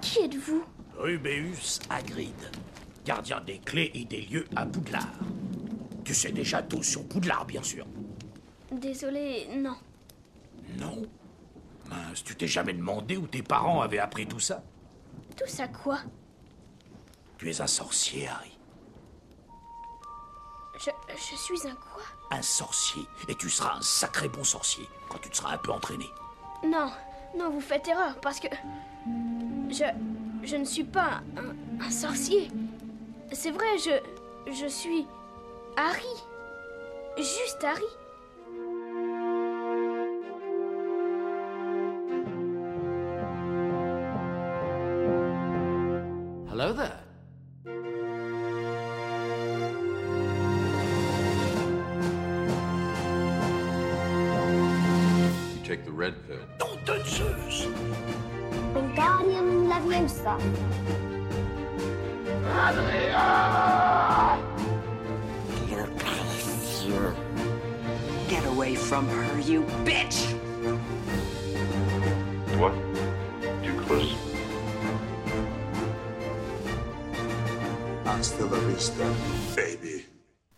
Qui êtes-vous Rubéus Hagrid, gardien des clés et des lieux à Poudlard. Tu sais déjà tout sur Poudlard, bien sûr. Désolé, non. Non Mince, tu t'es jamais demandé où tes parents avaient appris tout ça Tout ça quoi Tu es un sorcier, Harry. Je, je suis un quoi Un sorcier. Et tu seras un sacré bon sorcier quand tu te seras un peu entraîné. Non, non, vous faites erreur parce que. Je. Je ne suis pas un, un sorcier. C'est vrai, je. Je suis. Harry. Juste Harry. Hello there. You take the red pill. Nom de Zeus Wingardium Laviosa. Get away from her, you bitch! Toi, tu creuses. Hasta la vista, baby.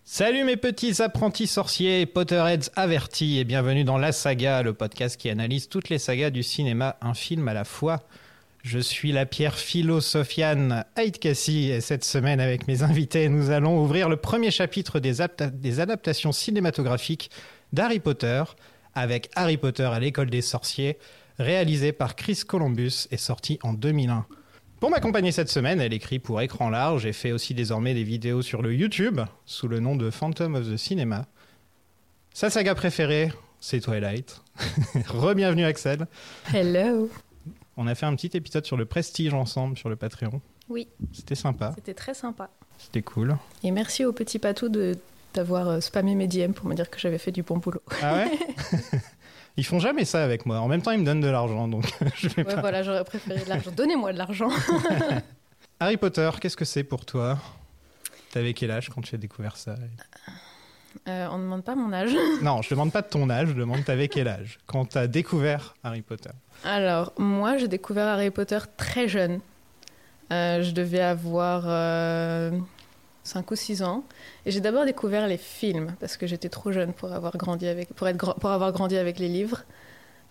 Salut mes petits apprentis sorciers, Potterheads avertis et bienvenue dans La Saga, le podcast qui analyse toutes les sagas du cinéma, un film à la fois. Je suis la pierre philosophiane Haït Cassie et cette semaine avec mes invités, nous allons ouvrir le premier chapitre des, apta- des adaptations cinématographiques d'Harry Potter avec Harry Potter à l'école des sorciers, réalisé par Chris Columbus et sorti en 2001. Pour m'accompagner cette semaine, elle écrit pour Écran Large et fait aussi désormais des vidéos sur le YouTube sous le nom de Phantom of the Cinema. Sa saga préférée, c'est Twilight. Rebienvenue Axel. Hello On a fait un petit épisode sur le prestige ensemble sur le Patreon. Oui. C'était sympa, C'était très sympa. c'était cool. Et merci au petit patou de d'avoir euh, spammé mes DM pour me dire que j'avais fait du bon boulot. Ah ouais Ils font jamais ça avec moi. En même temps, ils me donnent de l'argent, donc je vais Ouais, pas. voilà, j'aurais préféré de l'argent. Donnez-moi de l'argent. Harry Potter, qu'est-ce que c'est pour toi T'avais quel âge quand tu as découvert ça Euh, on ne demande pas mon âge. Non, je demande pas de ton âge, je demande t'avais quel âge quand t'as découvert Harry Potter. Alors, moi, j'ai découvert Harry Potter très jeune. Euh, je devais avoir 5 ou 6 ans. Et j'ai d'abord découvert les films, parce que j'étais trop jeune pour avoir grandi avec, pour être, gra- pour avoir grandi avec les livres.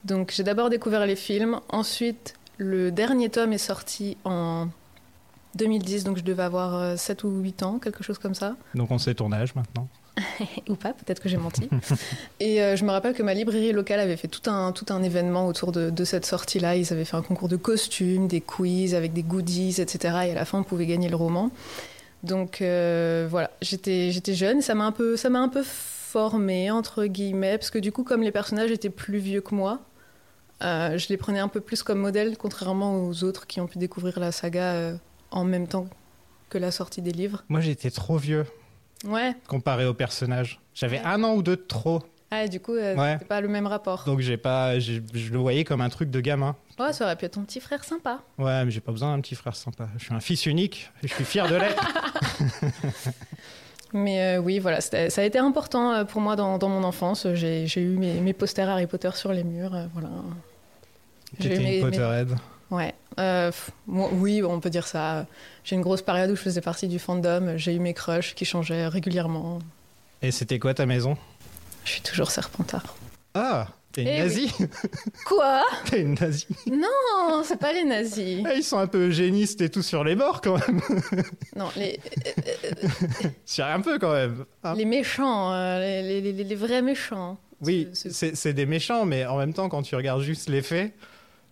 Donc, j'ai d'abord découvert les films. Ensuite, le dernier tome est sorti en 2010, donc je devais avoir 7 ou 8 ans, quelque chose comme ça. Donc on sait ton âge maintenant. ou pas, peut-être que j'ai menti. et euh, je me rappelle que ma librairie locale avait fait tout un, tout un événement autour de, de cette sortie-là. Ils avaient fait un concours de costumes, des quiz avec des goodies, etc. Et à la fin, on pouvait gagner le roman. Donc euh, voilà, j'étais j'étais jeune, ça m'a un peu ça m'a un peu formée entre guillemets parce que du coup comme les personnages étaient plus vieux que moi, euh, je les prenais un peu plus comme modèle contrairement aux autres qui ont pu découvrir la saga euh, en même temps que la sortie des livres. Moi j'étais trop vieux Ouais, comparé au personnage. J'avais Ouais. un an ou deux de trop, ah, et du coup euh, Ouais. c'était pas le même rapport. donc j'ai pas, j'ai- je le voyais comme un truc de gamin. Ouais, ça aurait pu être ton petit frère sympa. Ouais, mais j'ai pas besoin d'un petit frère sympa. Je suis un fils unique, et je suis fier de l'être. Mais euh, oui, voilà, c'était- ça a été important euh, pour moi dans, dans mon enfance. J'ai j'ai eu mes, mes posters Harry Potter sur les murs, euh, voilà. J'ai eu J'étais mes- une mes- Potterhead. Ouais. Euh, pff, moi- oui, on peut dire ça. J'ai une grosse période où je faisais partie du fandom. J'ai eu mes crushs qui changeaient régulièrement. Et c'était quoi ta maison Je suis toujours Serpentard. Ah, t'es une Eh oui. nazie Quoi T'es une nazie Non, c'est pas les nazis. Ah, Ils sont un peu eugénistes et tout sur les morts quand même. Non, les, euh, Sur un peu quand même. Ah. les méchants, euh, les, les- les- les vrais méchants. Oui, C'est- c'est- c'est c'est des méchants, mais en même temps, quand tu regardes juste les faits,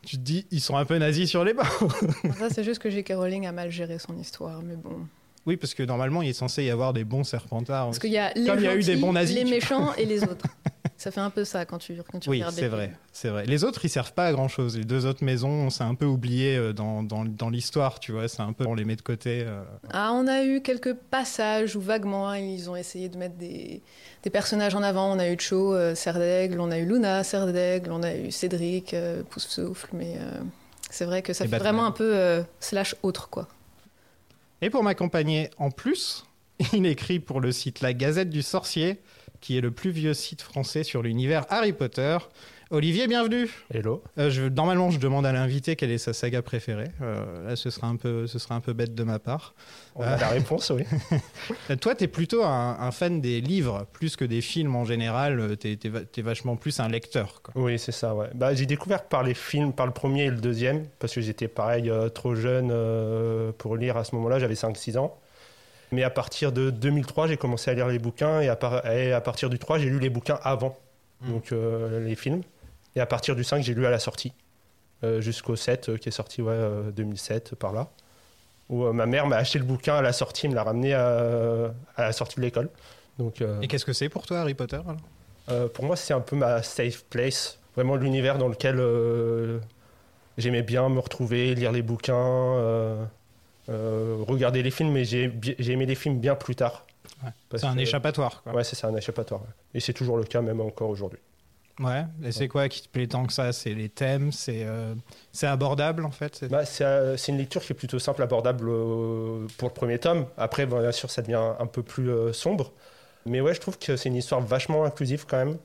tu te dis, ils sont un peu nazis sur les bords. Ça, c'est juste que J.K. Rowling a mal géré son histoire, mais bon. Oui, parce que normalement, il est censé y avoir des bons serpentards. Parce qu'il y a les Comme il y a eu des gentils, bons nazis, les tu- méchants et les autres. Ça fait un peu ça quand tu, quand tu Oui, regardes les c'est vrai, c'est vrai. Les autres, ils servent pas à grand chose. Les deux autres maisons, c'est un peu oublié euh, dans, dans- dans l'histoire, tu vois. C'est un peu, on les met de côté. euh. Ah, on a eu quelques passages où vaguement ils ont essayé de mettre des, des personnages en avant. On a eu Cho, euh, Serre d'Aigle, on a eu Luna, Serre d'Aigle, on a eu Cédric, euh, Poufsouffle, mais euh, c'est vrai que ça Et fait Batman. vraiment un peu euh, slash autre quoi. Et pour m'accompagner, en plus, il écrit pour le site La Gazette du Sorcier, qui est le plus vieux site français sur l'univers Harry Potter, Olivier, bienvenue. Hello. Euh, je- normalement, je demande à l'invité quelle est sa saga préférée. Euh, là, ce serait un peu, ce serait un peu bête de ma part. On a la réponse, oui. Euh, Toi, t'es plutôt un, un fan des livres plus que des films en général. Euh, T'es, t'es va- t'es vachement plus un lecteur. Quoi. Oui, c'est ça, ouais. Bah, j'ai découvert par les films, par le premier et le deuxième, parce que j'étais pareil, euh, trop jeune euh, pour lire à ce moment-là, j'avais 5-6 ans. Mais à partir de 2003, j'ai commencé à lire les bouquins, et à, par- et à partir du 3, j'ai lu les bouquins avant, donc euh, les films. Et à partir du 5, j'ai lu à la sortie, euh, jusqu'au 7, euh, qui est sorti, ouais, euh, 2007, par là. Où euh, ma mère m'a acheté le bouquin à la sortie, me l'a ramené à, à la sortie de l'école. Donc, euh, Et qu'est-ce que c'est pour toi, Harry Potter alors euh, pour moi, c'est un peu ma safe place. Vraiment l'univers dans lequel euh, j'aimais bien me retrouver, lire les bouquins, euh, euh, regarder les films, mais j'ai bi- j'ai aimé les films bien plus tard. Ouais. Parce C'est un que- échappatoire. Quoi. Ouais, c'est ça, un échappatoire. ouais. Et c'est toujours le cas, même encore aujourd'hui. Ouais. Et c'est quoi qui te plaît tant que ça C'est les thèmes, c'est, euh, c'est abordable en fait. c'est- Bah, c'est euh, c'est une lecture qui est plutôt simple, abordable euh, pour le premier tome. Après, bah, bien sûr, ça devient un peu plus euh, sombre. Mais ouais, je trouve que c'est une histoire vachement inclusive quand même.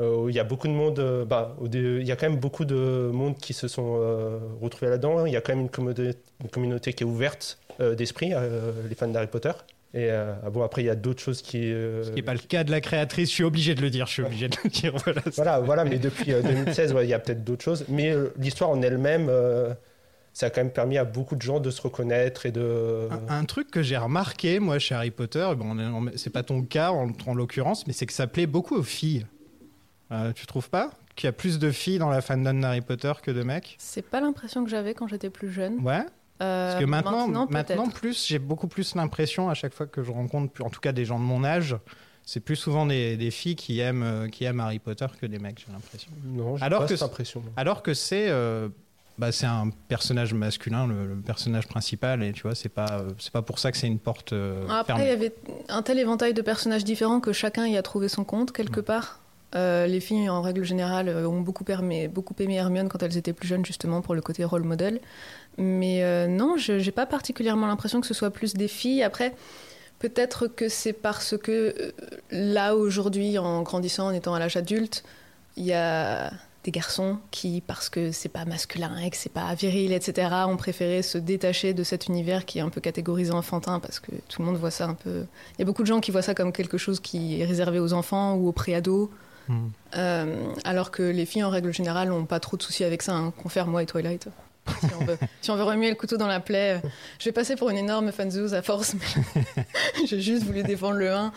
Euh, où Il y a beaucoup de monde, euh, bah, au dé- il y a quand même beaucoup de monde qui se sont euh, retrouvés là-dedans. Il y a quand même une, commoda- une communauté qui est ouverte euh, d'esprit, euh, les fans d'Harry Potter. Et euh, ah bon, après, il y a d'autres choses qui. euh, Ce qui n'est pas le cas de la créatrice, je suis obligé de le dire, je suis obligé de le dire. Voilà, c'est- voilà, voilà, mais depuis euh, 2016, ouais, il y a peut-être d'autres choses. Mais euh, l'histoire en elle-même, euh, ça a quand même permis à beaucoup de gens de se reconnaître et de. Un, un truc que j'ai remarqué, moi, chez Harry Potter, bon, on est- on- c'est pas ton cas en, en l'occurrence, mais c'est que ça plaît beaucoup aux filles. Euh, tu trouves pas Qu'il y a plus de filles dans la fandom d'Harry Potter que de mecs C'est pas l'impression que j'avais quand j'étais plus jeune. Ouais, Euh, parce que maintenant, maintenant, peut-être. plus, j'ai beaucoup plus l'impression à chaque fois que je rencontre, plus- en tout cas des gens de mon âge, c'est plus souvent des, des filles qui aiment, euh, qui aiment Harry Potter que des mecs, j'ai l'impression. Non, j'ai ah. Alors pas que cette c'est- impression. moi. Alors que c'est euh, bah, c'est un personnage masculin, le, le personnage principal, et tu vois, c'est pas, euh, c'est pas pour ça que c'est une porte euh, Après, fermée. il y avait un tel éventail de personnages différents que chacun y a trouvé son compte quelque part. Euh, les filles, en règle générale, euh, ont beaucoup, aimé- beaucoup aimé Hermione quand elles étaient plus jeunes, justement pour le côté rôle modèle. Mais euh, non, je n'ai pas particulièrement l'impression que ce soit plus des filles. Après, peut-être que c'est parce que euh, là, aujourd'hui, en grandissant, en étant à l'âge adulte, il y a des garçons qui, parce que c'est pas masculin et que c'est pas viril, etc., ont préféré se détacher de cet univers qui est un peu catégorisé enfantin parce que tout le monde voit ça un peu. Il y a beaucoup de gens qui voient ça comme quelque chose qui est réservé aux enfants ou aux préados. Hmm. Euh, alors que les filles, en règle générale, n'ont pas trop de soucis avec ça, hein, confère moi et Twilight. Si on, veut, si on veut remuer le couteau dans la plaie, euh, je vais passer pour une énorme fanzouse à force, mais j'ai juste voulu défendre le 1.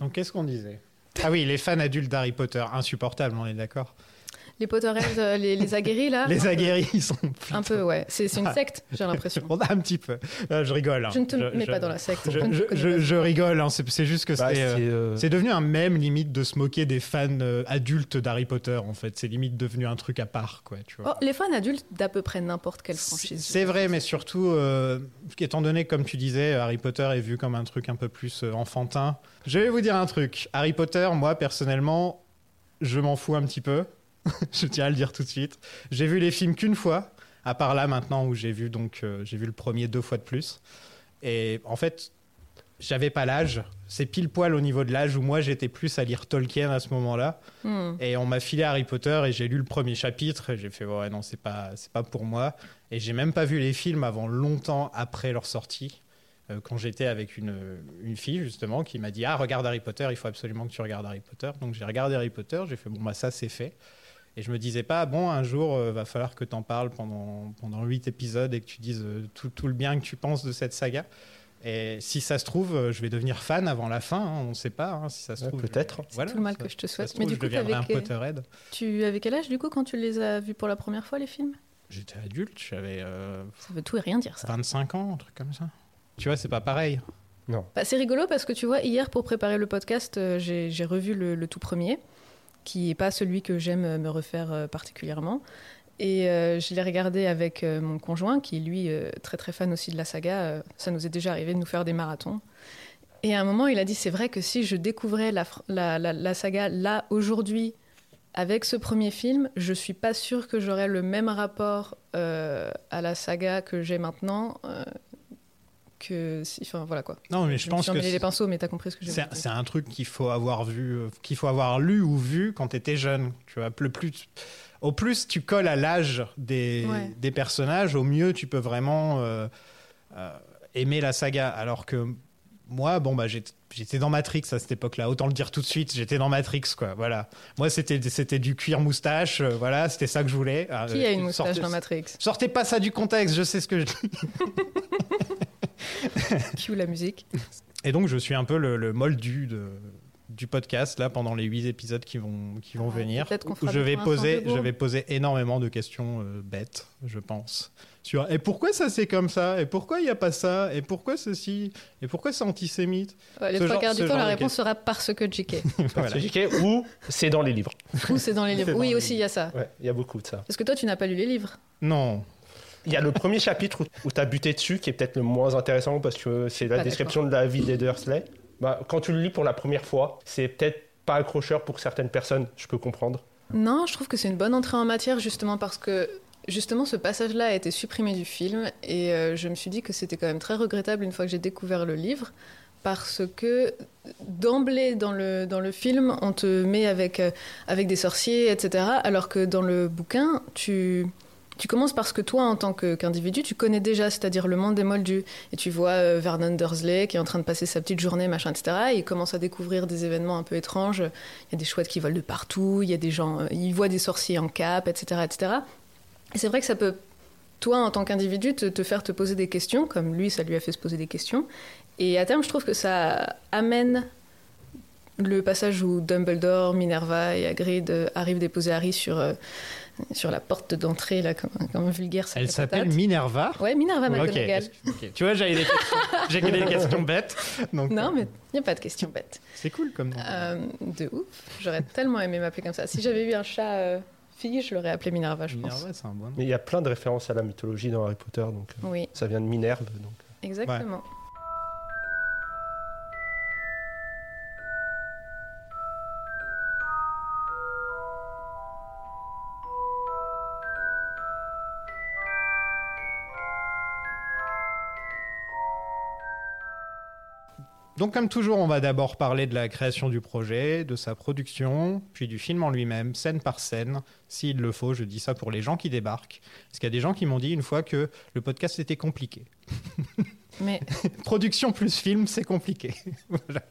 Donc qu'est-ce qu'on disait Ah oui, les fans adultes d'Harry Potter, insupportables, on est d'accord. Les Potterheads, euh, les, les aguerris, là les aguerris, ils sont Un peu, ouais. C'est c'est une secte, j'ai l'impression. On a un petit peu. Euh, je rigole. hein. Je ne te mets je- pas dans la secte. Je, Je ne je- te connais je- pas. je rigole, hein, c'est c'est juste que Bah, c'est. euh, c'est, euh, C'est devenu un même limite de se moquer des fans euh, adultes d'Harry Potter en fait. C'est limite devenu un truc à part quoi. Tu vois. Oh, les fans adultes d'à peu près n'importe quelle C'est franchise. c'est vrai, mais surtout, euh, étant donné, comme tu disais, Harry Potter est vu comme un truc un peu plus euh, enfantin, je vais vous dire un truc. Harry Potter, moi, personnellement, je m'en fous un petit peu. je tiens à le dire tout de suite. J'ai vu les films qu'une fois, à part là maintenant où j'ai vu, donc, euh, j'ai vu le premier deux fois de plus. Et en fait, j'avais pas l'âge. C'est pile poil au niveau de l'âge où moi j'étais plus à lire Tolkien à ce moment-là. Hmm. Et on m'a filé Harry Potter et j'ai lu le premier chapitre et j'ai fait ouais non c'est pas c'est pas pour moi et j'ai même pas vu les films avant longtemps après leur sortie euh, quand j'étais avec une, une fille justement qui m'a dit ah regarde Harry Potter il faut absolument que tu regardes Harry Potter donc j'ai regardé Harry Potter j'ai fait bon bah ça c'est fait et je me disais pas bon un jour euh, va falloir que t'en parles pendant pendant huit épisodes et que tu dises euh, tout, tout le bien que tu penses de cette saga et si ça se trouve euh, je vais devenir fan avant la fin hein, on sait pas hein, si ça se Ouais, trouve peut-être. C'est Voilà, tout le mal ça- que je te ça se souhaite. trouve, Mais du je coup, deviendrai un t'avais- Potterhead. tu avais quel âge du coup quand tu les as vus pour la première fois les films J'étais adulte, j'avais euh, Ça veut tout et rien dire ça. 25 ans, un truc comme ça. Tu vois, c'est pas pareil. Bah, c'est rigolo parce que tu vois, hier pour préparer le podcast, euh, j'ai j'ai revu le, le tout premier, qui n'est pas celui que j'aime euh, me refaire euh, particulièrement. Et euh, je l'ai regardé avec euh, mon conjoint, qui est lui euh, très très fan aussi de la saga. Euh, ça nous est déjà arrivé de nous faire des marathons. Et à un moment, il a dit c'est vrai que si je découvrais la, fr- la, la- la saga là, aujourd'hui, avec ce premier film, je suis pas sûre que j'aurais le même rapport euh, à la saga que j'ai maintenant euh, que- que si. Enfin, voilà quoi. Non, mais je, pense me suis que emmêlé les c'est- pinceaux, mais t'as compris ce que j'ai c'est voulu un- dire. c'est un truc qu'il faut avoir vu, euh, qu'il faut avoir lu ou vu quand t'étais jeune. Tu vois, le plus, au plus tu colles à l'âge des, Ouais. des personnages, au mieux tu peux vraiment euh, euh, aimer la saga. Alors que moi, bon bah j'étais- j'étais dans Matrix à cette époque-là. Autant le dire tout de suite, j'étais dans Matrix quoi. Voilà. Moi c'était c'était du cuir moustache. euh, voilà, c'était ça que je voulais. Ah, Qui a euh, une moustache sortez- dans Matrix Sortez pas ça du contexte. Je sais ce que je dis. Qui ou la musique Et donc, je suis un peu le, le moldu de- du podcast là pendant les huit épisodes qui vont, qui vont Ah, venir. peut-être qu'on où fera Je des vais points sans poser, dégoût. je vais poser énormément de questions euh, bêtes, je pense. Sur et pourquoi ça c'est comme ça Et pourquoi il n'y a pas ça Et pourquoi ceci Et pourquoi c'est antisémite Ouais, Les Ce trois genre- quarts du ce temps, genre la de réponse sera parce que JK. Voilà. C'est JK ou c'est dans les livres. Ou c'est dans les livres. dans Oui, les aussi, il y a ça. Ouais, il y a beaucoup de ça. Parce que toi, tu n'as pas lu les livres. Non. Il y a le premier chapitre où, où t'as buté dessus, qui est peut-être le moins intéressant parce que c'est la Pas description de la vie d'Edersley. Bah, quand tu le lis pour la première fois, c'est peut-être pas accrocheur pour certaines personnes, je peux comprendre. Non, je trouve que c'est une bonne entrée en matière justement parce que justement ce passage-là a été supprimé du film et euh, je me suis dit que c'était quand même très regrettable une fois que j'ai découvert le livre parce que d'emblée dans le, dans le film on te met avec, euh, avec des sorciers etc alors que dans le bouquin tu... Tu commences parce que toi, en tant que- qu'individu, tu connais déjà, c'est-à-dire le monde des moldus. Et tu vois euh, Vernon Dursley qui est en train de passer sa petite journée, machin, etc. Et il commence à découvrir des événements un peu étranges il y a des chouettes qui volent de partout, il y a des gens, euh, ils voient des sorciers en cape, etc., etc. Et c'est vrai que ça peut, toi, en tant qu'individu, te, te faire te poser des questions, comme lui, ça lui a fait se poser des questions. Et à terme, je trouve que ça amène le passage où Dumbledore, Minerva et Hagrid euh, arrivent déposer Harry sur, euh, sur la porte d'entrée, là, comme, comme un vulgaire. sac Elle à s'appelle patates. Minerva. Ouais, Minerva Ok, McGonagall. est-ce- ok. Tu vois, j'avais des questions, j'ai que des questions bêtes. Donc, Non, euh, mais il n'y a pas de question bête. c'est cool comme nom. Euh, de ouf. J'aurais tellement aimé m'appeler comme ça. Si j'avais eu un chat euh, fille, je l'aurais appelé Minerva, je pense. Minerva, c'est un bon nom. Mais il y a plein de références à la mythologie dans Harry Potter, donc euh, Oui, ça vient de Minerve. Donc. exactement. Donc, comme toujours, on va d'abord parler de la création du projet, de sa production, puis du film en lui-même, scène par scène, s'il le faut. Je dis ça pour les gens qui débarquent. Parce qu'il y a des gens qui m'ont dit une fois que le podcast était compliqué. Mais Production plus film, c'est compliqué. Voilà.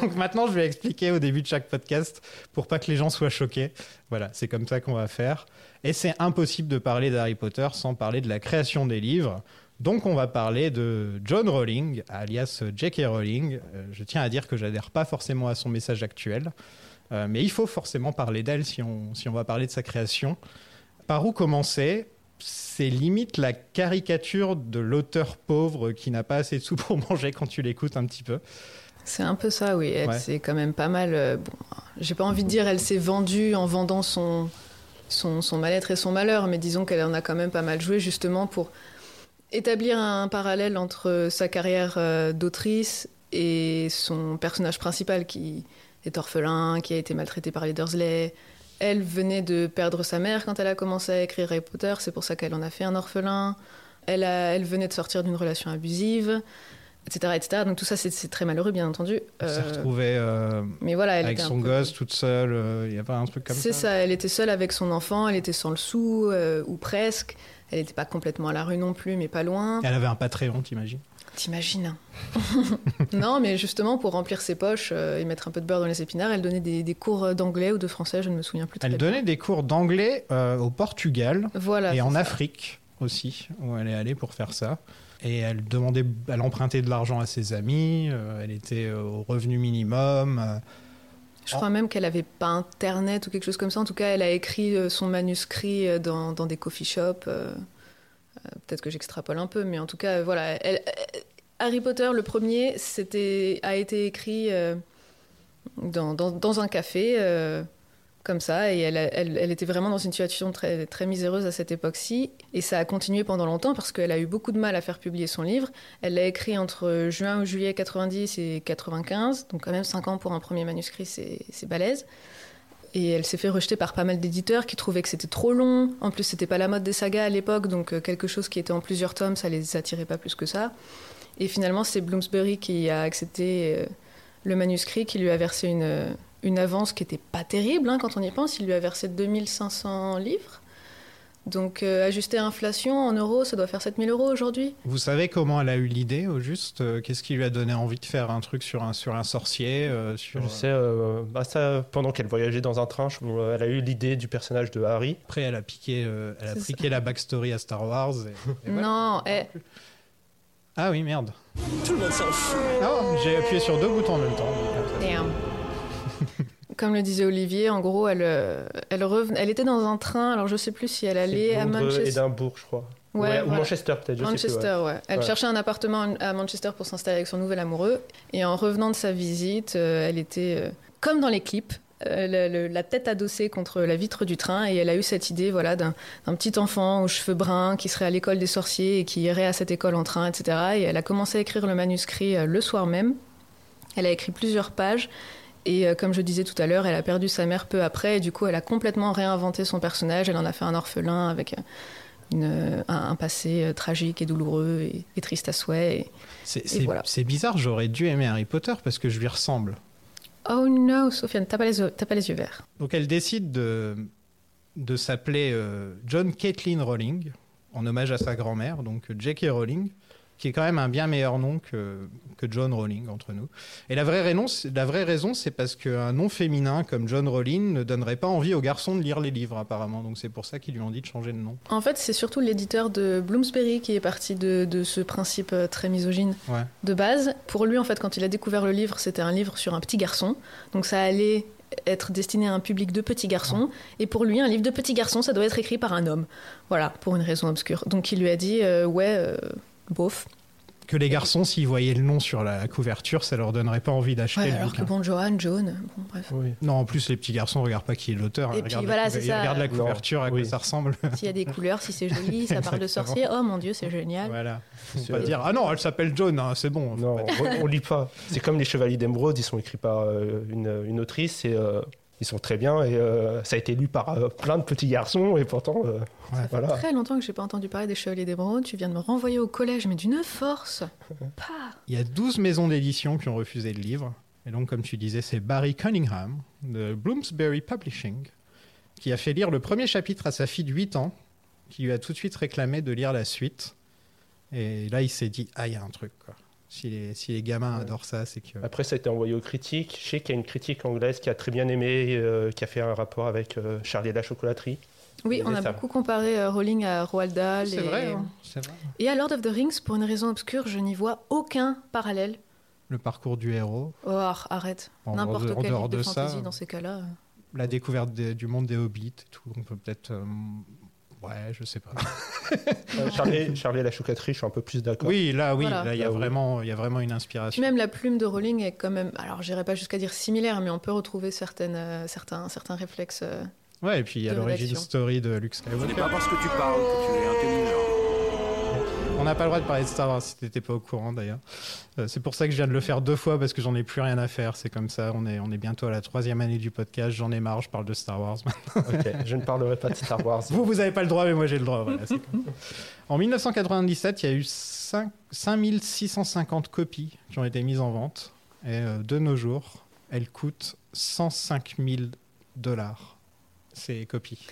Donc maintenant, je vais expliquer au début de chaque podcast pour pas que les gens soient choqués. Voilà, c'est comme ça qu'on va faire. Et c'est impossible de parler d'Harry Potter sans parler de la création des livres. Donc on va parler de John Rowling, alias J.K. Rowling. Euh, je tiens à dire que j'adhère pas forcément à son message actuel, euh, mais il faut forcément parler d'elle si on, si on va parler de sa création. Par où commencer c'est limite la caricature de l'auteur pauvre qui n'a pas assez de sous pour manger quand tu l'écoutes un petit peu. c'est un peu ça, oui. Elle Ouais. s'est quand même pas mal. euh, bon, j'ai pas envie de dire elle s'est vendue en vendant son, son, son mal-être et son malheur, mais disons qu'elle en a quand même pas mal joué justement pour établir un parallèle entre sa carrière euh, d'autrice et son personnage principal qui est orphelin, qui a été maltraité par les Dursley. Elle venait de perdre sa mère quand elle a commencé à écrire Harry Potter, c'est pour ça qu'elle en a fait un orphelin. Elle, a- elle venait de sortir d'une relation abusive, etc. etc. Donc tout ça, c'est- c'est très malheureux, bien entendu. Elle s'est Euh, retrouvée euh, mais voilà, elle avec était un son peu- gosse toute seule. euh, Il y a pas un truc comme ça. C'est ça, elle était seule avec son enfant, elle était sans le sou, euh, ou presque. Elle n'était pas complètement à la rue non plus, mais pas loin. Elle avait un Patreon, t'imagines T'imagines Non, mais justement, pour remplir ses poches euh, et mettre un peu de beurre dans les épinards, elle donnait des, des cours d'anglais ou de français, je ne me souviens plus très Elle bien. donnait des cours d'anglais euh, au Portugal Voilà. et en c'est ça. Afrique aussi, où elle est allée pour faire ça. Et elle demandait, elle empruntait de l'argent à ses amis. euh, elle était euh, au revenu minimum. euh, Je crois même qu'elle n'avait pas internet ou quelque chose comme ça. En tout cas, elle a écrit euh, son manuscrit euh, dans, dans des coffee shops. euh, euh, Peut-être que j'extrapole un peu, mais en tout cas, euh, voilà. elle- euh, Harry Potter, le premier, c'était a été écrit euh, dans, dans- dans un café, euh, comme ça, et elle, a- elle- elle était vraiment dans une situation très, très miséreuse à cette époque-ci. Et ça a continué pendant longtemps parce qu'elle a eu beaucoup de mal à faire publier son livre. Elle l'a écrit entre juin ou juillet 90 et 95, donc quand même 5 ans pour un premier manuscrit, c'est c'est balèze. Et elle s'est fait rejeter par pas mal d'éditeurs qui trouvaient que c'était trop long. En plus, c'était pas la mode des sagas à l'époque, donc euh, quelque chose qui était en plusieurs tomes, ça les attirait pas plus que ça. Et finalement, c'est Bloomsbury qui a accepté euh, le manuscrit, qui lui a versé une, euh, une avance qui n'était pas terrible hein, quand on y pense. Il lui a versé 2500 livres. Donc, euh, ajusté à inflation en euros, ça doit faire 7000 euros aujourd'hui. Vous savez comment elle a eu l'idée, au juste Euh, Qu'est-ce qui lui a donné envie de faire un truc sur un, sur un sorcier euh, sur, Je sais, euh, bah ça, pendant qu'elle voyageait dans un train, je- euh, elle a eu l'idée du personnage de Harry. Après, elle a piqué, euh, elle a C'est ça. piqué la backstory à Star Wars. et- et voilà. Non, eh, Ah oui, merde. Tout le monde s'en fout. j'ai appuyé sur deux boutons en même temps. Comme le disait Olivier, en gros, elle, euh, elle, reven- elle était dans un train, alors je sais plus si elle allait C'est à Londres, Manchester. Édimbourg, je crois. Ouais, Ouais, ou voilà. Manchester, peut-être. je sais plus, ouais. Manchester, ouais. Elle Ouais. cherchait un appartement à Manchester pour s'installer avec son nouvel amoureux. Et en revenant de sa visite, euh, elle était euh, comme dans les clips, euh, le- le- la tête adossée contre la vitre du train. Et elle a eu cette idée voilà, d'un d'un petit enfant aux cheveux bruns qui serait à l'école des sorciers et qui irait à cette école en train, etc. Et elle a commencé à écrire le manuscrit euh, le soir même. Elle a écrit plusieurs pages. Et euh, comme je disais tout à l'heure, elle a perdu sa mère peu après, et du coup, elle a complètement réinventé son personnage. Elle en a fait un orphelin avec euh, une, euh, un, un passé euh, tragique et douloureux et, et triste à souhait. et- C'est c'est- voilà. c'est bizarre, j'aurais dû aimer Harry Potter parce que je lui ressemble. Oh no, Sofiane, t'as pas, les yeux- t'as pas les yeux verts. Donc elle décide de, de s'appeler euh, John Caitlin Rowling, en hommage à sa grand-mère, donc J.K. Rowling, qui est quand même un bien meilleur nom que, que John Rowling, entre nous. Et la vraie raison, c'est- la vraie raison, c'est parce qu'un nom féminin comme John Rowling ne donnerait pas envie aux garçons de lire les livres, apparemment. Donc c'est pour ça qu'ils lui ont dit de changer de nom. En fait, c'est surtout l'éditeur de Bloomsbury qui est parti de, de ce principe euh, très misogyne Ouais. de base. Pour lui, en fait, quand il a découvert le livre, c'était un livre sur un petit garçon. Donc ça allait être destiné à un public de petits garçons. Et pour lui, un livre de petits garçons, ça doit être écrit par un homme. Voilà, pour une raison obscure. Donc il lui a dit, euh, ouais, euh, bof. Que les garçons, s'ils voyaient le nom sur la couverture, ça leur donnerait pas envie d'acheter Ouais, le alors que bouquin. bon, Johan, John, bon, bref. Oui. Non, en plus, les petits garçons regardent pas qui est l'auteur. Et ils puis regardent la voilà, couver- c'est ils ça. regardent la Non, couverture, à quoi oui. ça ressemble. S'il y a des couleurs, si c'est joli, ça parle de Exactement. sorcier. Oh mon dieu, c'est génial. Voilà. Faut C'est- pas dire ah non, elle s'appelle John, hein, c'est bon. Non, on, on lit pas. C'est comme les Chevaliers d'Emeraude, ils sont écrits par euh, une, une autrice et euh, ils sont très bien. Et euh, ça a été lu par euh, plein de petits garçons et pourtant, euh, Ouais. voilà. Très longtemps que j'ai pas entendu parler des Chevaliers des Brands. Tu viens de me renvoyer au collège, mais d'une force. Pah. Il y a 12 maisons d'édition qui ont refusé le livre. Et donc, comme tu disais, c'est Barry Cunningham de Bloomsbury Publishing qui a fait lire le premier chapitre à sa fille de 8 ans, qui lui a tout de suite réclamé de lire la suite. Et là, il s'est dit ah, il y a un truc. Quoi. Si, les, si les gamins adorent ça, c'est que. Après, ça a été envoyé aux critiques. Je sais qu'il y a une critique anglaise qui a très bien aimé, euh, qui a fait un rapport avec euh, Charlie et la chocolaterie. Oui, on a C'est ça. beaucoup comparé euh, Rowling à Roald Dahl C'est et... vrai, hein, c'est vrai. et à Lord of the Rings. Pour une raison obscure, je n'y vois aucun parallèle. Le parcours du héros, Oh, ar- arrête. Bon, en N'importe dehors- en quel dehors livre de, de ça, fantasy euh, dans ces cas-là. euh. la découverte des- du monde des hobbits, et tout. On peut peut-être. euh, ouais, je sais pas. Euh, Charlie, Charlie et la chocolaterie, je suis un peu plus d'accord. Oui, là, oui, Voilà. là, il y a Là, oui. vraiment, il y a vraiment une inspiration. Même la plume de Rowling est quand même. Alors, j'irai pas jusqu'à dire similaire, mais on peut retrouver certaines, euh, certains, certains réflexes. euh, Ouais, et puis il y a de l'origine rédaction. story de Luke Ce n'est Skywalker. pas parce que tu parles que tu es intelligent. On n'a pas le droit de parler de Star Wars si t'étais pas au courant d'ailleurs. Euh, c'est pour ça que je viens de le faire deux fois parce que j'en ai plus rien à faire. C'est comme ça, on est, on est bientôt à la troisième année du podcast. J'en ai marre, je parle de Star Wars. Ok, je ne parlerai pas de Star Wars. vous, vous avez pas le droit, mais moi j'ai le droit. voilà, c'est comme ça. En 1997, il y a eu 5, 5650 copies qui ont été mises en vente. Et euh, de nos jours, elles coûtent 105 000 dollars, ces copies.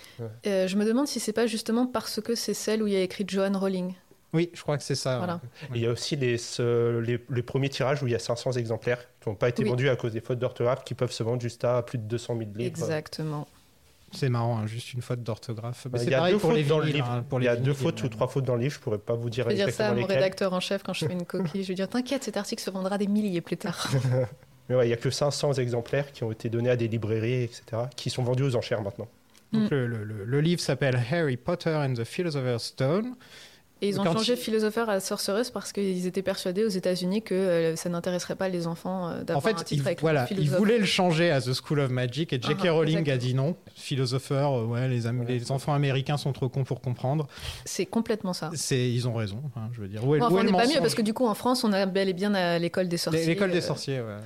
euh, je me demande si c'est pas justement parce que c'est celle où il y a écrit Joan Rowling. Oui, je crois que c'est ça. hein. Voilà. Et Il y a aussi les, ce- les, les premiers tirages où il y a 500 exemplaires qui n'ont pas été Oui. vendus à cause des fautes d'orthographe qui peuvent se vendre juste à plus de 200 000 livres. Exactement. C'est marrant, hein, juste une faute d'orthographe. Mais Bah, c'est Il y a pareil deux pour les fautes dans le vinyles, livre. hein, pour Il les y a deux vinyles, fautes euh, ou trois fautes dans le livre. Je pourrais pas vous dire Je vais dire ça à exactement mon lesquelles. rédacteur en chef quand je fais une coquille. Je vais dire T'inquiète, cet article se vendra des milliers plus tard. Mais ouais, il y a que 500 exemplaires qui ont été donnés à des librairies, etc., qui sont vendus aux enchères maintenant. Donc le, le- le- le livre s'appelle Harry Potter and the Philosopher's Stone. Et ils ont Quand changé il- Philosopher à Sorcereuse parce qu'ils étaient persuadés aux États-Unis que euh, ça n'intéresserait pas les enfants euh, d'avoir En fait, un il, titre avec voilà, il philosophe. voulait le changer à The School of Magic et J.K. Ah, Rowling a exactement. dit non. Philosopheur, euh, ouais, les, am- les enfants américains sont trop cons pour comprendre. C'est complètement ça. C'est, ils ont raison, hein, je veux dire. Où est- Bon, où enfin, est on le n'est pas mensonge mieux parce que du coup, en France, on a bel et bien à l'école des sorciers. L'école des euh, sorciers, ouais.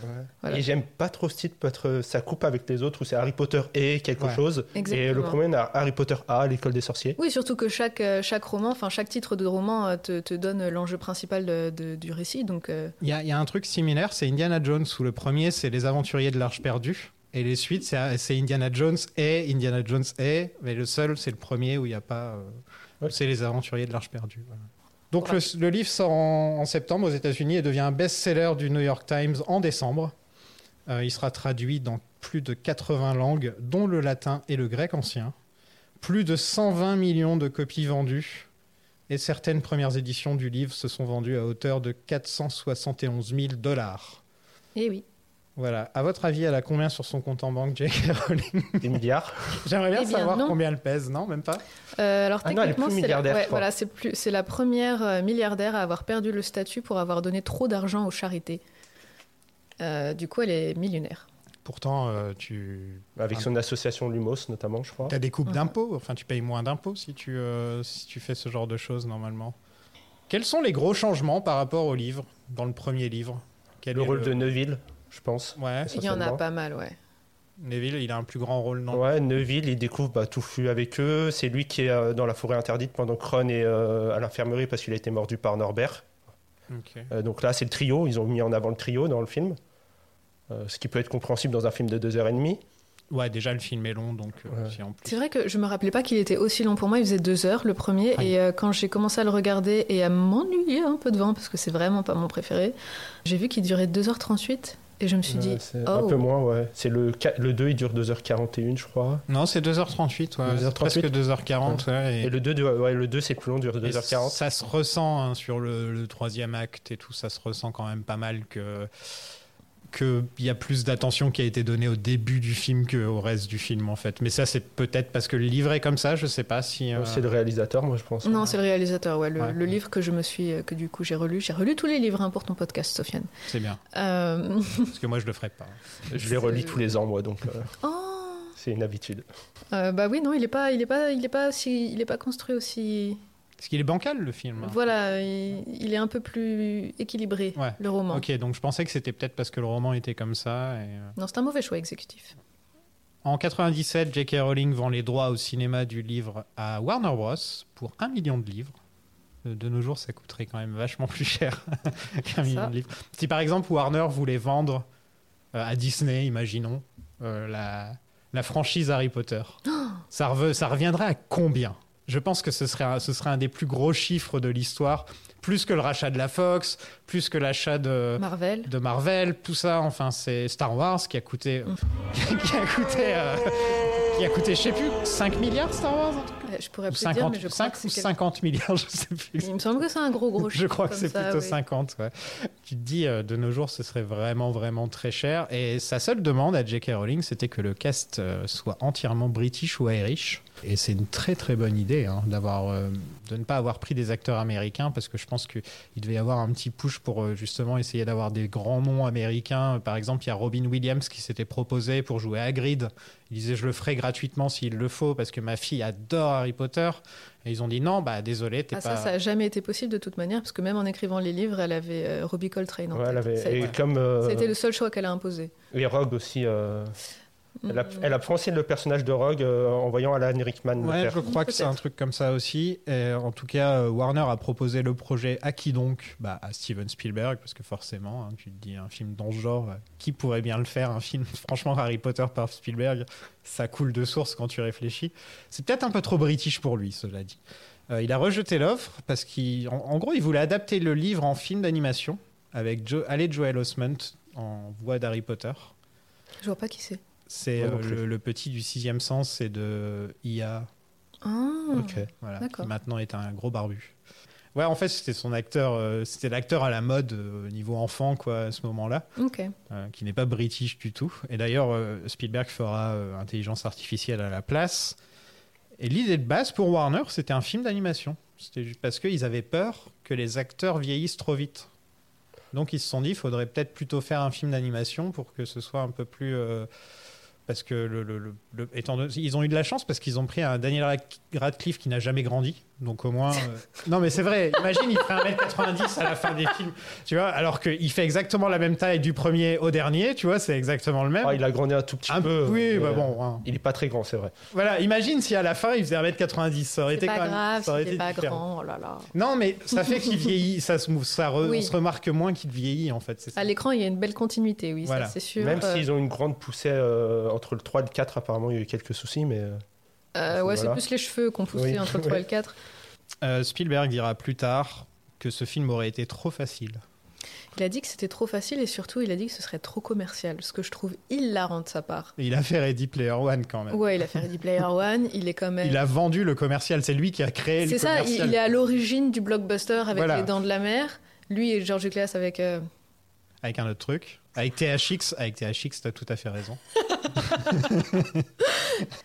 Voilà. Et j'aime pas trop ce titre, parce que ça coupe avec les autres où c'est Harry Potter et quelque Ouais. chose. Et le Exactement. premier, on a Harry Potter A, l'école des sorciers. Oui, surtout que chaque, euh, chaque roman, enfin chaque titre de de roman euh, te, te donne l'enjeu principal de- de- du récit. Donc, euh, Il y, a- il y a un truc similaire, c'est Indiana Jones, où le premier, c'est Les Aventuriers de l'Arche perdue. Et les suites, c'est c'est Indiana Jones et Indiana Jones et. Mais le seul, c'est le premier où il n'y a pas. euh, Ouais. C'est Les Aventuriers de l'Arche perdue. voilà. Donc le, le livre sort en, en septembre aux États-Unis et devient un best-seller du New York Times en décembre. Euh, il sera traduit dans plus de 80 langues, dont le latin et le grec ancien. Plus de 120 millions de copies vendues. Et certaines premières éditions du livre se sont vendues à hauteur de 471 000 dollars. eh oui. Voilà. À votre avis, elle a combien sur son compte en banque, J.K. Rowling Des milliards. J'aimerais bien, Eh bien, savoir non. combien elle pèse, non Même pas Euh, alors Ah non, elle est techniquement, plus c'est la, milliardaire, ouais, je crois. voilà, c'est plus, c'est la première euh, milliardaire à avoir perdu le statut pour avoir donné trop d'argent aux charités. Euh, du coup, elle est millionnaire. Pourtant, euh, tu Avec son association Lumos, notamment, je crois. as des coupes Ouais. d'impôts. Enfin, tu payes moins d'impôts si, tu, euh, si tu fais ce genre de choses, normalement. Quels sont les gros changements par rapport au livre, dans le premier livre Quel Le est rôle de Neuville, je pense. Ouais, Il y en a essentiellement. pas mal, ouais. Neville, il a un plus grand rôle, non Ouais, Neuville, il découvre bah, tout fut avec eux. C'est lui qui est euh, dans la forêt interdite pendant que Ron est euh, à l'infirmerie parce qu'il a été mordu par Norbert. Ok. Euh, donc là, c'est le trio. Ils ont mis en avant le trio dans le film. Euh, ce qui peut être compréhensible dans un film de 2h30. Ouais, déjà, le film est long, donc euh, Ouais. si en plus. C'est vrai que je me rappelais pas qu'il était aussi long pour moi. Il faisait deux heures le Ah premier, et euh, quand j'ai commencé à le regarder et à m'ennuyer un peu devant parce que c'est vraiment pas mon préféré, j'ai vu qu'il durait 2h38 et je me suis dit, Euh, c'est un oh, peu moins, ouais. C'est le, qua- le 2, il dure 2h41, je crois. Non, c'est 2h38, ouais. 2h38. c'est presque 2h40. ouais, et- Et le 2, de- ouais, le 2 c'est plus long, dure et 2h40. Ça se ressent hein, sur le, le troisième acte et tout, ça se ressent quand même pas mal que qu'il y a plus d'attention qui a été donnée au début du film qu'au reste du film en fait. Mais ça c'est peut-être parce que le livre est comme ça, je sais pas si... euh, C'est le réalisateur, moi, je pense. non, c'est le réalisateur, ouais, le, Ouais. le livre que je me suis, euh, que du coup j'ai relu, j'ai relu tous les livres hein, pour ton podcast, Sofiane. C'est bien, Euh, parce que moi je le ferais pas. Je les relis tous les ans, moi, donc euh, oh. c'est une habitude. Euh, bah oui, non, il est pas, il est pas, il est pas si, il est pas construit aussi. Parce qu'il est bancal le film. hein. Voilà, il, il est un peu plus équilibré Ouais. le roman. Ok, donc je pensais que c'était peut-être parce que le roman était comme ça. et, euh. Non, c'est un mauvais choix exécutif. En 97, J.K. Rowling vend les droits au cinéma du livre à Warner Bros. pour un million de livres. Euh, De nos jours, ça coûterait quand même vachement plus cher qu'un million de livres. Si par exemple Warner voulait vendre euh, à Disney, imaginons, euh, la, la franchise Harry Potter, ça, reve- ça reviendrait à combien Je pense que ce serait, un, ce serait un des plus gros chiffres de l'histoire, plus que le rachat de la Fox, plus que l'achat de Marvel. de Marvel, tout ça, enfin c'est Star Wars qui a coûté, euh, Mm. qui a coûté, euh, qui a coûté, je sais plus, 5 milliards Star Wars, un truc Euh, Je pourrais ou plus dire, 50, mais je crois 5 que ou c'est 50 milliards, je sais plus. quelque- Il me semble que c'est un gros gros. Je crois que comme c'est ça, plutôt oui. 50. ouais. Tu te dis, euh, de nos jours, ce serait vraiment, vraiment très cher. Et sa seule demande à J.K. Rowling, c'était que le cast euh, soit entièrement british ou irish. Et c'est une très, très bonne idée hein, d'avoir, euh, de ne pas avoir pris des acteurs américains parce que je pense qu'il devait y avoir un petit push pour euh, justement essayer d'avoir des grands noms américains. Par exemple, il y a Robin Williams qui s'était proposé pour jouer Hagrid. Il disait, je le ferai gratuitement s'il le faut parce que ma fille adore Harry Potter. Et ils ont dit, non, bah désolé, t'es Ah, pas. ça, ça a jamais été possible de toute manière, parce que même en écrivant les livres, elle avait euh, Robbie Coltrane. en Ouais, elle tête. avait- Ça a et été- comme. euh, ça a été le seul choix qu'elle a imposé. Et Rogue aussi. euh, Elle, a, Mm. elle a français le personnage de Rogue euh, en voyant Alan Rickman le Ouais, faire. je crois que c'est un truc comme ça aussi. Et en tout cas, euh, Warner a proposé le projet à qui donc bah, À Steven Spielberg, parce que forcément, hein, tu te dis un film dans ce genre, euh, qui pourrait bien le faire Un film, franchement, Harry Potter par Spielberg, ça coule de source quand tu réfléchis. C'est peut-être un peu trop british pour lui, cela dit. Euh, il a rejeté l'offre parce qu'en en gros, il voulait adapter le livre en film d'animation avec Jo- Alec Joel Osment en voix d'Harry Potter. Je vois pas qui c'est. C'est Moi non euh, plus. le, le petit du sixième sens et de IA. Ah. Ok. Voilà, D'accord. qui maintenant est un gros barbu. Ouais, en fait, c'était son acteur, euh, c'était l'acteur à la mode euh, niveau enfant, quoi, à ce moment-là, Ok. euh, qui n'est pas british du tout. Et d'ailleurs, euh, Spielberg fera euh, intelligence artificielle à la place. Et l'idée de base pour Warner, c'était un film d'animation. C'était juste parce qu'ils avaient peur que les acteurs vieillissent trop vite. Donc ils se sont dit, il faudrait peut-être plutôt faire un film d'animation pour que ce soit un peu plus. euh, parce que le, le- le- le- étant donné- ils ont eu de la chance parce qu'ils ont pris un Daniel Rad- Radcliffe qui n'a jamais grandi, Donc au moins. euh, Non, mais c'est vrai. Imagine, il fait 1m90 à la fin des films. Tu vois, alors qu'il fait exactement la même taille du premier au dernier. Tu vois, c'est exactement le même. Ah, il a grandi un tout petit Un peu. Oui, mais, bah euh, bon. hein. Il est pas très grand, c'est vrai. Voilà, imagine si à la fin il faisait 1m90. Ça aurait C'est été pas quand même. grave, ça aurait c'était été pas différent. grand, oh là là. Non, mais ça fait qu'il vieillit. Ça se, mou- ça re- Oui. On se remarque moins qu'il vieillit, en fait. c'est ça. À l'écran, il y a une belle continuité, oui, Voilà. ça c'est sûr. Même Euh, s'ils ont une grande poussée euh, entre le 3 et le 4, apparemment, il y a eu quelques soucis, mais. euh, euh, ouais, c'est Voilà. plus les cheveux qu'on poussait Oui. entre le 3 et le 4. Euh, Spielberg dira plus tard que ce film aurait été trop facile. Il a dit que c'était trop facile et surtout, il a dit que ce serait trop commercial, ce que je trouve hilarant de sa part. Et il a fait Ready Player One quand même. Ouais, il a fait Ready Player One, il est quand même. Il a vendu le commercial. C'est lui qui a créé le C'est ça, commercial. il, il est à l'origine du blockbuster avec Voilà. les dents de la mer. Lui et George Lucas avec. euh, Avec un autre truc. Avec THX, avec THX, t'as tout à fait raison.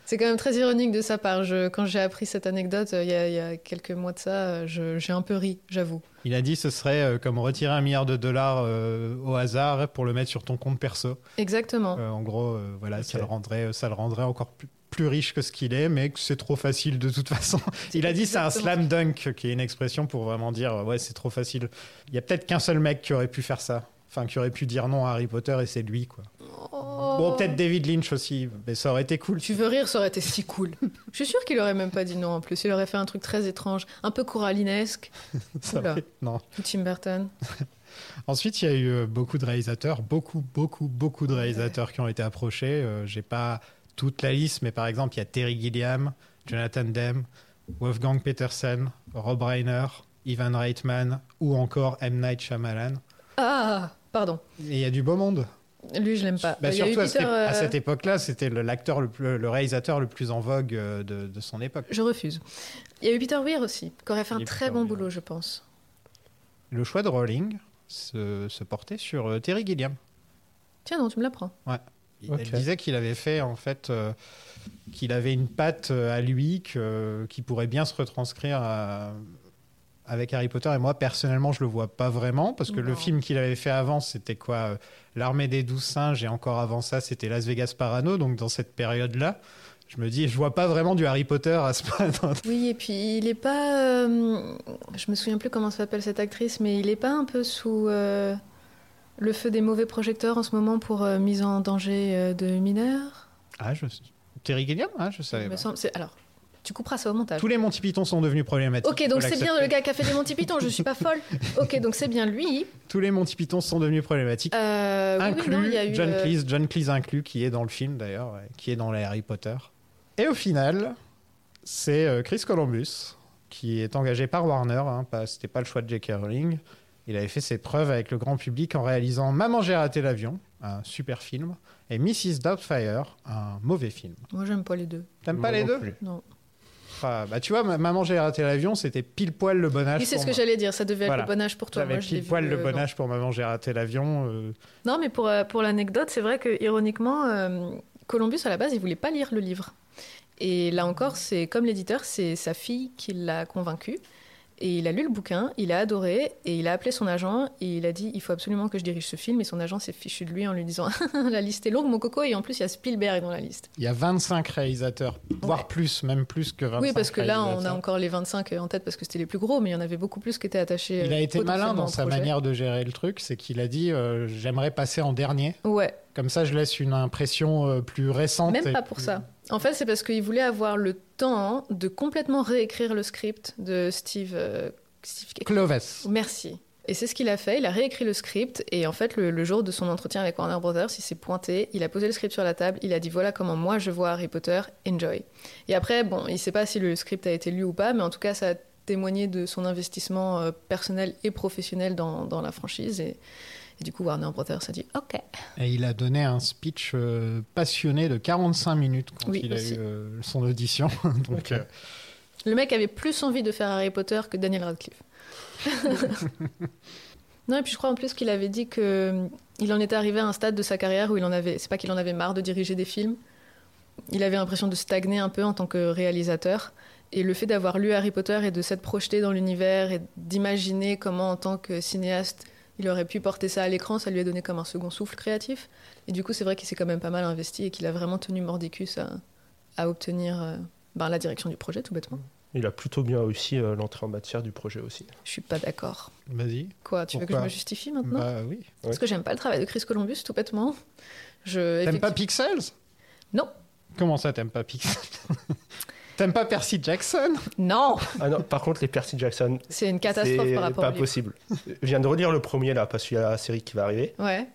C'est quand même très ironique de sa part. Je- quand j'ai appris cette anecdote euh, il y, a- il y a quelques mois de ça, euh, je- j'ai un peu ri, j'avoue. Il a dit ce serait euh, comme retirer un milliard de dollars euh, au hasard pour le mettre sur ton compte perso. Exactement. Euh, en gros, euh, voilà, ça, Ok. le rendrait, ça le rendrait encore plus, plus riche que ce qu'il est, mais que c'est trop facile de toute façon. Il a dit c'est un exactement slam dunk, qui est une expression pour vraiment dire euh, ouais, c'est trop facile. Il y a peut-être qu'un seul mec qui aurait pu faire ça. Enfin, qui aurait pu dire non à Harry Potter et c'est lui, quoi. Bon, peut-être David Lynch aussi, mais ça aurait été cool. Oh. Tu veux rire, ça aurait été si cool. Je suis sûre qu'il aurait même pas dit non en plus. Il aurait fait un truc très étrange, un peu coralinesque, Ça Oula. aurait- Non. tout Tim Burton. Ensuite, il y a eu euh, beaucoup de réalisateurs, beaucoup, beaucoup, beaucoup de réalisateurs qui ont été approchés. Euh, J'ai pas toute la liste, mais par exemple, il y a Terry Gilliam, Jonathan Demme, Wolfgang Petersen, Rob Reiner, Ivan Reitman ou encore M. Night Shyamalan. Ah, pardon. Et il y a du beau monde. Lui, je l'aime pas. Bah, Il y a eu surtout à, cette Peter, é- à euh, cette époque-là, c'était le- l'acteur, le, plus- le réalisateur le plus en vogue euh, de, de son époque. Je refuse. Il y a eu Peter Weir aussi, qui aurait fait Il y un a très Peter bon Weir. boulot, je pense. Le choix de Rowling se, se portait sur euh, Terry Gilliam. Tiens, non, tu me l'apprends. Il Ok. elle disait qu'il avait fait en fait euh, qu'il avait une patte euh, à lui que, qui pourrait bien se retranscrire à- avec Harry Potter et moi personnellement je le vois pas vraiment parce que le Non. film qu'il avait fait avant c'était quoi euh, l'armée des douze singes et encore avant ça c'était Las Vegas Parano donc dans cette période là je me dis je vois pas vraiment du Harry Potter à ce point Oui, et puis il est pas. euh, je me souviens plus comment s'appelle cette actrice, mais il est pas un peu sous euh, le feu des mauvais projecteurs en ce moment pour euh, mise en danger euh, de mineurs ah je Terry Gilliam ah je Il savais me pas. semble. c'est- Alors, tu couperas ça au montage. tous les Monty Python sont devenus problématiques Ok, Faut donc c'est bien l'accepter. le gars qui a fait des Monty Python, je suis pas folle. Ok, donc c'est bien lui. tous les Monty Python sont devenus problématiques Euh, oui, oui, inclus non, il y a eu, John euh, Cleese, John Cleese inclus, qui est dans le film d'ailleurs, ouais, qui est dans les Harry Potter. Et au final, c'est euh, Chris Columbus qui est engagé par Warner. Hein, pas, c'était pas le choix de J.K. Rowling. Il avait fait ses preuves avec le grand public en réalisant Maman j'ai raté l'avion, un super film, et Mrs Doubtfire, un mauvais film. Moi, j'aime pas les deux. T'aimes pas moi les non deux plus. Non. Ah, Bah tu vois, ma- Maman j'ai raté l'avion, c'était pile poil le bon âge. Oui, c'est pour ce que moi. j'allais dire, ça devait Ah, Voilà. être le bon âge pour toi. J'avais Moi, je l'ai pile vu, poil le euh, bon non. âge pour Maman j'ai raté l'avion. euh, Non, mais pour, euh, pour l'anecdote, c'est vrai que, ironiquement, euh, Columbus, à la base, il voulait pas lire le livre. Et là encore, c'est comme l'éditeur, c'est sa fille qui l'a convaincu. Et il a lu le bouquin, il a adoré, et il a appelé son agent, et il a dit il faut absolument que je dirige ce film. Et son agent s'est fichu de lui en lui disant la liste est longue, mon coco, et en plus, il y a Spielberg dans la liste. Il y a 25 réalisateurs, voire plus, même plus que 25. oui, parce que là, on a réalisateurs. encore les 25 en tête parce que c'était les plus gros, mais il y en avait beaucoup plus qui étaient attachés. Il a euh, été malin potentiellement dans au sa projet. manière de gérer le truc, c'est qu'il a dit euh, j'aimerais passer en dernier, Ouais, comme ça je laisse une impression euh, plus récente. Même et pas pour plus- ça. En fait, c'est parce qu'il voulait avoir le temps de complètement réécrire le script de Steve. euh, Steve- Clovis. Merci. Et c'est ce qu'il a fait. Il a réécrit le script. Et en fait, le, le jour de son entretien avec Warner Brothers, il s'est pointé. Il a posé le script sur la table. Il a dit voilà comment moi je vois Harry Potter. Enjoy. Et après, bon, il sait pas si le script a été lu ou pas, mais en tout cas, ça a témoigné de son investissement euh, personnel et professionnel dans, dans la franchise. Et, et du coup, Warner Brothers a dit ok. Et il a donné un speech euh, passionné de 45 minutes quand Oui, il a aussi. eu euh, son audition. Donc, Ok. euh, Le mec avait plus envie de faire Harry Potter que Daniel Radcliffe. non, et puis je crois en plus qu'il avait dit que euh, il en était arrivé à un stade de sa carrière où il en avait, c'est pas qu'il en avait marre de diriger des films. Il avait l'impression de stagner un peu en tant que réalisateur. Et le fait d'avoir lu Harry Potter et de s'être projeté dans l'univers et d'imaginer comment, en tant que cinéaste, il aurait pu porter ça à l'écran, ça lui a donné comme un second souffle créatif. Et du coup, c'est vrai qu'il s'est quand même pas mal investi et qu'il a vraiment tenu mordicus à, à obtenir euh, ben, la direction du projet, tout bêtement. Il a plutôt bien réussi euh, l'entrée en matière du projet aussi. Je suis pas d'accord. Vas-y. Quoi Tu veux que je Pourquoi me justifie maintenant Bah oui. Parce que j'aime pas le travail de Chris Columbus, tout bêtement. Je, T'aimes pas effectivement- Pixels Non. Comment ça, t'aimes pas Pixels T'aimes pas Percy Jackson Non Ah non, par contre, les Percy Jackson, C'est une c'est catastrophe par rapport pas au livre. possible. Je viens de relire le premier là, parce qu'il y a la série qui va arriver. Ouais.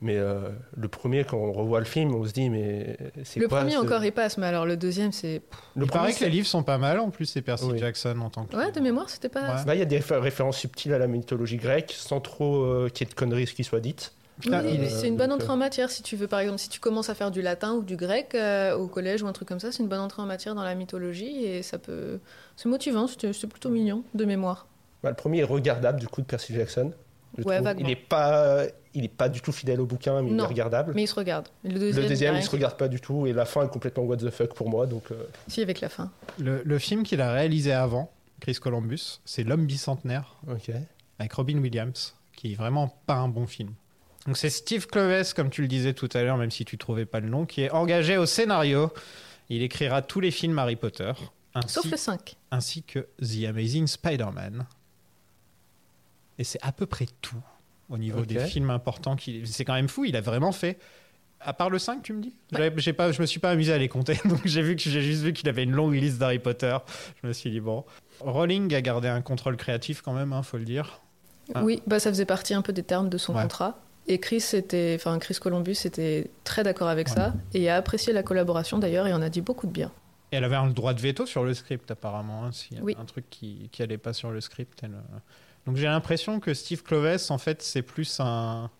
Mais euh, le premier, quand on revoit le film, on se dit, mais c'est Le quoi premier ce- encore il passe, mais alors le deuxième c'est. Le Il paraît premier, que les livres sont pas mal en plus, c'est Percy Oui. Jackson en tant que. Ouais, de mémoire c'était pas. Ouais. Là, Bah, il y a des réfé- références subtiles à la mythologie grecque, sans trop euh, qu'il y ait de conneries qui soient dites. Putain, Oui, il est- c'est une bonne Ah, euh, donc, entrée en matière si tu veux, par exemple, si tu commences à faire du latin ou du grec euh, au collège ou un truc comme ça, c'est une bonne entrée en matière dans la mythologie et ça peut. C'est motivant, c'est c'est plutôt mignon de mémoire. Bah, le premier est regardable du coup de Percy Jackson. je Ouais, trouve. vaguement. il n'est pas, il est pas du tout fidèle au bouquin, mais il Non, est regardable. Mais il se regarde. Le deuxième, le deuxième, il pareil. se regarde pas du tout, et la fin est complètement what the fuck pour moi. Donc, euh, Si, avec la fin. Le, le film qu'il a réalisé avant, Chris Columbus, c'est L'homme bicentenaire ok. avec Robin Williams, qui est vraiment pas un bon film. Donc c'est Steve Cloves, comme tu le disais tout à l'heure, même si tu trouvais pas le nom, qui est engagé au scénario. Il écrira tous les films Harry Potter, ainsi, Sauf le 5. ainsi que The Amazing Spider-Man. Et c'est à peu près tout au niveau Ok. des films importants. qu'il- C'est quand même fou, il a vraiment fait. À part le 5, tu me dis J'avais- j'ai pas, Je me suis pas amusé à les compter, donc j'ai vu que- j'ai juste vu qu'il avait une longue liste d'Harry Potter. Je me suis dit, bon. Rowling a gardé un contrôle créatif quand même, hein, faut le dire. Ah. Oui, bah ça faisait partie un peu des termes de son Ouais. contrat. Et Chris était, enfin Chris Columbus était très d'accord avec ça et a apprécié la collaboration d'ailleurs et en a dit beaucoup de bien. Et elle avait un droit de veto sur le script, apparemment, hein, s'il y avait Oui. un truc qui n'allait pas sur le script. elle, euh. Donc j'ai l'impression que Steve Cloves, en fait, c'est plus un.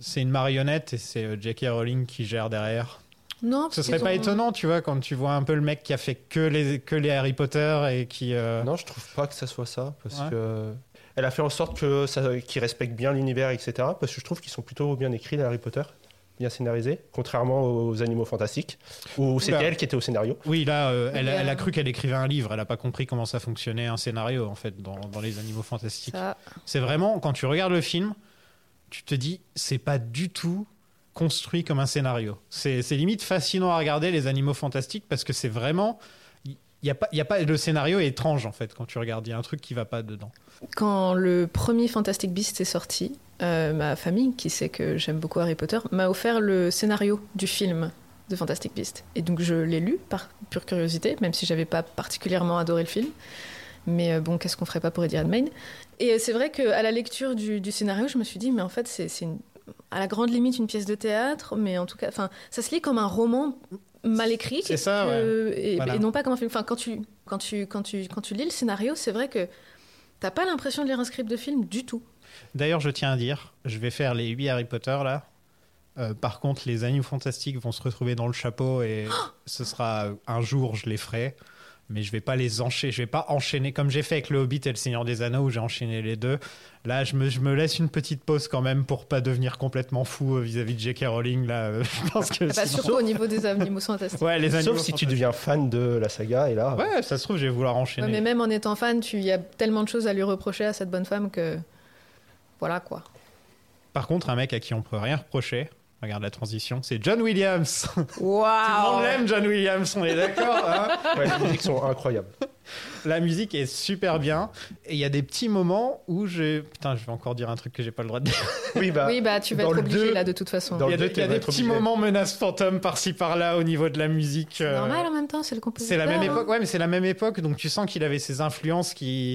C'est une marionnette et c'est euh, J.K. Rowling qui gère derrière. Non, Ce parce serait qu'ils pas ont- étonnant, tu vois, quand tu vois un peu le mec qui a fait que les, que les Harry Potter et qui. euh, Non, je trouve pas que ça soit ça, parce Ouais. que elle a fait en sorte que ça, qu'ils respectent bien l'univers, etc. Parce que je trouve qu'ils sont plutôt bien écrits les Harry Potter, bien scénarisés, contrairement aux Animaux Fantastiques, où c'était Oula. elle qui était au scénario. Oui, là, euh, elle, Mais, elle a euh, cru qu'elle écrivait un livre. Elle n'a pas compris comment ça fonctionnait un scénario, en fait, dans, dans Les Animaux Fantastiques. Ça, C'est vraiment, quand tu regardes le film, tu te dis, c'est pas du tout construit comme un scénario. C'est c'est limite fascinant à regarder, Les Animaux Fantastiques, parce que c'est vraiment. il Y a pas, il y a pas, le scénario est étrange, en fait, quand tu regardes. Il y a un truc qui va pas dedans. quand le premier Fantastic Beast est sorti, euh, ma famille, qui sait que j'aime beaucoup Harry Potter, m'a offert le scénario du film de Fantastic Beast. Et donc je l'ai lu par pure curiosité, même si j'avais pas particulièrement adoré le film. Mais euh, bon, qu'est-ce qu'on ferait pas pour Eddie Redmayne Et euh, c'est vrai qu'à la lecture du, du scénario, je me suis dit, mais en fait, c'est c'est une- à la grande limite une pièce de théâtre, mais en tout cas, enfin, ça se lit comme un roman mal écrit. C'est ça, que- Euh, et, Voilà. et non pas comme un film. Enfin, quand tu, quand tu, quand tu, quand tu lis le scénario, c'est vrai que T'as pas l'impression de lire un script de film du tout. D'ailleurs, je tiens à dire, je vais faire les 8 Harry Potter là. Euh, par contre, les animaux fantastiques vont se retrouver dans le chapeau et ce sera euh, un jour, je les ferai. Mais je vais pas les enchaîner, je vais pas enchaîner comme j'ai fait avec le Hobbit et le Seigneur des Anneaux où j'ai enchaîné les deux. Là, je me, je me laisse une petite pause quand même pour pas devenir complètement fou euh, vis-à-vis de J.K. Rowling là. euh, je pense que Bah, sinon- surtout au niveau des animaux fantastiques. ouais, les animaux Sauf si tu fantastiques. deviens fan de la saga, et là, Ouais, ça se trouve, je vais vouloir Ouais, enchaîner. mais même en étant fan, tu y a tellement de choses à lui reprocher à cette bonne femme que voilà quoi. Par contre, un mec à qui on peut rien reprocher. Regarde la transition, c'est John Williams. Ah Tout le monde l'aime, John Williams, on est d'accord. hein ouais, les musiques sont incroyables. La musique est super bien. Et il y a des petits moments où j'ai. Putain, je vais encore dire un truc que j'ai pas le droit de dire. Oui, bah, Oui bah tu vas dans être le obligé deux- là de toute façon. dans Il y a, le des- deux, il y a t'es- des être petits obligé. moments menace fantôme par-ci par-là au niveau de la musique. C'est euh, Normal en même temps, c'est le compositeur. C'est la même hein. époque, ouais, mais c'est la même époque, donc tu sens qu'il avait ses influences qui.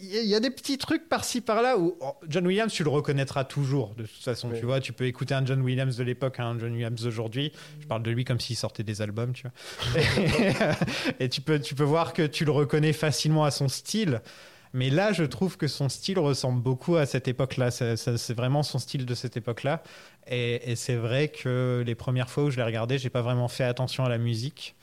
Il y a- il y a des petits trucs par-ci par-là où oh, John Williams, tu le reconnaîtras toujours, de toute façon, Oui. tu vois. Tu peux écouter un John Williams de l'époque, un John Williams d'aujourd'hui. Je parle de lui comme s'il sortait des albums, tu vois. et et tu, peux, tu peux voir que tu le reconnais facilement à son style. Mais là, je trouve que son style ressemble beaucoup à cette époque-là. Ça- ça- C'est vraiment son style de cette époque-là. Et, et c'est vrai que les premières fois où je l'ai regardé, j'ai pas vraiment fait attention à la musique.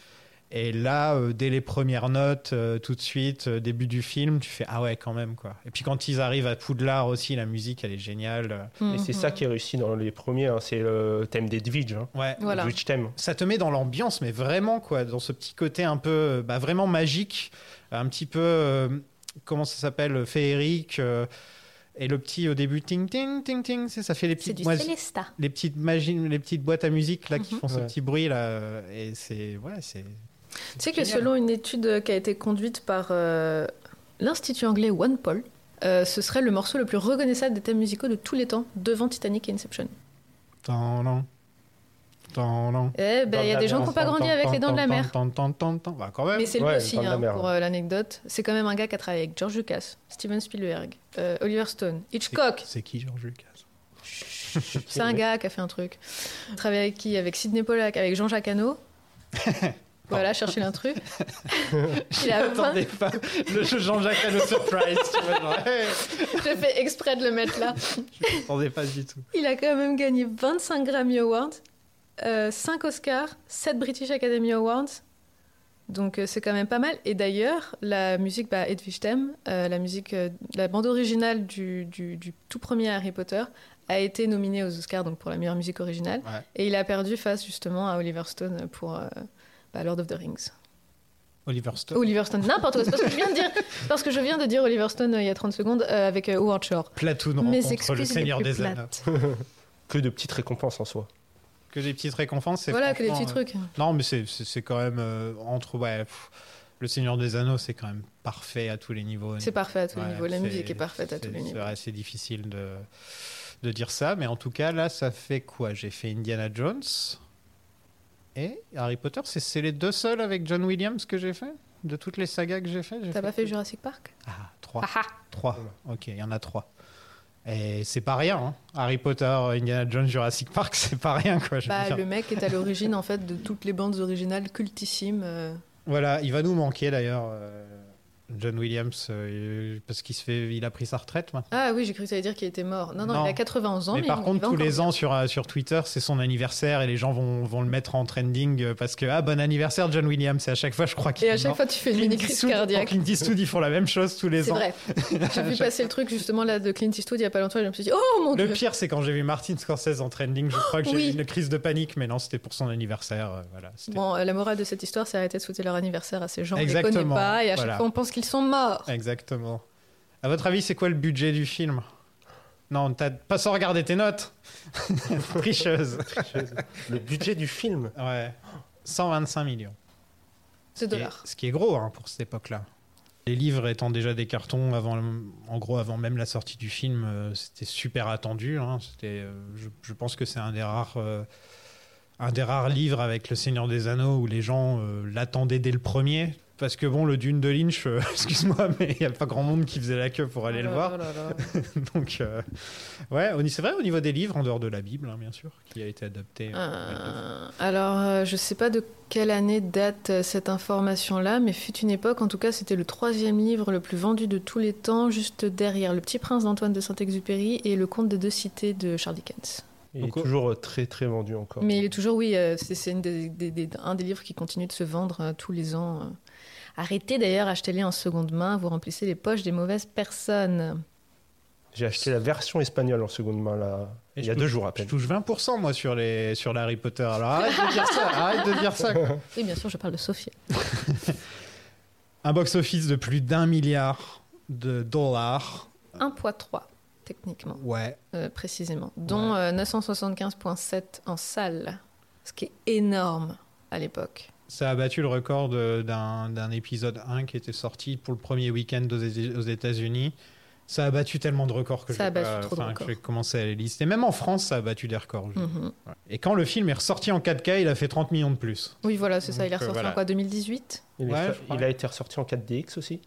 Et là, euh, dès les premières notes, euh, tout de suite, euh, début du film, tu fais ah ouais quand même quoi. Et puis quand ils arrivent à Poudlard aussi, la musique elle est géniale. Mhm. Et c'est ça qui est réussi dans les premiers, hein, c'est le thème d'Edwidge, hein, Euh, Ouais. Voilà. Edwidge thème. Ça te met dans l'ambiance, mais vraiment quoi, dans ce petit côté un peu, euh, bah, vraiment magique, un petit peu, euh, comment ça s'appelle, euh, féerique. euh, et le petit au début, ting ting ting ting, c'est- ça fait les C'est petites du Mhm. mois- Célesta. les petites machines, les petites boîtes à musique là qui font ce Ouais. petit bruit là, euh, et c'est ouais c'est Tu sais que selon une étude qui a été conduite par euh, l'Institut anglais OnePoll, euh, ce serait le morceau le plus reconnaissable des thèmes musicaux de tous les temps, devant Titanic et Inception. Tan, lan. Tan, lan. Eh ben, il y a des gens qui n'ont pas grandi avec les dents de la mer. Tan, tan, tan, tan, tan. Bah, quand même. Mais c'est lui Ouais, aussi, Dents de la hein, mer, pour ouais. euh, l'anecdote. C'est quand même un gars qui a travaillé avec George Lucas, Steven Spielberg, euh, Oliver Stone, C'est- Hitchcock. C'est qui George Lucas C'est un gars qui a fait un truc. Travaillé avec qui Avec Sidney Pollack, avec Jean-Jacques Hano. voilà, chercher l'intrus. il a vingt- Attendez pas le jeu Jean-Jacques Hano Surprise. tu vois, genre, hey, J'ai fait exprès de le mettre là. Attendez pas du tout. Il a quand même gagné 25 Grammy Awards, 5 Oscars, 7 British Academy Awards. Donc euh, c'est quand même pas mal. Et d'ailleurs, la musique, bah, Edwige Thème, euh, la musique, euh, la bande originale du, du- du tout premier Harry Potter a été nominée aux Oscars donc pour la meilleure musique originale. Ouais. Et il a perdu face justement à Oliver Stone pour euh, bah, Lord of the Rings. Oliver Stone. Oliver Stone, n'importe quoi. C'est parce que je viens de dire, parce que je viens de dire Oliver Stone euh, il y a 30 secondes euh, avec euh, Howard Shore. Platoon Mes rencontre excuses le les Seigneur plus des plates. Anneaux. Que de petites récompenses en soi. Que des petites récompenses. c'est Voilà que les petits franchement, euh, trucs. Non, mais c'est- c'est c'est quand même euh, entre. Ouais, pff, le Seigneur des Anneaux, c'est quand même parfait à tous les niveaux. C'est parfait à tous Ouais, les niveaux. La c'est- musique est parfaite à c'est- tous les c'est niveaux. vrai, C'est difficile de, de dire ça, mais en tout cas, là, ça fait quoi J'ai fait Indiana Jones et Harry Potter. C'est- C'est les deux seuls avec John Williams que j'ai fait De toutes les sagas que j'ai fait j'ai T'as pas fait Jurassic Park Ah, trois. Trois. Ok, il y en a trois. Et c'est pas rien. hein. Harry Potter, Indiana Jones, Jurassic Park, c'est pas rien, quoi. je veux Bah, dire. le mec est à l'origine en fait de toutes les bandes originales cultissimes. euh. Voilà, il va nous manquer d'ailleurs, euh, John Williams, euh, parce qu'il se fait, il a pris sa retraite maintenant. Ah oui, j'ai cru que ça allait dire qu'il était mort. Non, non, Non. il a 91 ans. mais, Mais, par il contre, va tous encore les ans sur, euh, sur Twitter, c'est son anniversaire et les gens vont, vont le mettre en trending euh, parce que, ah, bon anniversaire John Williams, et à chaque fois, je crois qu'il Et à est chaque mort. fois, tu fais une mini Clint crise Eastwood- cardiaque. Clint Eastwood, ils font la même chose tous les C'est ans. vrai. J'ai vu passer le truc justement là de Clint Eastwood il y a pas longtemps et je me suis dit, oh mon Le dieu Oh, pire, c'est quand j'ai vu Martin Scorsese en trending, je crois que j'ai oui. eu une crise de panique, mais non, c'était pour son anniversaire. euh, voilà, c'était- Bon, euh, la morale de cette histoire, c'est arrêter de souhaiter leur anniversaire à ces gens. On les connaît Exactement. pas et à chaque Voilà. fois, on pense qu'ils sont morts. Exactement. À votre avis, c'est quoi le budget du film Non, t'as pas sans regarder tes notes. Tricheuse. Le budget du film Ouais. 125 millions. C'est Et dollars. ce qui est gros hein, pour cette époque-là. Les livres étant déjà des cartons, avant, en gros, avant même la sortie du film, euh, c'était super attendu. hein. C'était, euh, je, je pense que c'est un des rares. euh, un des rares livres avec Le Seigneur des Anneaux où les gens euh, l'attendaient dès le premier. Parce que bon, le Dune de Lynch, euh, excuse-moi, mais il n'y a pas grand monde qui faisait la queue pour aller le Oh là voir. là là là. Donc, euh, ouais, au- c'est vrai au niveau des livres, en dehors de la Bible, hein, bien sûr, qui a été adapté. euh, Euh, alors, euh, je sais pas de quelle année date euh, cette information-là, mais fut une époque, en tout cas, c'était le troisième livre le plus vendu de tous les temps, juste derrière Le Petit Prince d'Antoine de Saint-Exupéry et Le Conte des Deux Cités de Charles Dickens. Il Donc, est euh, toujours euh, très très vendu encore. Mais il est toujours, oui, euh, c'est c'est une des- des- des- un des livres qui continue de se vendre euh, tous les ans. euh. Arrêtez d'ailleurs, achetez-les en seconde main, vous remplissez les poches des mauvaises personnes. J'ai acheté la version espagnole en seconde main là, Et il je y a peux- deux jours à Je peine. touche 20% moi sur les sur l'Harry Potter. Alors arrête de dire ça, arrête de dire ça. quoi. Oui, bien sûr, je parle de Sophie. Un box-office de plus d'un milliard de dollars. 1.3, techniquement. Ouais. euh, précisément, dont euh, 975.7 en salle, ce qui est énorme à l'époque. Ça a battu le record de- d'un d'un épisode 1 qui était sorti pour le premier week-end aux, Éta- aux États-Unis. Ça a battu tellement de records que je Ça a vais battu pas- trop de enfin, que records. je vais commencer à les lister. Même en France, ça a battu des records. je- Mhm. Ouais. Et quand le film est ressorti en 4K, il a fait 30 millions de plus. Oui, voilà, c'est ça. Donc, Il est euh, ressorti voilà. en quoi 2018 Il, est Ouais, fa- je crois. il a été ressorti en 4DX aussi.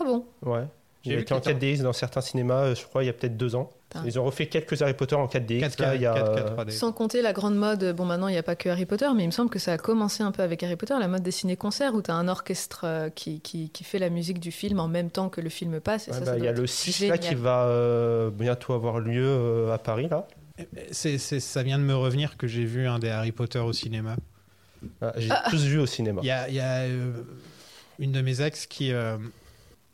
Ah bon Ouais. J'ai Il vu a été en qu'il était 4DX dans certains cinémas, euh, je crois, il y a peut-être deux ans. Putain. Ils ont refait quelques Harry Potter en 4DX. 4K, là, il y a, 4K, euh, 3D. Sans compter la grande mode, euh, bon maintenant il n'y a pas que Harry Potter, mais il me semble que ça a commencé un peu avec Harry Potter, la mode des ciné-concerts où tu as un orchestre euh, qui, qui, qui fait la musique du film en même temps que le film passe. et ouais, ça, bah, ça il doit y a le être 6 là génial. qui va euh, bientôt avoir lieu euh, à Paris là. C'est- c'est- ça vient de me revenir que j'ai vu un des Harry Potter au cinéma. Ah, J'ai tous vu au cinéma. Il y a, il y a, euh, une de mes ex qui euh,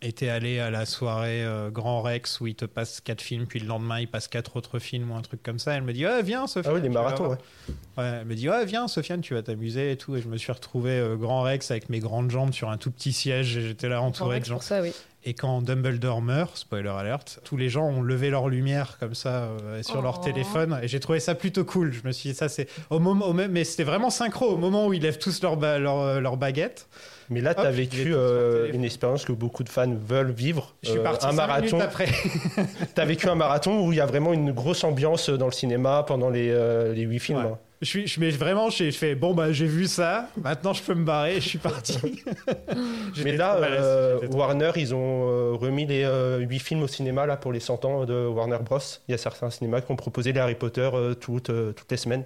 était allée à la soirée euh, Grand Rex où il te passe quatre films, puis le lendemain il passe quatre autres films ou un truc comme ça. Elle me dit Ah, Viens, Sophie. Ah oui, les marathons, ouais. Ouais, elle me dit ouais viens Sofiane tu vas t'amuser et tout et je me suis retrouvé euh, grand Rex avec mes grandes jambes sur un tout petit siège et j'étais là Grand entouré de Rex gens pour ça, oui. Et quand Dumbledore meurt, spoiler alert, tous les gens ont levé leur lumière comme ça euh, sur leur Oh. téléphone. Et j'ai trouvé ça plutôt cool. Je me suis dit, ça c'est au moment, au même, mais c'était vraiment synchro au moment où ils lèvent tous leur, ba- leur, euh, leur baguette. Mais là, tu as Hop, il est vécu sur euh, le téléphone. une expérience que beaucoup de fans veulent vivre. Je suis Euh, parti un cinq marathon. minutes après. Tu as vécu un marathon où il y a vraiment une grosse ambiance dans le cinéma pendant les, euh, les huit films. Ouais. hein. Je suis, je, mais vraiment, j'ai fait bon bah j'ai vu ça. Maintenant, je peux me barrer. Je suis parti. Mais J'étais là, trop balèze, euh, j'étais trop- Warner, ils ont euh, remis les euh, huit films au cinéma là, pour les 100 ans de Warner Bros. Il y a certains cinémas qui ont proposé les Harry Potter euh, toutes, euh, toutes les semaines.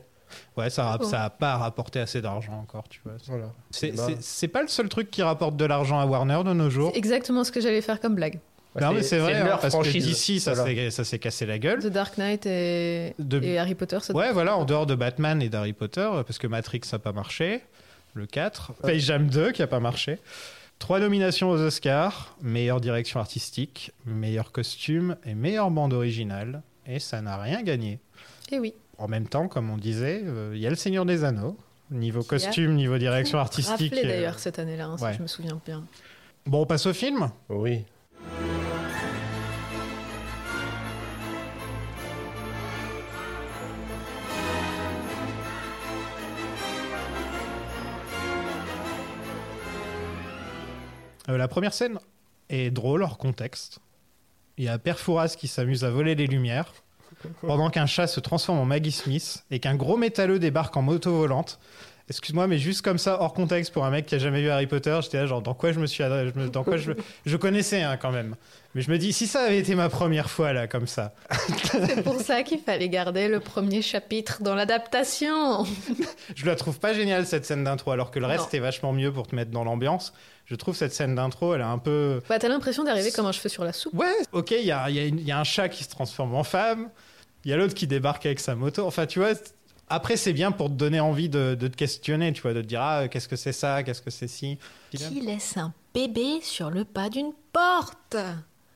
ouais, ça Oh. a- ça a pas rapporté assez d'argent encore, tu vois. Voilà. C'est- Cinéma. C'est c'est pas le seul truc qui rapporte de l'argent à Warner de nos jours. C'est exactement ce que j'allais faire comme blague. Non, mais c'est vrai, hein, leur parce franchise. que d'ici, ça Voilà. s'est- ça s'est cassé la gueule. The Dark Knight et, De- et Harry Potter, ça Ouais, voilà, en dehors de Batman et d'Harry Potter, euh, parce que Matrix n'a pas marché, le 4, Euh. Space Jam 2 qui a pas marché. Trois nominations aux Oscars, meilleure direction artistique, meilleur costume et meilleure bande originale, et ça n'a rien gagné. Et Eh oui, En même temps, comme on disait, euh, il y a le Seigneur des Anneaux, niveau a costume, niveau direction artistique. rappelé euh, d'ailleurs cette année-là, hein, ouais. si je me souviens bien. Bon, on passe au film Oui. Euh, la première scène est drôle hors contexte. Il y a Perfouras qui s'amuse à voler les lumières pendant qu'un chat se transforme en Maggie Smith et qu'un gros métalleux débarque en moto volante. Excuse-moi, mais juste comme ça, hors contexte, pour un mec qui a jamais vu Harry Potter, j'étais là genre dans quoi je me suis, adressé- je me- dans quoi je, je connaissais hein, quand même. Mais je me dis si ça avait été ma première fois là comme ça, C'est pour ça qu'il fallait garder le premier chapitre dans l'adaptation. Je la trouve pas géniale cette scène d'intro, alors que le reste Non. est vachement mieux pour te mettre dans l'ambiance. Je trouve cette scène d'intro, elle est un peu. Bah, t'as l'impression d'arriver comme un cheveu sur la soupe. Ouais, ok, il y a, il y a une- il y a un chat qui se transforme en femme, il y a l'autre qui débarque avec sa moto. Enfin, tu vois, c'est- après, c'est bien pour te donner envie de, de te questionner, tu vois, de te dire, ah, qu'est-ce que c'est ça, qu'est-ce que c'est ci. Qui laisse un bébé sur le pas d'une porte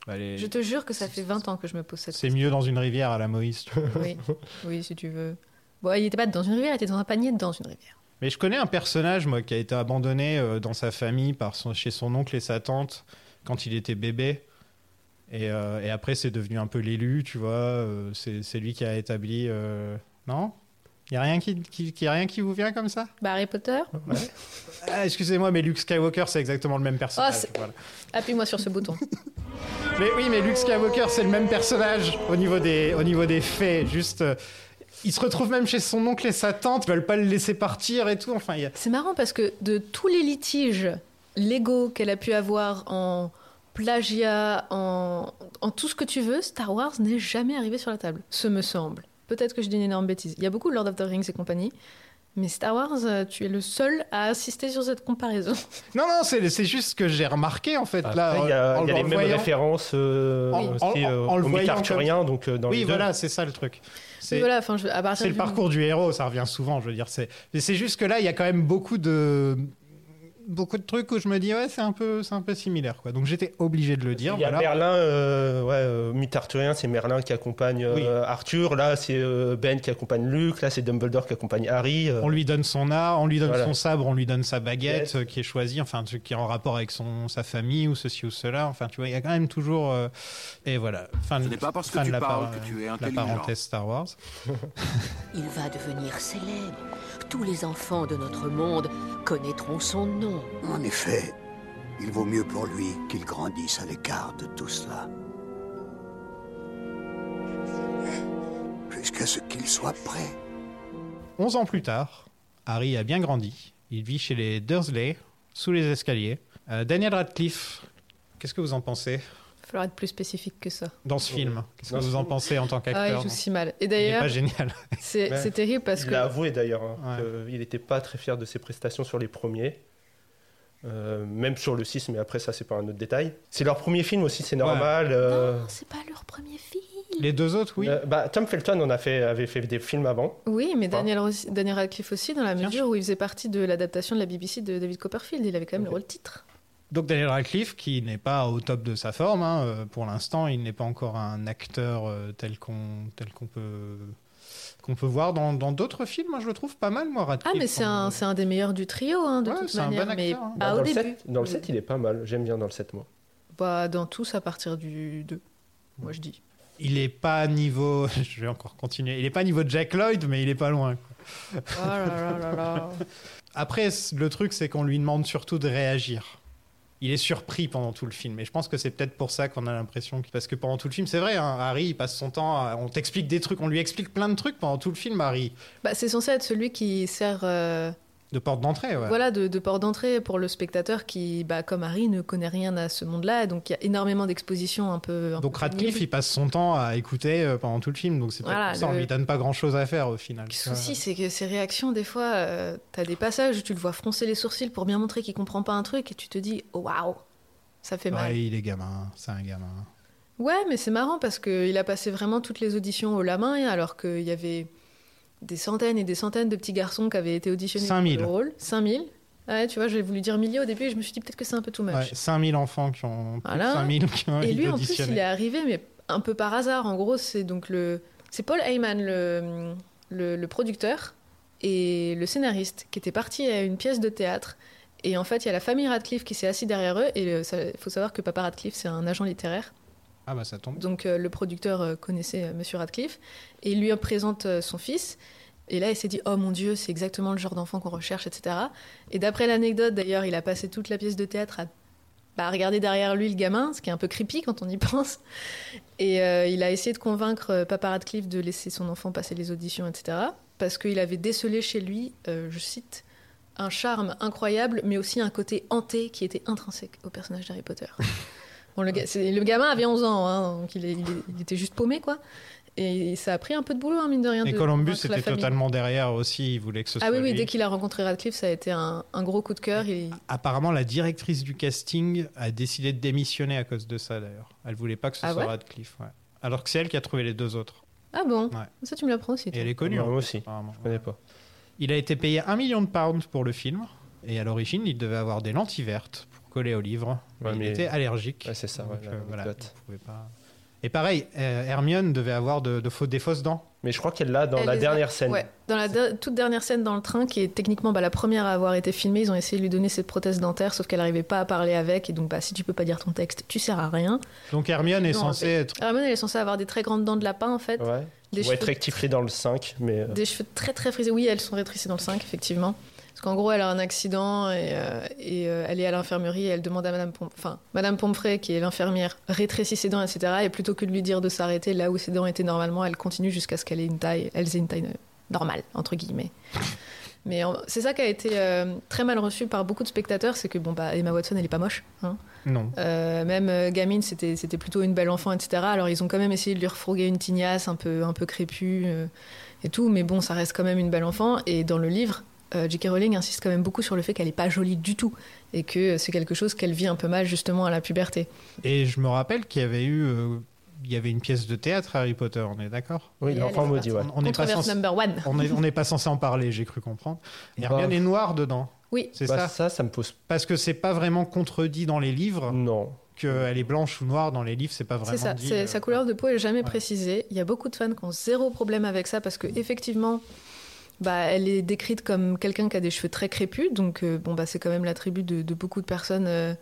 Bah, les- Je te jure que ça fait 20 ans que je me pose cette C'est mieux dans une rivière à la Moïse. tu vois. Oui, oui, si tu veux. Bon, il était pas dans une rivière, il était dans un panier dans une rivière. Mais je connais un personnage, moi, qui a été abandonné euh, dans sa famille par son, chez son oncle et sa tante quand il était bébé. Et, euh, et après, c'est devenu un peu l'élu, tu vois. euh, c'est c'est lui qui a établi. euh, Non Il n'y a, rien qui, qui, qui- y a rien qui vous vient comme ça Bah, Harry Potter, Ah, Excusez-moi, mais Luke Skywalker, c'est exactement le même personnage. Oh, c'est- voilà. appuie-moi sur ce bouton. Mais oui, mais Luke Skywalker, c'est le même personnage au niveau des, au niveau des faits. Juste. euh, il se retrouve même chez son oncle et sa tante, ils veulent pas le laisser partir et tout. Enfin, il y a- C'est marrant parce que de tous les litiges légaux qu'elle a pu avoir en plagiat, en, en tout ce que tu veux, Star Wars n'est jamais arrivé sur la table, ce me semble. Peut-être que je dis une énorme bêtise. Il y a beaucoup Lord of the Rings et compagnie, mais Star Wars, euh, tu es le seul à assister sur cette comparaison. Non, non, c'est c'est juste ce que j'ai remarqué en fait. Après, là, il y a, en- en il y a le les mêmes voyant. références euh, En- en- aussi, en- euh, en le au mythe voyant arthurien, donc euh, dans les Oui, deux. voilà, c'est ça le truc. Mais C'est voilà, enfin, je, à partir c'est le du- parcours du héros, ça revient souvent, je veux dire. C'est mais c'est juste que là, il y a quand même beaucoup de beaucoup de trucs où je me dis ouais, c'est un peu c'est un peu similaire quoi. Donc j'étais obligé de le dire. Il y a voilà. Merlin, euh, ouais, euh, mythe arthurien, c'est Merlin qui accompagne euh, Oui. Arthur. Là, c'est euh, Ben qui accompagne Luke. Là, c'est Dumbledore qui accompagne Harry. euh. On lui donne son art, on lui donne Voilà. son sabre, on lui donne sa baguette Yes. euh, qui est choisie, enfin un truc qui est en rapport avec son sa famille ou ceci ou cela. Enfin tu vois, il y a quand même toujours euh, et voilà. Fin, Ce de- n'est pas parce que fin tu de la parles par- que tu es la intelligent. parenthèse Star Wars. Il va devenir célèbre. Tous les enfants de notre monde connaîtront son nom. En effet, il vaut mieux pour lui qu'il grandisse à l'écart de tout cela. Jusqu'à ce qu'il soit prêt. 11 ans plus tard, Harry a bien grandi. Il vit chez les Dursley, sous les escaliers. Euh, Daniel Radcliffe, qu'est-ce que vous en pensez Il va falloir être plus spécifique que ça. dans ce film Qu'est-ce que Dans ce vous en film pensez en tant Ah, il qu'acteur joue si mal. Et Il n'est d'ailleurs, pas génial. c'est Ouais. c'est terrible parce il que l'a avoué d'ailleurs, hein, Ouais. que il n'était pas très fier de ses prestations sur les premiers. Euh, même sur le 6, mais après ça c'est pas un autre détail. C'est leur premier film aussi, c'est normal. euh, Non, c'est pas leur premier film. Les deux autres, Ah, oui. euh, bah, Tom Felton en a fait, avait fait des films avant. Oui, mais Pas. Daniel, Rossi- Daniel Radcliffe aussi, dans la Tiens, mesure où il faisait partie de l'adaptation de la BBC de David Copperfield. Il avait quand même le rôle titre. Donc Daniel Radcliffe, qui n'est pas au top de sa forme, hein, euh, pour l'instant, il n'est pas encore un acteur euh, tel qu'on tel qu'on peut qu'on peut voir dans dans d'autres films. Moi, je le trouve pas mal, moi Ah, Radcliffe. Euh, mais c'est un, c'est un des meilleurs du trio, hein, de Ouais, toute c'est un manière. bon acteur, mais hein. pas Bah, Ah, au dans, le début. sept- dans le 7, il est pas mal. J'aime bien dans le 7, moi. pas dans tous à partir du 2. Moi, je dis. Il est pas niveau. Je vais encore continuer. Il est pas niveau Jack Lloyd, mais il est pas loin. quoi. Oh là là là là. Après, c- le truc, c'est qu'on lui demande surtout de réagir. Il est surpris pendant tout le film. Et je pense que c'est peut-être pour ça qu'on a l'impression. que- Parce que pendant tout le film, c'est vrai, hein, Harry, il passe son temps. à- On t'explique des trucs, on lui explique plein de trucs pendant tout le film, Harry. Bah, c'est censé être celui qui sert euh, De porte d'entrée, ouais. voilà, de, de port d'entrée pour le spectateur qui, bah, comme Harry, ne connaît rien à ce monde-là. Donc il y a énormément d'expositions un peu. un Donc peu Radcliffe, pénibles. il passe son temps à écouter euh, pendant tout le film. Donc c'est peut-être Voilà, pour ça, on le- lui donne pas grand-chose à faire au final. Le souci, c'est que ses réactions, des fois, euh, t'as des passages où tu le vois froncer les sourcils pour bien montrer qu'il comprend pas un truc et tu te dis, oh, waouh, ça fait mal. Ouais, il est gamin, c'est un gamin. Ouais, mais c'est marrant parce qu'il a passé vraiment toutes les auditions au la main, hein, alors qu'il y avait des centaines et des centaines de petits garçons qui avaient été auditionnés pour 5000. le rôle. 5000. Ouais, tu vois, j'ai voulu dire milliers au début et je me suis dit peut-être que c'est un peu too much. Ouais, 5000 enfants qui ont. plus de Voilà. 5000 qui ont et lui, été en plus, auditionnés. il est arrivé, mais un peu par hasard. En gros, c'est donc le. C'est Paul Heyman, le, le, le producteur et le scénariste, qui était parti à une pièce de théâtre. Et en fait, il y a la famille Radcliffe qui s'est assise derrière eux. Et il faut savoir que papa Radcliffe, c'est un agent littéraire. Ah bah ça tombe. Donc euh, le producteur euh, connaissait euh, Monsieur Radcliffe et il lui présente euh, son fils. Et là, il s'est dit, oh mon Dieu, c'est exactement le genre d'enfant qu'on recherche, etc. Et d'après l'anecdote, d'ailleurs, il a passé toute la pièce de théâtre à, bah, à regarder derrière lui le gamin, ce qui est un peu creepy quand on y pense. Et euh, il a essayé de convaincre euh, Papa Radcliffe de laisser son enfant passer les auditions, etc. Parce qu'il avait décelé chez lui, euh, je cite, un charme incroyable, mais aussi un côté hanté qui était intrinsèque au personnage d'Harry Potter. Bon, le, ga- c'est- le gamin avait 11 ans, hein, donc il, est- il est- il était juste paumé, quoi. Et ça a pris un peu de boulot, hein, mine de rien. Et de Columbus convaincre la était famille. totalement derrière aussi, il voulait que ce Ah soit oui, oui, lui. dès qu'il a rencontré Radcliffe, ça a été un, un gros coup de cœur. Il- Apparemment, la directrice du casting a décidé de démissionner à cause de ça d'ailleurs. Elle voulait pas que ce Ah soit ouais Radcliffe. ouais. Alors que c'est elle qui a trouvé les deux autres. Ah bon Ouais. Ça, tu me l'apprends aussi. Et toi. elle est connue. Moi hein, aussi, apparemment. Ah bah je connais pas. Il a été payé un million de pounds pour le film. Et à l'origine, il devait avoir des lentilles vertes pour coller au livre. Ouais, mais mais- il était allergique. Ouais, c'est ça, Donc, ouais, la- euh, voilà, l'anecdote. il pouvait pas- Et pareil, euh, Hermione devait avoir de, de faux- des fausses dents. Mais je crois qu'elle l'a dans Elle la les a- dernière scène. Ouais, dans la de- toute dernière scène dans le train, qui est techniquement bah, la première à avoir été filmée, ils ont essayé de lui donner cette prothèse dentaire, sauf qu'elle n'arrivait pas à parler avec, et donc bah, si tu peux pas dire ton texte, tu sers à rien. Donc Hermione est Non, censée mais- être. Hermione, elle est censée avoir des très grandes dents de lapin, en fait, Ouais. des, Ou être cheveux, rectifié dans le 5, mais. euh, des cheveux très très frisés. Oui, elles sont rétrécies dans le 5, effectivement. Parce qu'en gros, elle a un accident et, euh, et, euh, elle est à l'infirmerie et elle demande à Madame, Pom- enfin, Madame Pomfrey, qui est l'infirmière, rétrécit ses dents, etc. Et plutôt que de lui dire de s'arrêter là où ses dents étaient normalement, elle continue jusqu'à ce qu'elle ait une taille, elles aient une taille euh, normale, entre guillemets. Mais en- c'est ça qui a été euh, très mal reçu par beaucoup de spectateurs, c'est que bon, bah, Emma Watson, elle est pas moche. hein. Non. Euh, même euh, gamine, c'était c'était plutôt une belle enfant, etc. Alors ils ont quand même essayé de lui refourguer une tignasse un peu un peu crépue euh, et tout, mais bon, ça reste quand même une belle enfant. Et dans le livre, euh, J.K. Rowling insiste quand même beaucoup sur le fait qu'elle est pas jolie du tout et que euh, c'est quelque chose qu'elle vit un peu mal justement à la puberté. Et je me rappelle qu'il y avait eu. euh, il y avait une pièce de théâtre Harry Potter, on est d'accord Oui, Et l'enfant elle est maudit, ouais. On- on n'est pas Controverse censé- number one. On n'est on n'est pas censé en parler, j'ai cru comprendre. Bah. Hermione est noire dedans. Oui. C'est Bah, ça. ça, ça me pose. Parce que c'est pas vraiment contredit dans les livres. Non. Qu'elle est blanche ou noire dans les livres, c'est pas vraiment. C'est ça, dit, c'est- euh, sa couleur de peau est jamais ouais. Mm. précisée. Il y a beaucoup de fans qui ont zéro problème avec ça parce que effectivement, bah, elle est décrite comme quelqu'un qui a des cheveux très crépus, donc euh, bon bah c'est quand même l'attribut de, de beaucoup de personnes euh,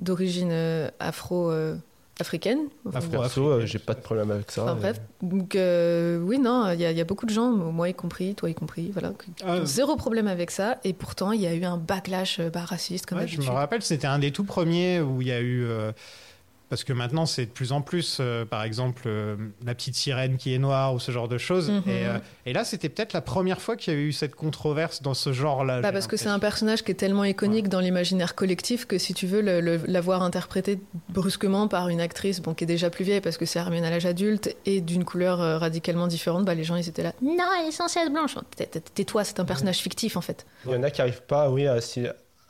d'origine euh, afro euh, africaine. Enfin, Afro- Perso, euh, j'ai pas de problème avec ça. enfin, bref, donc euh, oui non, il y, a- il y a beaucoup de gens, moi y compris, toi y compris, voilà, qui Ah, ont zéro problème avec ça. Et pourtant il y a eu un backlash euh, bah, raciste comme ouais, je d'habitude. me rappelle, c'était un des tout premiers où il y a eu. euh, parce que maintenant, c'est de plus en plus, euh, par exemple, euh, la petite sirène qui est noire ou ce genre de choses. Mhm. et, euh, et là, c'était peut-être la première fois qu'il y avait eu cette controverse dans ce genre-là. Bah, j'ai parce que c'est un l'impression. personnage qui est tellement iconique dans l'imaginaire collectif que si tu veux le- le- l'avoir interprété brusquement par une actrice bon, qui est déjà plus vieille parce que c'est Hermione à l'âge adulte et d'une couleur euh, radicalement différente, bah, les gens ils étaient là. Non, elle est censée être blanche. T'es- t'es- Tais-toi, c'est un personnage fictif en fait. Il y en a qui n'arrivent pas, oui, à, s'y-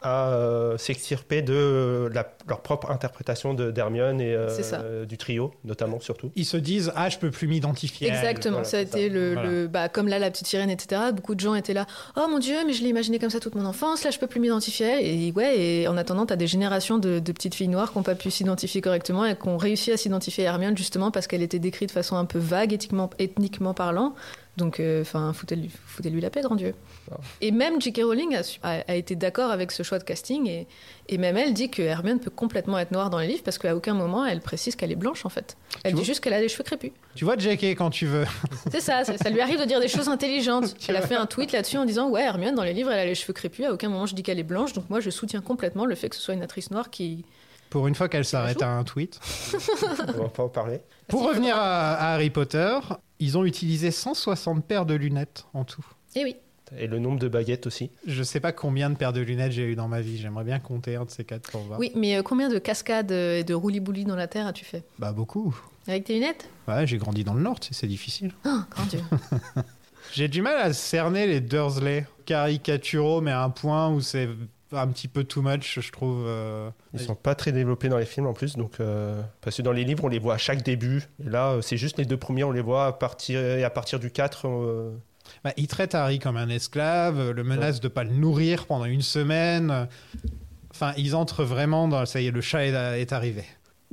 à, euh, s'extirper de euh, la- leur propre interprétation de d'Hermione et euh, C'est ça. euh, du trio, notamment, surtout. Ils se disent Ah, je peux plus m'identifier. à elle. Exactement, voilà, ça a c'est ça. été le. Voilà. le- bah, comme là, la petite sirène, etc. Beaucoup de gens étaient là. Oh mon dieu, mais je l'ai imaginé comme ça toute mon enfance, là je peux plus m'identifier à elle. Et ouais, et en attendant, t'as des générations de, de petites filles noires qui n'ont pas pu s'identifier correctement et qui ont réussi à s'identifier à Hermione justement parce qu'elle était décrite de façon un peu vague, éthiquement- ethniquement parlant. Donc, euh, enfin, foutez-lui, foutez-lui la paix, grand Dieu. Et même J.K. Rowling a, su- a- a été d'accord avec ce choix de casting, et, et même elle dit que Hermione peut complètement être noire dans les livres, parce qu'à aucun moment elle précise qu'elle est blanche, en fait. Elle Tu dit vois juste qu'elle a des cheveux crépus. Tu vois J.K. quand tu veux. C'est ça, ça, ça lui arrive de dire des choses intelligentes. Elle a fait un tweet là-dessus en disant Ouais, Hermione, dans les livres, elle a les cheveux crépus, à aucun moment je dis qu'elle est blanche, donc moi je soutiens complètement le fait que ce soit une actrice noire qui. Pour une fois qu'elle s'arrête à un tweet. Bah, On va pas en parler. Pour revenir hein. à, à Harry Potter, ils ont utilisé 160 paires de lunettes en tout. Eh oui, Et le nombre de baguettes aussi. Je sais pas combien de paires de lunettes j'ai eu dans ma vie. J'aimerais bien compter un de ces quatre pour voir. oui, mais euh, combien de cascades euh, et de roulis-boulis dans la terre as-tu fait Bah beaucoup. Avec tes lunettes Ouais, j'ai grandi dans le Nord, tu sais, c'est difficile. Oh, grand Dieu. J'ai du mal à cerner les Dursley caricaturaux, mais à un point où c'est un petit peu too much, je trouve. euh. Ils sont pas très développés dans les films en plus, donc euh, parce que dans les livres on les voit à chaque début. Et là, euh, c'est juste les deux premiers, on les voit à partir et à partir du 4 euh, Bah, ils traitent Harry comme un esclave, euh, le menacent de pas le nourrir pendant une semaine. Enfin, ils entrent vraiment dans. Ça y est, le chat est, est arrivé.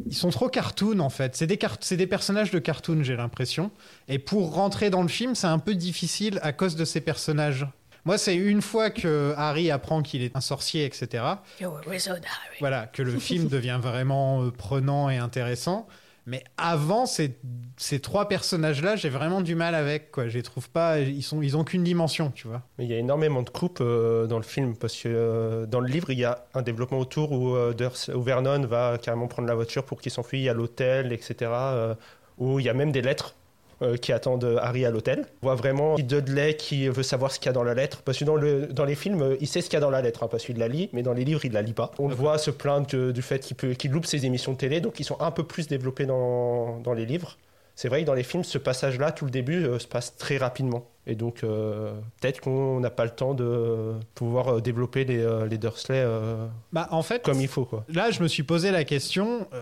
Ils sont trop cartoon en fait. C'est des, cart- c'est des personnages de cartoon, j'ai l'impression. Et pour rentrer dans le film, c'est un peu difficile à cause de ces personnages. Moi, c'est une fois que Harry apprend qu'il est un sorcier, etc., You're a wizard, Harry. voilà, que le film devient vraiment euh, prenant et intéressant. Mais avant ces, ces trois personnages-là, j'ai vraiment du mal avec. Quoi. Je les trouve pas. Ils sont, ils ont qu'une dimension, tu vois. Mais il y a énormément de coupes euh, dans le film parce que euh, dans le livre, il y a un développement autour où, euh, Durs- où Vernon va carrément prendre la voiture pour qu'il s'enfuit, il y a l'hôtel, etc. euh, où il y a même des lettres euh, qui attendent Harry à l'hôtel. On voit vraiment Dudley qui veut savoir ce qu'il y a dans la lettre parce que dans, le, dans les films, euh, il sait ce qu'il y a dans la lettre hein, parce qu'il la lit, mais dans les livres, il la lit pas. On le voit se plaindre que- du fait qu'il peut- qu'il loupe ses émissions de télé, donc ils sont un peu plus développés dans, dans les livres. C'est vrai que dans les films, ce passage-là, tout le début, euh, se passe très rapidement. Et donc, euh, peut-être qu'on n'a pas le temps de pouvoir euh, développer les, euh, les Dursley euh, Bah, en fait, comme il faut. Quoi. là, je me suis posé la question. euh,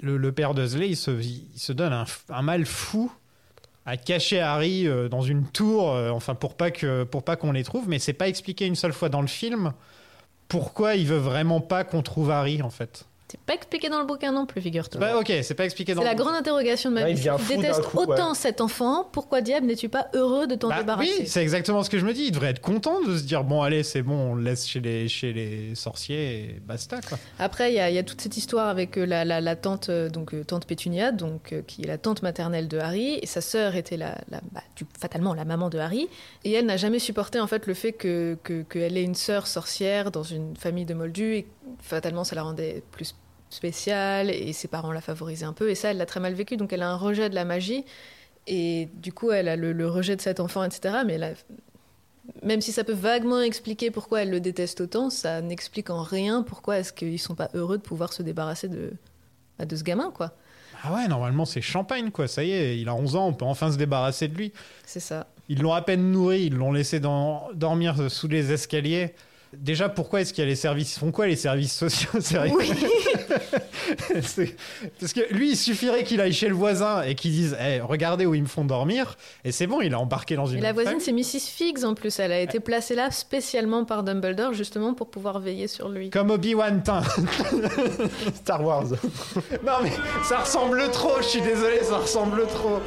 le, le père Dursley, il se, il se donne un, f- un mal fou à cacher Harry euh, dans une tour, euh, enfin pour pas que pour pas qu'on les trouve. Mais c'est pas expliqué une seule fois dans le film pourquoi il veut vraiment pas qu'on trouve Harry, en fait. C'est pas expliqué dans le bouquin non plus, figure-toi. Bah, ok, c'est pas expliqué dans. C'est la le- grande interrogation de ma Là, il vie. devient Tu fou d'un détestes coup, autant ouais. cet enfant, pourquoi diable n'es-tu pas heureux de t'en Bah débarrasser oui, c'est exactement ce que je me dis. Il devrait être content de se dire bon, allez, c'est bon, on le laisse chez les, chez les sorciers et basta. Quoi. Après, il y, a- il y a toute cette histoire avec euh, la, la- la tante, euh, donc euh, tante Pétunia, donc euh, qui est la tante maternelle de Harry, et sa sœur était la, la- bah, du- fatalement la maman de Harry, et elle n'a jamais supporté en fait le fait que que- qu'elle ait une sœur sorcière dans une famille de Moldus, et fatalement ça la rendait plus spéciale, et ses parents la favorisaient un peu, et ça elle l'a très mal vécu, donc elle a un rejet de la magie, et du coup elle a le, le rejet de cet enfant, etc. Mais elle a- même si ça peut vaguement expliquer pourquoi elle le déteste autant, ça n'explique en rien pourquoi est-ce qu'ils sont pas heureux de pouvoir se débarrasser de, bah, de ce gamin, quoi. Ah ouais, normalement, c'est champagne, quoi. Ça y est, il a 11 ans, on peut enfin se débarrasser de lui. C'est ça. Ils l'ont à peine nourri, ils l'ont laissé dans- dormir sous les escaliers. Déjà, pourquoi est-ce qu'il y a les services Ils font quoi les services sociaux sérieux C'est- Parce que lui, il suffirait qu'il aille chez le voisin et qu'il dise Eh, Regardez où ils me font dormir. Et c'est bon, il a embarqué dans une. Et la autre voisine, famille. c'est Mrs. Figgs en plus. Elle a été placée là spécialement par Dumbledore justement pour pouvoir veiller sur lui. Comme Obi-Wan Tin. Star Wars. Non mais ça ressemble trop, je suis désolé, ça ressemble trop.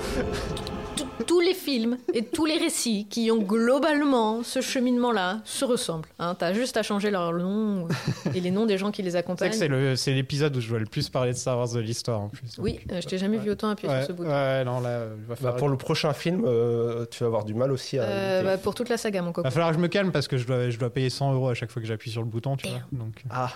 Tous- Tous les films et tous les récits qui ont globalement ce cheminement-là se ressemblent. Hein, T'as juste à changer leur nom et les noms des gens qui les C'est que accompagnent. c'est le- c'est l'épisode où je dois le plus parler de Star Wars de l'histoire en plus. Oui, euh, je t'ai jamais vu autant appuyer Ouais, sur ce bouton. ouais, non là, euh, il va Bah, falloir, pour le prochain film, euh, tu vas avoir du mal aussi à. Euh, éviter. bah, pour toute la saga, mon copain. va falloir que je me calme parce que je dois, je dois payer 100 euros à chaque fois que j'appuie sur le bouton, tu vois. Donc Ah,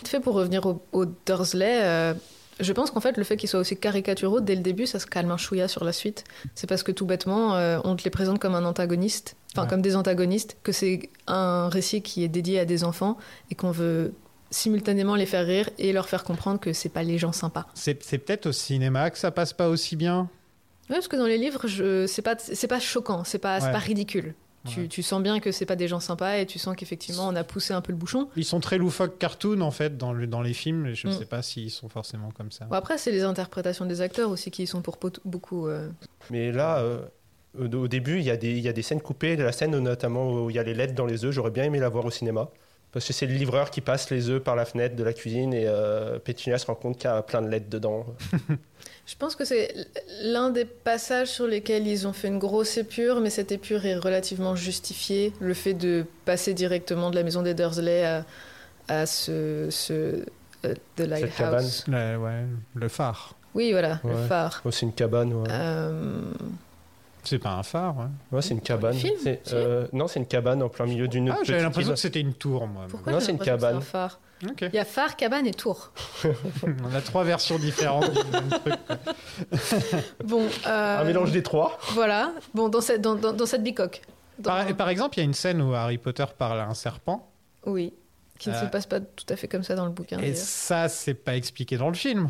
Vite fait, pour revenir au, au Dursley, euh, je pense qu'en fait, le fait qu'ils soient aussi caricaturaux dès le début, ça se calme un chouïa sur la suite. C'est parce que tout bêtement, euh, on te les présente comme un antagoniste, enfin Ouais. comme des antagonistes, que c'est un récit qui est dédié à des enfants et qu'on veut simultanément les faire rire et leur faire comprendre que c'est pas les gens sympas. c'est c'est peut-être au cinéma que ça passe pas aussi bien. Ouais, parce que dans les livres, je... c'est pas c'est pas choquant, c'est pas c'est Ouais. pas ridicule. Tu, tu sens bien que c'est pas des gens sympas et tu sens qu'effectivement on a poussé un peu le bouchon. Ils sont très loufoques cartoon en fait dans, le, dans les films. et Je Mm. sais pas s'ils sont forcément comme ça. Bon, après c'est les interprétations des acteurs aussi qui y sont pour pot- beaucoup. euh, mais là, euh, au au début, il y, a des- il y a des scènes coupées, la scène notamment où il y a les lettres dans les œufs. J'aurais bien aimé la voir au cinéma. Parce que c'est le livreur qui passe les œufs par la fenêtre de la cuisine et euh, Pétunia se rend compte qu'il y a plein de lettres dedans. Je pense que c'est l'un des passages sur lesquels ils ont fait une grosse épure, mais cette épure est relativement justifiée. Le fait de passer directement de la maison des Dursley à, à ce, ce euh, The Cette cabane. Lighthouse. Le, ouais, le phare. Oui, voilà, Ouais. le phare. Oh, c'est une cabane, ouais. Euh, C'est pas un phare. hein. ouais. Ouais, c'est une cabane. film, C'est, tu veux euh, non, c'est une cabane en plein milieu d'une Ah, petite j'avais l'impression île. que c'était une tour, moi. pourquoi Ah, Non, j'ai c'est une l'impression que cabane. un phare Ok. Il y a phare, cabane et tour. On a trois versions différentes du même truc. Bon, euh, Un mélange des trois. voilà. Bon, dans cette, dans, dans- dans cette bicoque. Dans- Par, par exemple, il y a une scène où Harry Potter parle à un serpent. Oui, qui ne Euh, se passe pas tout à fait comme ça dans le bouquin. Et d'ailleurs. ça, c'est pas expliqué dans le film.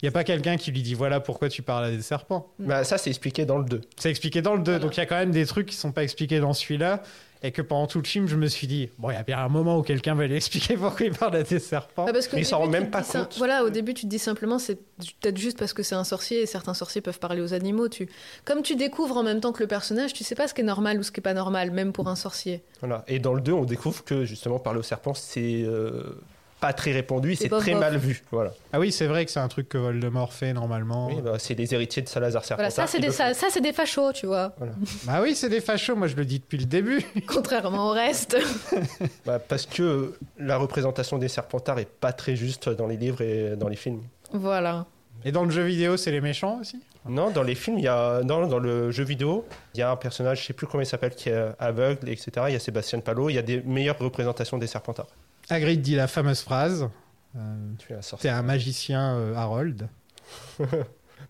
Il n'y a pas quelqu'un qui lui dit voilà pourquoi tu parles à des serpents. mm. Bah, ça, c'est expliqué dans le 2. C'est expliqué dans le 2, donc il y a quand même des trucs qui sont pas expliqués dans celui-là. Et que pendant tout le film, je me suis dit bon, il y a bien un moment où quelqu'un va lui expliquer pourquoi il parle à des serpents. Ah, parce qu'au Hein Mais ils s'en début, rendent tu même te pas dis ça- compte. Voilà, au début, tu te dis simplement, c'est peut-être juste parce que c'est un sorcier et certains sorciers peuvent parler aux animaux. Tu... Comme tu découvres en même temps que le personnage, tu sais pas ce qui est normal ou ce qui est pas normal, même pour un sorcier. Voilà. Et dans le 2, on découvre que justement, parler au serpent, c'est euh, pas très répandu et C'est c'est bof, très bof. mal vu. Voilà. Ah oui, c'est vrai que c'est un truc que Voldemort fait normalement. Oui, bah, c'est les héritiers de Salazar Serpentard. Voilà, ça, c'est qui des, le font. ça, ça, c'est des fachos, tu vois, Bah oui, c'est des fachos, moi je le dis depuis le début. contrairement au reste. Bah, parce que euh, la représentation des Serpentards est pas très juste dans les livres et dans les films. voilà. Et dans le jeu vidéo, c'est les méchants aussi Non, dans les films, il y a non, dans le jeu vidéo, il y a un personnage, je sais plus comment il s'appelle, qui est aveugle, etc. Il y a Sébastien Palo. Il y a des meilleures représentations des Serpentards. Hagrid dit la fameuse phrase euh, Tu as sorti. T'es un magicien, euh, Harold.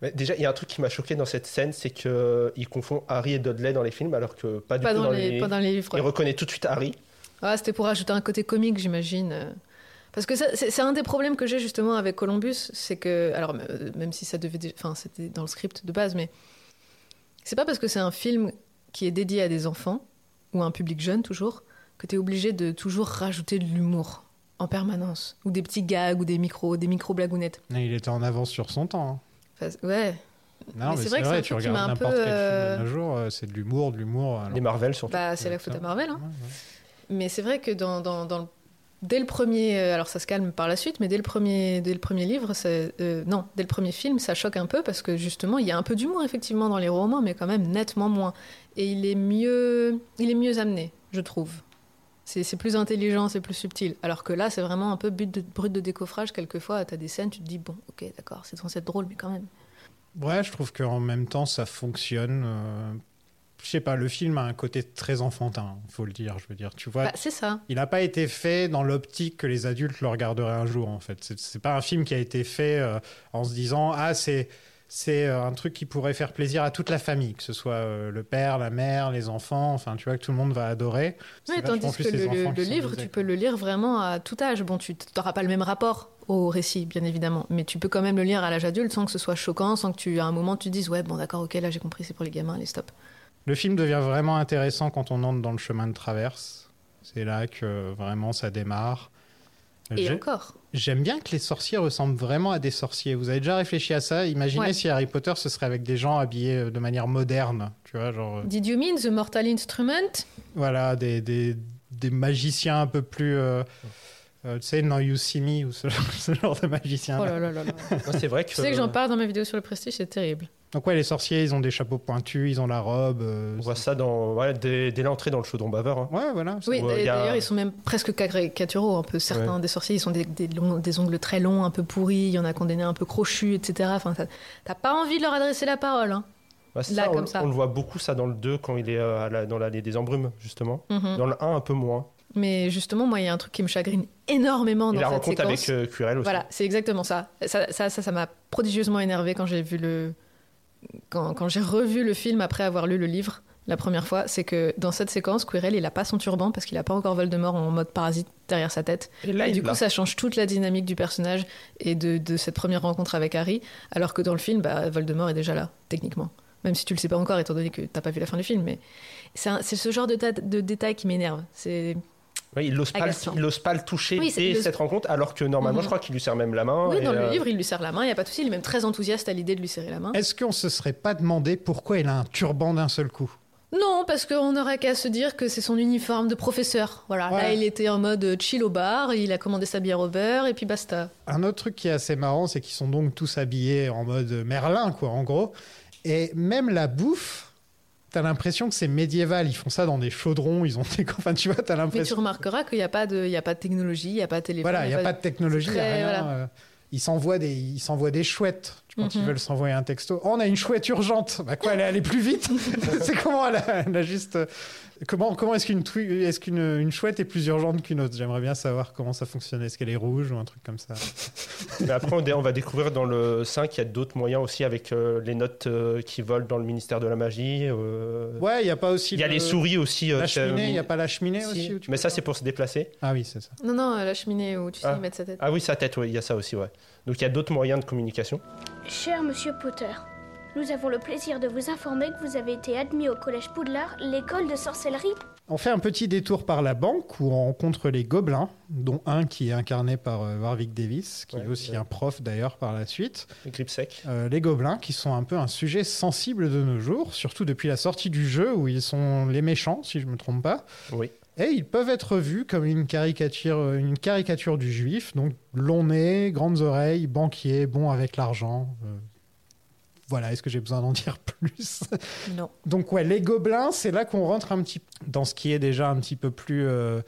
Mais déjà, il y a un truc qui m'a choqué dans cette scène, c'est qu'il confond Harry et Dudley dans les films, alors que pas du Pas tout dans, les, pas dans les livres. Il reconnaît tout de suite Harry. Ah, c'était pour ajouter un côté comique, j'imagine. euh. Parce que ça, c'est c'est un des problèmes que j'ai justement avec Columbus, c'est que, alors euh, même si ça devait, dé- enfin c'était dans le script de base, mais c'est pas parce que c'est un film qui est dédié à des enfants ou à un public jeune toujours que t'es obligé de toujours rajouter de l'humour en permanence ou des petits gags ou des micros, des micro blagounettes. Mais il était en avance sur son temps. hein. ouais, Non, Mais mais, c'est c'est vrai, vrai que c'est un tu truc qui regardes m'a un peu, n'importe quel euh, film de nos jours, euh, c'est de l'humour, de l'humour. alors. Les Marvel surtout. bah c'est la faute à Marvel. Hein. Ouais, ouais. Mais c'est vrai que dans, dans, dans le- dès le premier, euh, alors ça se calme par la suite, mais dès le premier, dès le premier livre, ça- euh, non, dès le premier film, ça choque un peu parce que justement, il y a un peu d'humour effectivement dans les romans, mais quand même nettement moins. Et il est mieux, il est mieux amené, je trouve. C'est c'est plus intelligent, c'est plus subtil. Alors que là, c'est vraiment un peu but de, brut de décoffrage. Quelquefois, t'as des scènes, tu te dis, bon, ok, d'accord, c'est censé être drôle, mais quand même. Ouais, je trouve qu'en même temps, ça fonctionne. euh, Je sais pas, le film a un côté très enfantin, faut le dire. Je veux dire, tu vois, Bah, c'est ça. il n'a pas été fait dans l'optique que les adultes le regarderaient un jour, en fait. C'est- C'est pas un film qui a été fait euh, en se disant ah c'est c'est euh, un truc qui pourrait faire plaisir à toute la famille, que ce soit euh, le père, la mère, les enfants, enfin tu vois que tout le monde va adorer. C'est Ouais, vachement tandis que plus les le, le- enfants qui le sont livre, visés. tu peux le lire vraiment à tout âge. Bon, tu n'auras pas le même rapport au récit, bien évidemment, mais tu peux quand même le lire à l'âge adulte sans que ce soit choquant, sans que tu, à un moment, tu te dises, ouais, bon, d'accord, ok, là, j'ai compris, c'est pour les gamins, allez, stop. Le film devient vraiment intéressant quand on entre dans le chemin de traverse. C'est là que euh, vraiment ça démarre. Et J'ai- encore. J'aime bien que les sorciers ressemblent vraiment à des sorciers. Vous avez déjà réfléchi à ça Imaginez Ouais. si Harry Potter ce serait avec des gens habillés euh, de manière moderne, tu vois, genre euh, Did you mean the mortal instrument voilà, des, des, des magiciens un peu plus. euh, euh, tu sais, Now You See Me ou ce, ce genre de magicien. Oh là là là là. Ouais, c'est vrai que. tu sais que Euh. j'en parle dans ma vidéo sur le prestige, c'est terrible. Donc, ouais, les sorciers, ils ont des chapeaux pointus, ils ont la robe. euh, On voit ça dans, ouais, dès, dès l'entrée dans le chaudron baveur. hein. Ouais, voilà. c'est- Oui, Ouais, et y a- d'ailleurs, ils sont même presque caricaturaux un peu. Certains des sorciers, ils ont des, des longs- des ongles très longs, un peu pourris, il y en a qui ont des nez un peu crochus, etc. Enfin, ça- t'as pas envie de leur adresser la parole, hein. Bah, ça, Là, on, comme ça. on le voit beaucoup ça dans le 2 quand il est euh, à la- dans l'allée des embrumes, justement. Mhm. Dans le 1, un peu moins. Mais justement, moi, il y a un truc qui me chagrine énormément Et dans la cette rencontre séquence. avec euh, Quirrell aussi. voilà, c'est exactement ça. Ça, ça, ça, ça m'a prodigieusement énervé quand j'ai vu le, quand, quand j'ai revu le film après avoir lu le livre la première fois. C'est que dans cette séquence, Quirrell, il a pas son turban parce qu'il a pas encore Voldemort en mode parasite derrière sa tête. Et là, Et il du l'a. coup, ça change toute la dynamique du personnage et de, de cette première rencontre avec Harry, alors que dans le film, bah, Voldemort est déjà là, techniquement. Même si tu le sais pas encore, étant donné que t'as pas vu la fin du film, mais c'est un- c'est ce genre de, ta- de détail qui m'énerve. C'est Ouais, il n'ose pas, le- Agaçant. il n'ose pas le toucher Oui, c'est- dès il ose- cette rencontre, alors que normalement, Mhm. je crois qu'il lui serre même la main. Oui, et, dans euh, le livre, il lui serre la main, il n'y a pas de souci, il est même très enthousiaste à l'idée de lui serrer la main. Est-ce qu'on se serait pas demandé pourquoi il a un turban d'un seul coup Non, parce qu'on n'aura qu'à se dire que c'est son uniforme de professeur. Voilà, là Ouais. il était en mode euh, chill au bar, il a commandé sa bière au beurre et puis basta. Un autre truc qui est assez marrant, c'est qu'ils sont donc tous habillés en mode Merlin, quoi, en gros. Et même la bouffe, t'as l'impression que c'est médiéval. Ils font ça dans des chaudrons, ils ont des. Enfin, tu vois, t'as Mais tu l'impression. remarqueras qu'il n'y a, pas de- il y a pas de technologie, il n'y a pas de téléphone. Voilà, il n'y a pas de technologie, il c'est n'y a très- rien. voilà. euh, Ils s'envoient des, ils s'envoient des chouettes quand ils Mhm. veulent s'envoyer un texto. Oh, on a une chouette urgente. Bah quoi, elle est allée plus vite. c'est comment elle a, elle a juste. euh, Comment, comment est-ce qu'une twi- est-ce qu'une une chouette est plus urgente qu'une autre J'aimerais bien savoir comment ça fonctionne. Est-ce qu'elle est rouge ou un truc comme ça Euh, Mais après, on, dé- on va découvrir dans le 5, il y a d'autres moyens aussi avec euh, les notes euh, qui volent dans le ministère de la magie. euh, Ouais, il n'y a pas aussi. Il y a le- les souris aussi. euh, La que- cheminée, il n'y a pas la cheminée Si, aussi où tu peux Mais ça, faire- c'est pour se déplacer. Ah oui, c'est ça. Non, non, euh, la cheminée où tu sais Ah. y mettre sa tête. Ah oui, sa tête, oui, il y a ça aussi, ouais. Donc il y a d'autres moyens de communication. Cher Monsieur Potter, nous avons le plaisir de vous informer que vous avez été admis au Collège Poudlard, l'école de sorcellerie. On fait un petit détour par la banque où on rencontre les gobelins, dont un qui est incarné par euh, Warwick Davis, qui Ouais, est aussi ouais. un prof d'ailleurs par la suite. Clip sec. Euh, les gobelins qui sont un peu un sujet sensible de nos jours, surtout depuis la sortie du jeu où ils sont les méchants, si je ne me trompe pas. Oui. Et ils peuvent être vus comme une caricature, euh, une caricature du juif, donc long nez, grandes oreilles, banquier, bon avec l'argent. euh, voilà, est-ce que j'ai besoin d'en dire plus Non. Donc ouais, les gobelins, c'est là qu'on rentre un petit dans ce qui est déjà un petit peu plus euh,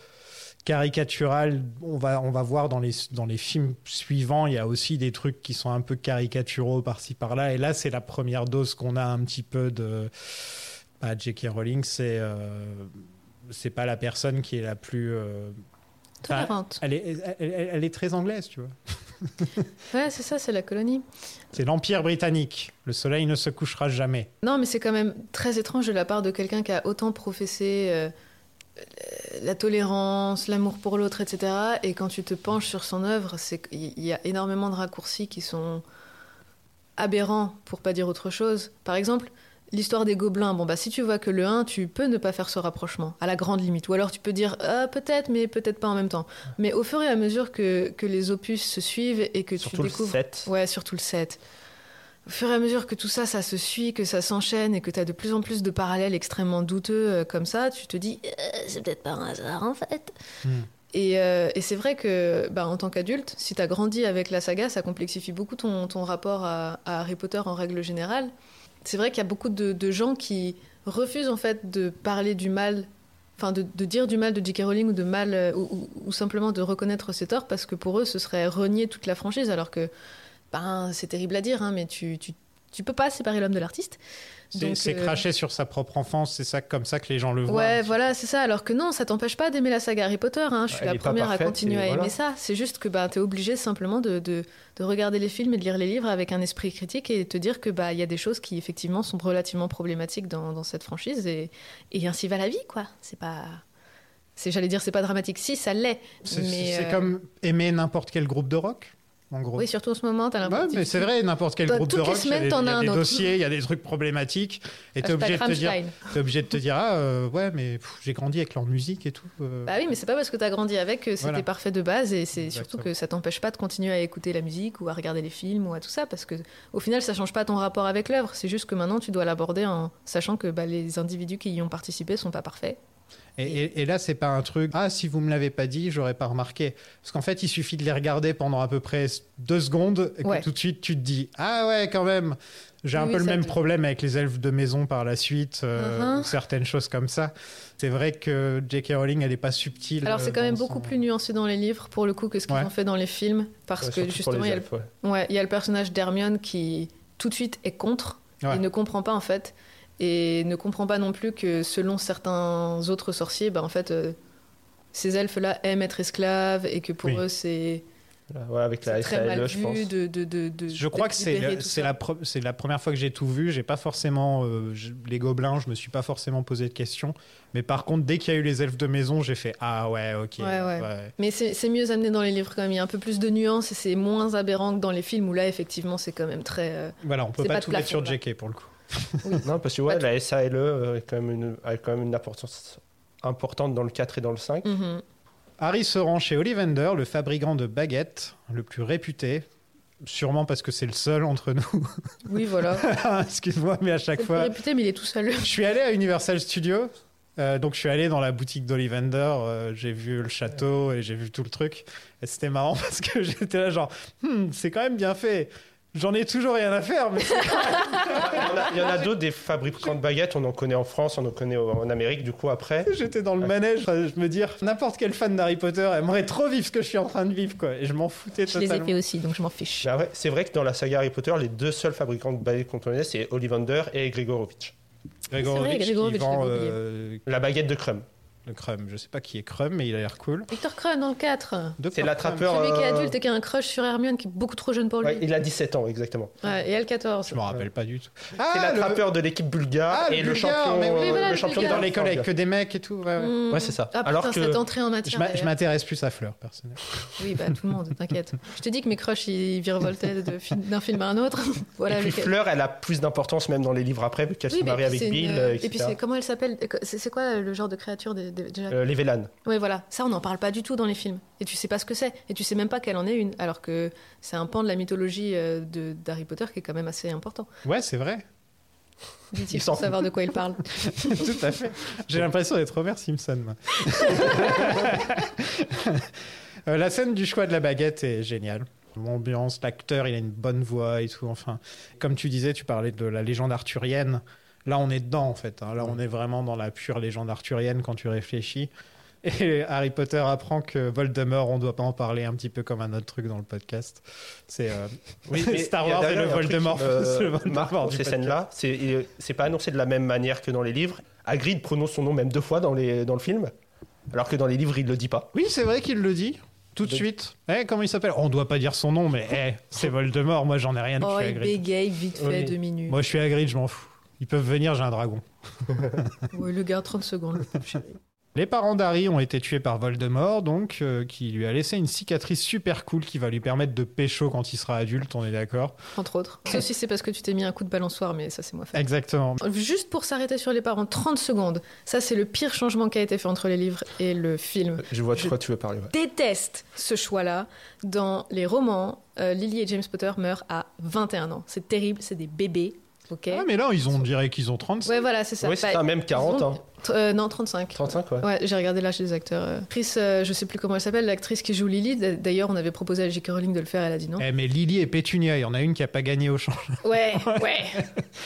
caricatural. On va on va voir dans les dans les films suivants, il y a aussi des trucs qui sont un peu caricaturaux par-ci par-là. Et là, c'est la première dose qu'on a un petit peu de bah, J.K. Rowling. C'est euh, c'est pas la personne qui est la plus euh, Tolérante. elle, est, elle, elle- elle est très anglaise, tu vois. Ouais, c'est ça, c'est la colonie. C'est l'Empire britannique. Le soleil ne se couchera jamais. Non, mais c'est quand même très étrange de la part de quelqu'un qui a autant professé euh, euh, la tolérance, l'amour pour l'autre, etc. Et quand tu te penches sur son œuvre, c'est qu'il y a énormément de raccourcis qui sont aberrants, pour pas dire autre chose. Par exemple, l'histoire des gobelins. Bon, bah, si tu vois que le 1, tu peux ne pas faire ce rapprochement, à la grande limite. Ou alors tu peux dire Ah, peut-être, mais peut-être pas en même temps. Mais au fur et à mesure que, que les opus se suivent et que tu Surtout le découvres. 7. Ouais, surtout le 7. Au fur et à mesure que tout ça, ça se suit, que ça s'enchaîne et que tu as de plus en plus de parallèles extrêmement douteux euh, comme ça, tu te dis, Euh, c'est peut-être pas un hasard en fait. Hmm. Et, euh, et c'est vrai que, bah, en tant qu'adulte, si tu as grandi avec la saga, ça complexifie beaucoup ton, ton rapport à, à Harry Potter en règle générale. C'est vrai qu'il y a beaucoup de, de gens qui refusent en fait de parler du mal, enfin de, de dire du mal de J.K. Rowling ou de mal, euh, ou- ou- ou simplement de reconnaître ses torts parce que pour eux, ce serait renier toute la franchise alors que ben, c'est terrible à dire, hein, mais tu, tu, tu peux pas séparer l'homme de l'artiste. C'est Donc, c'est euh, cracher sur sa propre enfance. C'est ça comme ça que les gens le voient. hein. Ouais, voilà, c'est ça. Alors que non, ça t'empêche pas d'aimer la saga Harry Potter. hein. Je suis Elle la est pas première à parfaite, continuer et à voilà. aimer ça. C'est juste que bah, tu es obligé simplement de, de, de regarder les films et de lire les livres avec un esprit critique et te dire que bah il y a des choses qui effectivement sont relativement problématiques dans, dans cette franchise et, et ainsi va la vie, quoi. C'est pas. c'est- J'allais dire, c'est pas dramatique. Si, ça l'est. C'est mais, c'est euh, comme aimer n'importe quel groupe de rock, en gros. Oui, surtout en ce moment, t'as Ouais, l'impression. mais c'est vrai, n'importe quel Toi, groupe de toutes les rock, il y a semaines, des, t'en il y as a un des dans tout. dossiers, il y a des trucs problématiques, et t'es Hashtag obligé, de te dire, Rammstein. t'es obligé de te dire, ah euh, ouais, mais pff, j'ai grandi avec leur musique et tout. euh. Bah oui, mais c'est pas parce que t'as grandi avec que c'était Voilà. parfait de base et c'est surtout Exactement. que ça t'empêche pas de continuer à écouter la musique ou à regarder les films ou à tout ça parce que au final ça change pas ton rapport avec l'œuvre. C'est juste que maintenant tu dois l'aborder en sachant que bah, les individus qui y ont participé sont pas parfaits. Et, et- et là, c'est pas un truc, ah, si vous me l'avez pas dit, j'aurais pas remarqué. Parce qu'en fait, il suffit de les regarder pendant à peu près deux secondes, et que Ouais. tout de suite, tu te dis, ah ouais, quand même. J'ai un Oui, peu le ça- même problème avec les elfes de maison par la suite, euh, Uh-huh. ou certaines choses comme ça. C'est vrai que J.K. Rowling, elle est pas subtile. Alors c'est euh, quand même dans beaucoup son- plus nuancé dans les livres pour le coup que ce qu'ils Ouais. ont fait dans les films parce Ouais, surtout que pour justement les il y, a le, elfes, ouais. ouais, il y a le personnage d'Hermione qui tout de suite est contre Ouais. et ne comprend pas en fait et ne comprend pas non plus que selon certains autres sorciers bah en fait euh, ces elfes là aiment être esclaves et que pour Oui. eux c'est Voilà, ouais, avec la c'est très mal SALE, je pense. vu de, de, de, de- Je crois d'être que c'est libéré, le- tout c'est ça. la, pro- c'est la première fois que j'ai tout vu. J'ai pas forcément euh, je- les gobelins, je me suis pas forcément posé de questions. Mais par contre, dès qu'il y a eu les elfes de maison, j'ai fait ah ouais, ok. Ouais, ouais. Mais c'est c'est mieux amené dans les livres quand même. Il y a un peu plus de nuances et c'est moins aberrant que dans les films où là effectivement c'est quand même très. euh, Voilà, on peut C'est pas, pas de tout mettre sur plafond, là. JK pour le coup. Non, parce que Pas ouais, tout. la SALE euh, est quand même une, a quand même une importance importante dans le 4 et dans le 5. mhm. Harry se rend chez Ollivander, le fabricant de baguettes, le plus réputé. Sûrement parce que c'est le seul entre nous. Ah, Oui, voilà. Excuse-moi, mais à C'est le chaque plus fois. réputé, mais il est tout seul. Je suis allé à Universal Studios. euh, donc je suis allé dans la boutique d'Ollivander, euh, j'ai vu le château et j'ai vu tout le truc. Et c'était marrant parce que j'étais là genre, Hmm, c'est quand même bien fait. J'en ai toujours rien à faire, mais c'est- Ah, Il y en a- il y en a, d'autres, des fabricants de baguettes, on en connaît en France, on en connaît au- en Amérique, du coup, après. j'étais dans le manège. euh, Je me dire, n'importe quel fan d'Harry Potter aimerait trop vivre ce que je suis en train de vivre, quoi. Et je m'en foutais Je les ai totalement. fait aussi, donc je m'en fiche. Bah ouais, c'est vrai que dans la saga Harry Potter, les deux seuls fabricants de baguettes qu'on connaît, c'est Ollivander et Grigorovitch. Grégorovitch C'est vrai, qui Grégorovitch, je vend, l'avais oublié. euh, La baguette de Crum. le Crum. Je sais pas qui est Crum, mais il a l'air cool. Victor Crumb dans le 4. Dr. C'est Crumb. l'attrapeur. Celui qui est euh, adulte et qui a un crush sur Hermione qui est beaucoup trop jeune pour lui. ouais, il a 17 ans, exactement. Ouais, et elle 14. Je m'en rappelle pas du tout. c'est Ah, le- l'attrapeur de l'équipe bulgare Ah, le et le Bulgare, champion, mais oui, euh, voilà, le le champion Bulgare. dans de l'école avec que des mecs et tout. ouais, ouais. Hmm. Ouais, c'est ça. Ah, putain, Alors que- cette entrée en Je matière. m'a- je d'ailleurs. m'intéresse plus à Fleur, personnellement. Oui, bah tout le monde, t'inquiète. Je te dis que mes crushs, ils virevoltaient de fi- d'un film à un autre. voilà, et puis lequel- Fleur, elle a plus d'importance même dans les livres après, vu qu'elle Bah Oui, se mais marie puis avec c'est une- Bill, euh, Et puis, etc. c'est- comment elle s'appelle C'est c'est quoi euh, le genre de créature des- des- déjà Euh, les Vélanes. Ouais, voilà. Ça, on n'en parle pas du tout dans les films. Et tu sais pas ce que c'est. Et tu sais même pas qu'elle en est une. Alors que c'est un pan de la mythologie euh, de- d'Harry Potter qui est quand même assez important. Ouais, c'est vrai. Dit-il s'en sans savoir de quoi il parle. Tout à fait. J'ai l'impression d'être Robert Simpson. moi. Euh, la scène du choix de la baguette est géniale. L'ambiance, l'acteur, il a une bonne voix et tout. Enfin, comme tu disais, tu parlais de la légende arthurienne. Là, on est dedans, en fait. hein. Là, on est vraiment dans la pure légende arthurienne quand tu réfléchis. Et Harry Potter apprend que Voldemort, on doit pas en parler un petit peu comme un autre truc dans le podcast. C'est euh, Star il y a Wars et d'ailleurs le un truc qui Voldemort. me c'est le Voldemort marque pour du ces podcast. scènes-là, c'est il- c'est pas annoncé de la même manière que dans les livres. Hagrid prononce son nom même deux fois dans, les, dans le film, alors que dans les livres, il le dit pas. Oui, c'est vrai qu'il le dit. Tout de De- suite. Eh, comment il s'appelle On doit pas dire son nom, mais eh, c'est Voldemort. Moi, j'en ai rien. Oh, je suis il Hagrid. bégaye vite fait, Oui. deux minutes. Moi, je suis Hagrid, je m'en fous. Ils peuvent venir, j'ai un dragon. Ouais, le gars, 30 secondes, le pauvre chéri. Les parents d'Harry ont été tués par Voldemort, donc, euh, qui lui a laissé une cicatrice super cool qui va lui permettre de pécho quand il sera adulte, on est d'accord Entre autres. Ça aussi, c'est parce que tu t'es mis un coup de balançoire, mais ça, c'est moi. Exactement. Juste pour s'arrêter sur les parents, 30 secondes. Ça, c'est le pire changement qui a été fait entre les livres et le film. Euh, Je vois de quoi tu veux parler. ouais. Déteste ce choix-là. Dans les romans, euh, Lily et James Potter meurent à 21 ans. C'est terrible, c'est des bébés. Ok Ah, mais là, ils ont, on dirait qu'ils ont 35. Ouais, voilà, c'est ça. Oui, Bah, c'est ça, même 40, ils ont- hein. Tr- euh, non, 35. 35, ouais. Ouais, j'ai regardé l'âge des acteurs. euh. Chris, euh, je sais plus comment elle s'appelle, l'actrice qui joue Lily. D- D'ailleurs, on avait proposé à J.K. Rowling de le faire, elle a dit non. Eh, mais Lily et Pétunia, il y en a une qui a pas gagné au champ. Ouais, ouais.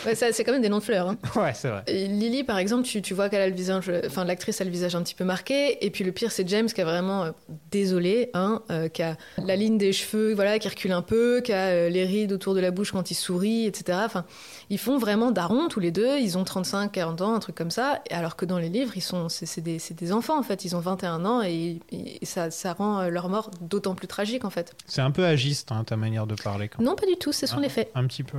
ouais ça, c'est quand même des noms de fleurs. hein. ouais, c'est vrai. Et Lily, par exemple, tu, tu vois qu'elle a le visage, enfin l'actrice a le visage un petit peu marqué, et puis le pire c'est James qui a vraiment, euh, désolé, hein, euh, qui a la ligne des cheveux, voilà, qui recule un peu, qui a euh, les rides autour de la bouche quand il sourit, etc. Enfin, ils font vraiment daron tous les deux, ils ont 35, 40 ans, un truc comme ça, et alors que dans les livres, ils sont, c'est c'est des, c'est des enfants en fait, ils ont 21 ans, et, et ça, ça rend euh, leur mort d'autant plus tragique en fait. C'est un peu agiste, hein, ta manière de parler. Quand même. Non, pas du tout, ce sont les faits. Un petit peu.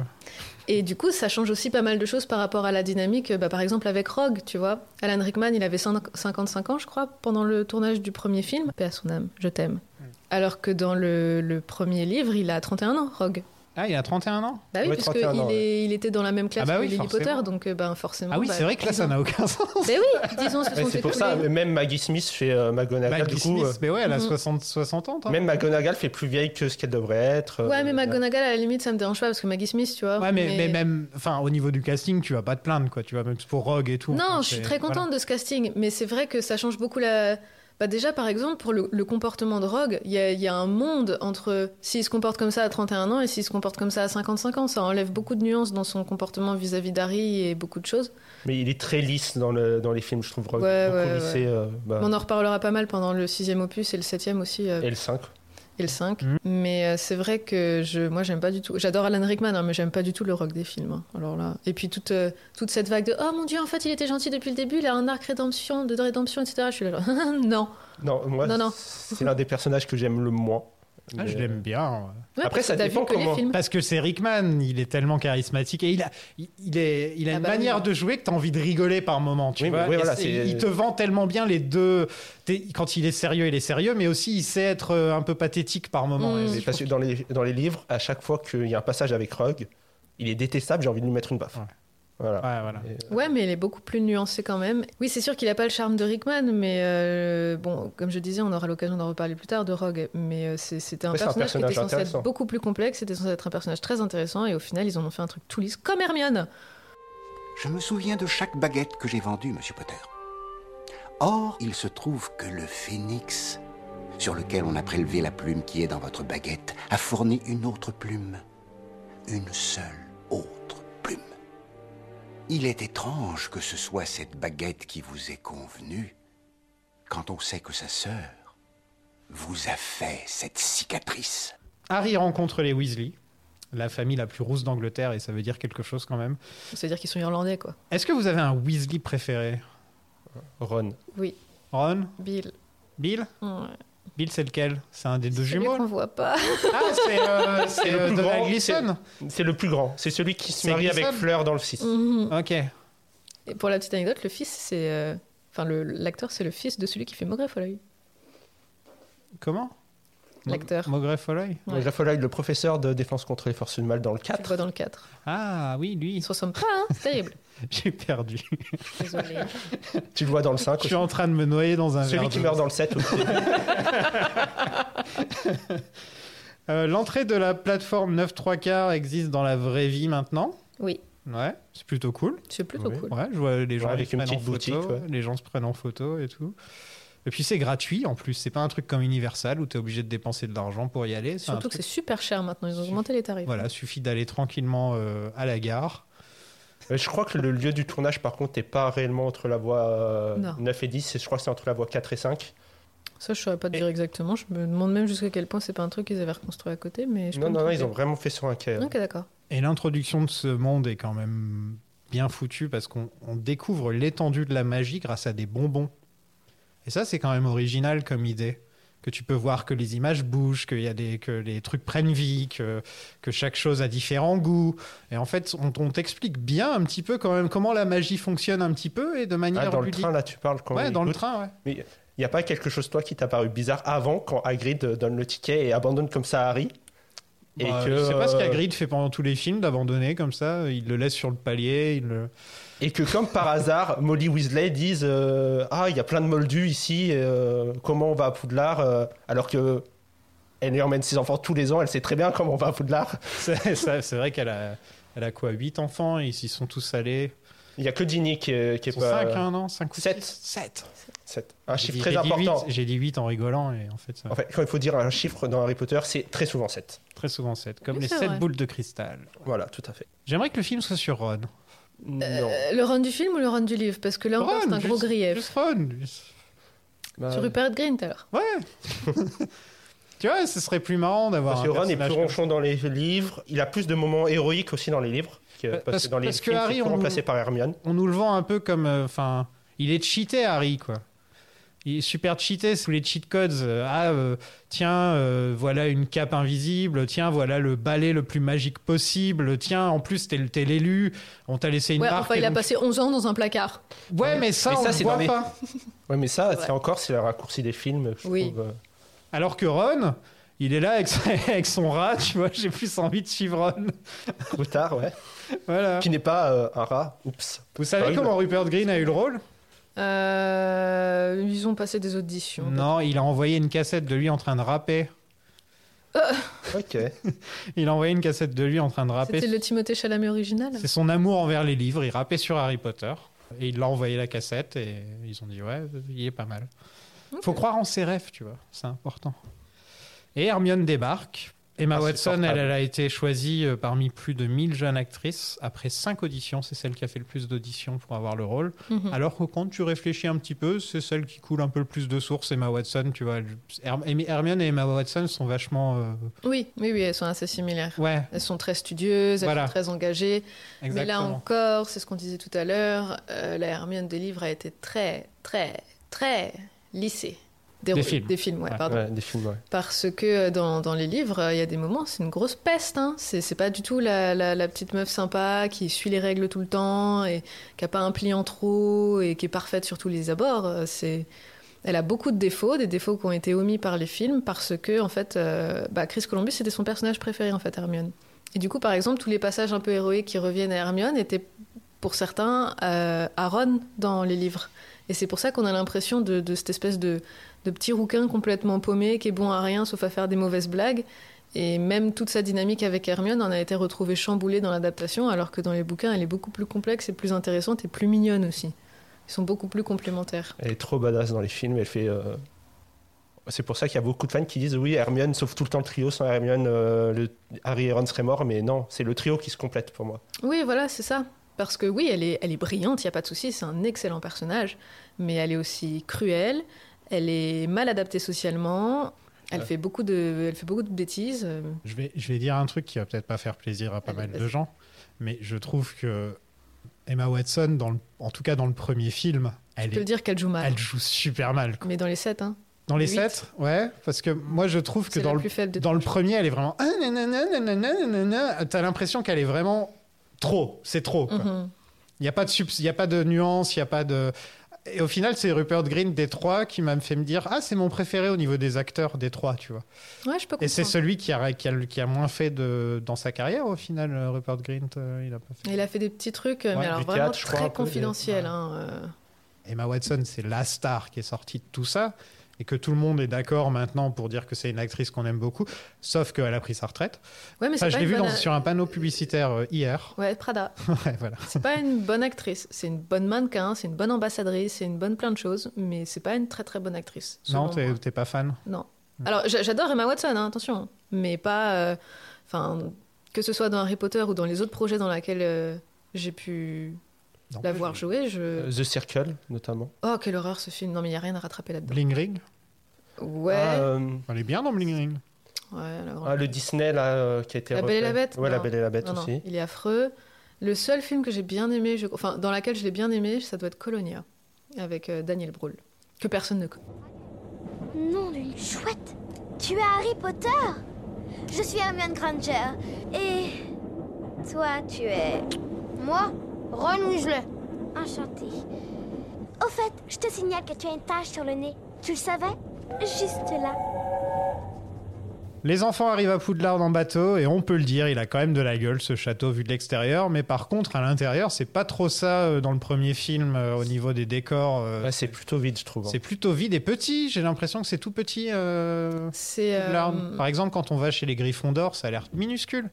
Et du coup, ça change aussi pas mal de choses par rapport à la dynamique, euh, bah, par exemple avec Rogue, tu vois. Alan Rickman, il avait 100 55 ans, je crois, pendant le tournage du premier film. Paix à son âme, je t'aime. Mm. Alors que dans le, le premier livre, il a 31 ans, Rogue. Ah, il a 31 ans Bah oui, Ouais, puisque 31 il, ans, est- il était dans la même classe Ah bah que oui, Lily forcément. Potter, donc euh, bah, forcément. Ah oui, bah, c'est vrai que là, dix ça ans. n'a aucun sens. Bah oui, disons, ce Ouais, sont c'est des pour ça, collègues. même Maggie Smith fait euh, McGonagall, Maggie du coup. Smith, mais ouais, elle a Mhm. 60, 60 ans. euh, toi. même McGonagall fait plus vieille que ce qu'elle devrait être. euh, Ouais, mais euh, McGonagall, à la limite, ça me dérange pas parce que Maggie Smith, tu vois. Ouais, mais, mais même, enfin, au niveau du casting, tu vas pas te plaindre, quoi. Tu vas même pour Rogue et tout. Non, Enfin, je suis c'est- très contente de ce casting, mais c'est vrai que ça change beaucoup la. Bah déjà, par exemple, pour le, le comportement de Rogue, il y a, il y a un monde entre s'il se comporte comme ça à 31 ans et s'il se comporte comme ça à 55 ans. Ça enlève beaucoup de nuances dans son comportement vis-à-vis d'Harry et beaucoup de choses. Mais il est très lisse dans, le, dans les films, je trouve. Rogue. Ouais, Beaucoup ouais, lissé, euh, bah, Mais On en reparlera pas mal pendant le sixième opus et le septième aussi, euh, Et le 5. et le 5. Mhm. Mais euh, c'est vrai que je, moi, j'aime pas du tout. J'adore Alan Rickman, hein, mais j'aime pas du tout le Rogue des films. hein. Alors là. Et puis toute, euh, toute cette vague de Oh mon dieu, en fait, il était gentil depuis le début, il a un arc rédemption, de rédemption, etc. Je suis là, genre, non. Non, moi, Non, non. c'est l'un des personnages que j'aime le moins. Ah, je Mais- l'aime bien. ouais. Ouais, Après, parce ça que t'as dépend vu que les comment. films. Parce que c'est Rickman, il est tellement charismatique et il a, il, il est, il a Ah une bah oui, manière oui. de jouer que t'as envie de rigoler par moment, tu Oui, vois. oui, Et voilà, c'est- c'est- Il te vend tellement bien les deux. T'es- Quand il est sérieux, il est sérieux, mais aussi il sait être euh, un peu pathétique par moment. Mm. Et Mais c'est- parce que dans les, dans les livres, à chaque fois qu'il y a un passage avec Rogue, il est détestable, j'ai envie de lui mettre une baffe. Ouais. Voilà. euh, Ouais, voilà. Ouais, mais il est beaucoup plus nuancé quand même. Oui, c'est sûr qu'il n'a pas le charme de Rickman, mais euh, bon, comme je disais, on aura l'occasion d'en reparler plus tard de Rogue. Mais euh, c'est- c'était un, Ouais, c'est un personnage qui était personnage censé intéressant. être beaucoup plus complexe, c'était censé être un personnage très intéressant, et au final, ils en ont fait un truc tout lisse, comme Hermione Je me souviens de chaque baguette que j'ai vendue, Monsieur Potter. Or, il se trouve que le phénix, sur lequel on a prélevé la plume qui est dans votre baguette, a fourni une autre plume. Une seule autre plume. Il est étrange que ce soit cette baguette qui vous est convenue, quand on sait que sa sœur vous a fait cette cicatrice. Harry rencontre les Weasley, la famille la plus rousse d'Angleterre, et ça veut dire quelque chose quand même. Ça veut dire qu'ils sont irlandais, quoi. Est-ce que vous avez un Weasley préféré Ron. Oui, Ron Bill. Bill Ouais. Bill, c'est lequel C'est un des deux Celui jumeaux qu'on voit pas. Ah, c'est euh, c'est, euh, plus Donald grand, Gleason c'est- C'est le plus grand. C'est celui qui se C'est marie avec Gleason Fleur dans le 6. Mhm. Ok. Et pour la petite anecdote, le fils, c'est. euh, Enfin, le- l'acteur, c'est le fils de celui qui fait Maugrey Folloy. Comment L'acteur. Maugrey Folloy Ouais. La Folloy, le professeur de défense contre les forces du mal dans le Tu le 4. vois dans le 4. Ah oui, lui, Ils se ressemblent pas, hein c'est terrible. j'ai perdu. Désolé. Tu le vois dans le 5 Je suis en train de me noyer dans un Celui verre qui d'eau. meurt dans le 7 aussi. Euh, L'entrée de la plateforme 9 3 quarts existe dans la vraie vie maintenant. Oui, Ouais, c'est plutôt cool. c'est plutôt Oui. cool. Ouais, je vois les gens Ouais, les avec une prennent en petite boutique, photo, ouais. les gens se prennent en photo et tout. Et puis c'est gratuit en plus, c'est pas un truc comme Universal où t'es obligé de dépenser de l'argent pour y aller. c'est un Surtout que truc- c'est super cher maintenant, ils ont augmenté les tarifs. Voilà, suffit d'aller tranquillement euh, à la gare. Euh, Je crois que le lieu du tournage, par contre, n'est pas réellement entre la voie euh, Non. 9 et 10. et Je crois que c'est entre la voie 4 et 5. Ça, je saurais pas te dire exactement. Je me demande même jusqu'à quel point c'est pas un truc qu'ils avaient reconstruit à côté, mais je peux Non, me non, non, ils ont tromper. vraiment fait sur un quai. hein. Ok, d'accord. Et l'introduction de ce monde est quand même bien foutue parce qu'on on découvre l'étendue de la magie grâce à des bonbons. Et ça, c'est quand même original comme idée. Que tu peux voir que les images bougent, qu'il y a des, que les trucs prennent vie, que, que chaque chose a différents goûts. Et en fait, on, on t'explique bien un petit peu quand même comment la magie fonctionne un petit peu et de manière Ah, dans le ludique. train, là, tu parles quand ouais, il dans le goûte. train, ouais. Mais il n'y a pas quelque chose, toi, qui t'a paru bizarre avant quand Hagrid euh, donne le ticket et abandonne comme ça Harry et Bah, que, je sais pas ce euh, qu'Agrid fait pendant tous les films, d'abandonner comme ça. Il le laisse sur le palier, il le... Et que, comme par hasard, Molly Weasley dise euh, Ah, il y a plein de moldus ici, euh, comment on va à Poudlard euh, Alors que. Elle y emmène ses enfants tous les ans, elle sait très bien comment on va à Poudlard. C'est ça, c'est vrai qu'elle a, elle a quoi 8 enfants, ils s'y sont tous allés. Il n'y a que Ginny qui est, qui est Ils sont pas. 5, non 5 ou sept. 7. sept. Un chiffre Ah, très important. hein. Ah, J'ai dit 8 en rigolant, et en fait, ça- En fait, quand il faut dire un chiffre dans Harry Potter, c'est très souvent 7. très souvent 7. Comme Oui, les c'est 7 vrai. boules de cristal. Voilà, tout à fait. J'aimerais que le film soit sur Ron. non. Euh, le run du film ou le run du livre Parce que là encore, Ron, c'est un gros juste- grief. Juste Ron. juste- Bah, Sur Rupert Grint, alors. Ouais. tu vois, ce serait plus marrant d'avoir. parce un que Ron est plus personnage comme- ronchon dans les livres. Il a plus de moments héroïques aussi dans les livres. Que, Parce- parce, que dans les parce que films, Harry, c'est tout on- remplacé par Hermione. On nous le vend un peu comme. euh, Enfin, il est cheaté, Harry, quoi. Il est super cheaté sous les cheat codes. Euh, ah, euh, tiens, euh, voilà une cape invisible. Tiens, voilà le balai le plus magique possible. Tiens, en plus, t'es le- t'es l'élu. On t'a laissé une Ouais, marque. enfin, il et a donc- passé 11 ans dans un placard. Ouais, mais ça, Mais on ça, le c'est voit dans les- pas. Ouais, mais ça, Ouais. c'est encore, c'est le raccourci des films. Je Oui. trouve, euh. Alors que Ron, il est là avec, sa- avec son rat. Tu vois, j'ai plus envie de suivre Ron. Trop tard, ouais. Voilà. Qui n'est pas euh, un rat. Oups. Vous savez Spoil. comment Rupert Green a eu le rôle Euh, ils ont passé des auditions. Non, il a envoyé une cassette de lui en train de rapper. Ok. Il a envoyé une cassette de lui en train de rapper. C'était le Timothée Chalamet original C'est son amour envers les livres. Il rappait sur Harry Potter. Et il l'a envoyé la cassette et ils ont dit ouais, il est pas mal. Faut croire en ses rêves, tu vois. C'est important. Et Hermione débarque. Emma Ah, c'est Watson, elle, portable. elle a été choisie euh, parmi plus de 1000 jeunes actrices. Après 5 auditions, c'est celle qui a fait le plus d'auditions pour avoir le rôle. Mhm. Alors que quand tu réfléchis un petit peu, c'est celle qui coule un peu le plus de sources, Emma Watson. Tu vois, Elle- Herm- Herm- Hermione et Emma Watson sont vachement... euh, Oui, oui, oui, elles sont assez similaires. Ouais, Elles sont très studieuses, elles Voilà. sont très engagées. exactement. Mais là encore, c'est ce qu'on disait tout à l'heure, euh, la Hermione des livres a été très, très, très lissée. Des rôles- films. Des films, ouais, Ouais. pardon. Ouais, des films, ouais. Parce que euh, dans, dans les livres, euh, il y a des moments, c'est une grosse peste. Hein. C'est c'est pas du tout la, la- la petite meuf sympa qui suit les règles tout le temps et qui a pas un pli en trop et qui est parfaite sur tous les abords. Euh, C'est elle a beaucoup de défauts, des défauts qui ont été omis par les films parce que en fait, euh, bah, Chris Columbus c'était son personnage préféré en fait Hermione. Et du coup, par exemple, tous les passages un peu héroïques qui reviennent à Hermione étaient pour certains, à, à Ron dans les livres. Et c'est pour ça qu'on a l'impression de, de cette espèce de, de petit rouquin complètement paumé qui est bon à rien sauf à faire des mauvaises blagues. Et même toute sa dynamique avec Hermione en a été retrouvée chamboulée dans l'adaptation, alors que dans les bouquins, elle est beaucoup plus complexe et plus intéressante et plus mignonne aussi. Ils sont beaucoup plus complémentaires. Elle est trop badass dans les films, elle fait. euh, C'est pour ça qu'il y a beaucoup de fans qui disent oui, Hermione sauve tout le temps le trio, sans Hermione, euh, le... Harry et Ron seraient morts, mais non, c'est le trio qui se complète pour moi. Oui, voilà, c'est ça. Parce que oui, elle est, elle est brillante, il n'y a pas de souci, c'est un excellent personnage, mais elle est aussi cruelle, elle est mal adaptée socialement, elle, Ouais. fait, beaucoup de, elle fait beaucoup de bêtises. euh, Je vais, je vais dire un truc qui va peut-être pas faire plaisir à pas mal de gens, mais je trouve que Emma Watson, dans le- en tout cas dans le premier film, Je elle, peux est- le dire qu'elle joue mal. elle joue super mal. quoi. Mais dans les 7, hein. Dans les Huit. 7, ouais, parce que moi je trouve que C'est dans la le, plus faible de dans le premier, elle est vraiment. Ah, nanana, nanana, nanana. ah, T'as l'impression qu'elle est vraiment trop, c'est trop. quoi. Mhm. Il n'y a pas de subs- il y a pas de nuance, il y a pas de et au final, c'est Rupert Green des trois qui m'a fait me dire ah c'est mon préféré au niveau des acteurs des trois, tu vois. Ouais, je peux comprendre. Et c'est celui qui a, qui, a, le- qui a moins fait de, dans sa carrière au final, euh, Rupert Green, il a pas fait. Elle a fait des petits trucs, euh, Ouais, mais alors du vraiment théâtre, je crois, un très peu, des- confidentiels. hein, euh. Emma Watson, c'est la star qui est sortie de tout ça et que tout le monde est d'accord maintenant pour dire que c'est une actrice qu'on aime beaucoup, sauf qu'elle a pris sa retraite. Ouais, mais ça, c'est Ah, je pas l'ai une vu dans- bonne- euh, sur un panneau publicitaire euh, hier. Ouais, Prada. ouais, voilà. C'est pas une bonne actrice. C'est une bonne mannequin, c'est une bonne ambassadrice, c'est une bonne plein de choses, mais c'est pas une très très bonne actrice. selon Non, t'es moi. t'es pas fan Non. Alors, j'a- j'adore Emma Watson, hein, attention, mais pas. euh, Enfin, que ce soit dans Harry Potter ou dans les autres projets dans lesquels euh, j'ai pu Non, la voir jouer, je. Euh, The Circle, notamment. Oh, quelle horreur ce film! Non, mais il n'y a rien à rattraper là-dedans. Bling Ring Ouais, Ah, euh, Elle est bien dans Bling Ring. ouais, la grande- ah, le Disney, là, euh, qui a été. La Belle et la refait. Bête Ouais, La Non. Belle et la Bête Non, non, aussi. il est affreux. Le seul film que j'ai bien aimé, je- enfin, dans laquelle je l'ai bien aimé, ça doit être Colonia, avec euh, Daniel Brühl, que personne ne connaît. Nom d'une chouette Tu es Harry Potter Je suis Hermione Granger. Et. Toi, tu es. Moi, Ron Weasley. Enchantée. Au fait, je te signale que tu as une tache sur le nez. Tu le savais Juste là. Les enfants arrivent à Poudlard en bateau et on peut le dire, il a quand même de la gueule ce château vu de l'extérieur, mais par contre à l'intérieur c'est pas trop ça euh, dans le premier film euh, au niveau des décors. euh, Ouais, c'est plutôt vide, je trouve. hein. c'est plutôt vide et petit, j'ai l'impression que c'est tout petit. euh, C'est euh, Poudlard. Par exemple quand on va chez les Griffons d'Or ça a l'air minuscule.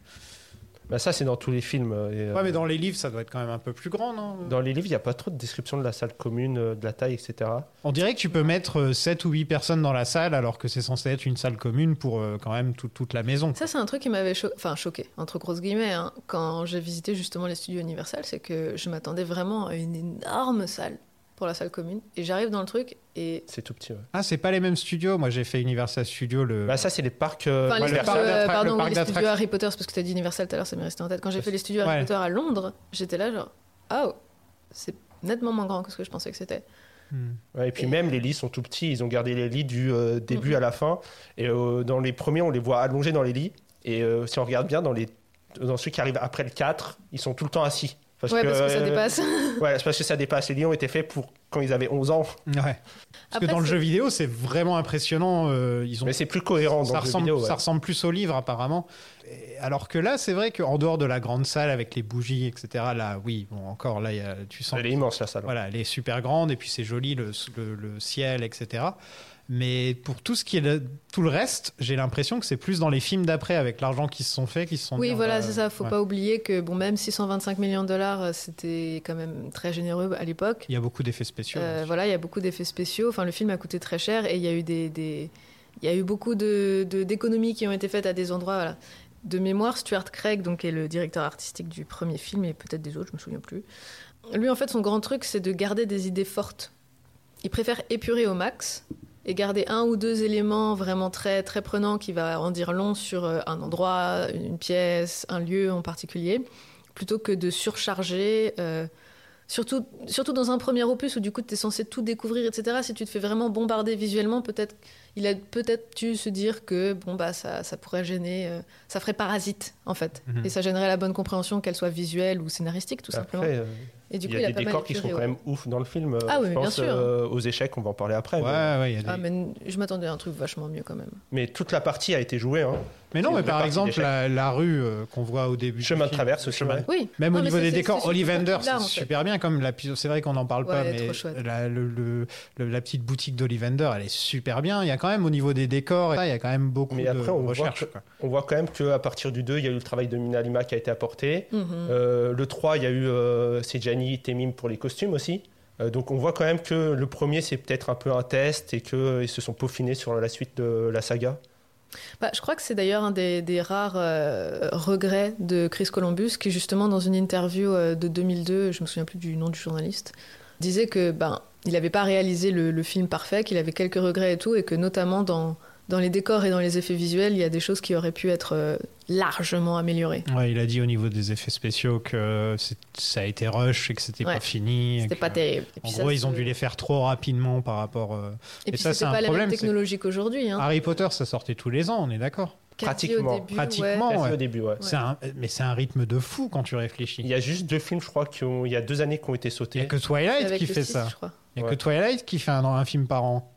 Bah, ça, c'est dans tous les films. euh, et, euh, Ouais mais dans les livres ça doit être quand même un peu plus grand non dans les livres, il n'y a pas trop de description de la salle commune, euh, de la taille, etc. On dirait que tu peux mettre 7 ou 8 personnes dans la salle alors que c'est censé être une salle commune pour euh, quand même tout- toute la maison. ça, c'est un truc qui m'avait cho- enfin, choqué, entre grosses guillemets, hein, quand j'ai visité justement les studios Universal, c'est que je m'attendais vraiment à une énorme salle pour la salle commune, et j'arrive dans le truc et C'est tout petit. ouais. Ah c'est pas les mêmes studios, moi j'ai fait Universal Studios le... Bah, ça, c'est les parcs. euh, Enfin, ouais, les le studios, parc d'attra- euh, le pardon, parc oui, les studios d'attraction. Harry Potter, c'est parce que tu as dit Universal tout à l'heure, ça m'est resté en tête. Quand j'ai fait les studios Ouais. Harry Potter à Londres, j'étais là genre, ah, oh, c'est nettement moins grand que ce que je pensais que c'était. Hmm. Ouais, et puis Et- même les lits sont tout petits, ils ont gardé les lits du euh, début Mhm. à la fin. Et euh, dans les premiers, on les voit allongés dans les lits. Et euh, si on regarde bien, dans, les, dans ceux qui arrivent après le 4, ils sont tout le temps assis. Parce ouais, parce que ça euh, dépasse. Ouais, c'est parce que ça dépasse. Les lits ont été faits pour quand ils avaient 11 ans. Ouais. Parce que Après, dans le c'est- jeu vidéo, c'est vraiment impressionnant. euh, ils ont... Mais c'est plus cohérent dans ça, le jeu ressemble, vidéo. ouais. ça ressemble plus au livre, apparemment. Et alors que là, c'est vrai qu'en dehors de la grande salle avec les bougies, etc., là, oui, bon, encore, là, il y a- tu sens. Elle est immense, la salle. Voilà, elle est super grande et puis c'est joli, le, le- le ciel, etc. Mais pour tout ce qui est le- tout le reste, j'ai l'impression que c'est plus dans les films d'après, avec l'argent qui se sont faits, qui se sont. dit, Oui, on voilà, va- c'est ça. Faut ouais. pas oublier que bon, même 625 millions de dollars, euh, c'était quand même très généreux à l'époque. Il y a beaucoup d'effets spéciaux. Euh, bien sûr. voilà, il y a beaucoup d'effets spéciaux. Enfin, le film a coûté très cher et il y a eu des, des- il y a eu beaucoup de de- d'économies qui ont été faites à des endroits. Voilà. De mémoire, Stuart Craig, donc qui est le directeur artistique du premier film et peut-être des autres, je me souviens plus. Lui, en fait, son grand truc, c'est de garder des idées fortes. Il préfère épurer au max et garder un ou deux éléments vraiment très très prenants qui va en dire long sur euh, un endroit, une pièce, un lieu en particulier, plutôt que de surcharger. euh, Surtout, surtout dans un premier opus où du coup tu es censé tout découvrir, etc. Si tu te fais vraiment bombarder visuellement, peut-être il a peut-être dû se dire que bon bah ça, ça pourrait gêner, euh, ça ferait parasite en fait, Mhm. Mm-hmm. et ça gênerait la bonne compréhension, qu'elle soit visuelle ou scénaristique tout simplement. Après, euh, Et du il coup, y a des pas mal décors qui sont épuré, quand ouais. même ouf dans le film. Ah je oui, mais bien pense, sûr. euh, aux échecs, on va en parler après. Ouais, ouais, il y a des- Ah, mais n- je m'attendais à un truc vachement mieux quand même. Mais toute la partie a été jouée. hein. Mais non, C'est mais une par partie exemple, d'échecs. la, la rue euh, qu'on voit au début. euh, Chemin de traverse aussi, ouais. Oui. Même Non, au mais niveau c'est- des c'est- décors, c'est Ollivander, spectaculaire, c'est en fait. super bien. Comme la, pi- c'est vrai qu'on n'en parle pas, Ouais, mais trop chouette. la, le- le- le- la petite boutique d'Ollivander, elle est super bien. Il y a quand même au niveau des décors, et ça, il y a quand même beaucoup Mais de après, on voit recherches. que- quoi. On voit quand même qu'à partir du 2, il y a eu le travail de Minalima qui a été apporté. Mhm. Euh, le 3, il y a eu euh, Sejani Temim pour les costumes aussi. Euh, donc on voit quand même que le premier, c'est peut-être un peu un test et qu'ils se sont peaufinés sur la suite de la saga. Bah, je crois que c'est d'ailleurs un des, des rares euh, regrets de Chris Columbus qui, justement, dans une interview euh, de 2002, je me souviens plus du nom du journaliste, disait que ben il n'avait pas réalisé le, le film parfait, qu'il avait quelques regrets et tout, et que notamment dans, dans les décors et dans les effets visuels, il y a des choses qui auraient pu être euh, largement améliorées. Ouais, il a dit au niveau des effets spéciaux que c'est- ça a été rush et que c'était Ouais. pas fini. et C'était que- pas terrible. Et En puis ça, gros, ils ont c'est- dû les faire trop rapidement par rapport. euh, Et, et puis ça, c'est c'était un pas la problème, même c'est- technologie qu'aujourd'hui. Hein. Harry Potter, ça sortait tous les ans, on est d'accord. Qu'a dit au pratiquement, début, ouais. pratiquement, Qu'a fait Ah ouais. au début, ouais. C'est un- mais c'est un rythme de fou quand tu réfléchis. Il y a juste deux films, je crois, qui ont- il y a deux années qui ont été Il n'y sautés. a que Twilight Avec qui le fait six, ça. je crois. Il n'y a Ouais. que Twilight qui fait un, un film par an.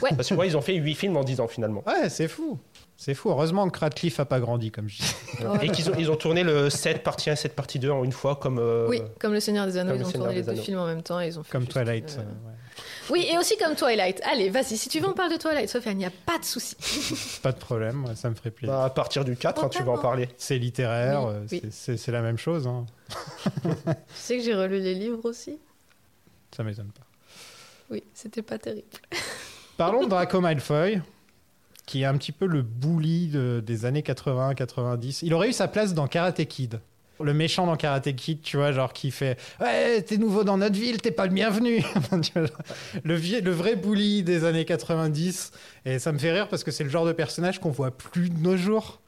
Parce que ouais, ils ont fait huit films en 10 ans finalement. Ouais, c'est fou. C'est fou. Heureusement que Radcliffe a pas grandi, comme je dis. Et qu'ils ont, ils ont tourné le 7 partie 1 7 partie 2 en une fois comme... euh, Oui, comme Le Seigneur des Anneaux, comme ils Le ont Seigneur tourné les des deux Anneaux. films en même temps et ils ont fait Comme juste, Twilight. euh, euh, ouais. Oui, et aussi comme Twilight. Allez, vas-y, si tu veux, on parle de Twilight, Sophia, il n'y a pas de souci. Pas de problème, ouais, ça me ferait plaisir. bah, à partir du 4, hein, tu vas en parler. C'est littéraire, Oui, euh, oui. c'est- c'est c'est la même chose. hein. tu sais que j'ai relu les livres aussi Ça m'étonne pas. Oui, c'était pas terrible. Parlons de Draco Malfoy, qui est un petit peu le bully de- des années 80-90. Il aurait eu sa place dans Karate Kid. Le méchant dans Karate Kid, tu vois, genre qui fait Ouais, t'es nouveau dans notre ville, t'es pas le bienvenu. Tu vois, genre, le, vie- le vrai bully des années 90. Et ça me fait rire parce que c'est le genre de personnage qu'on voit plus de nos jours.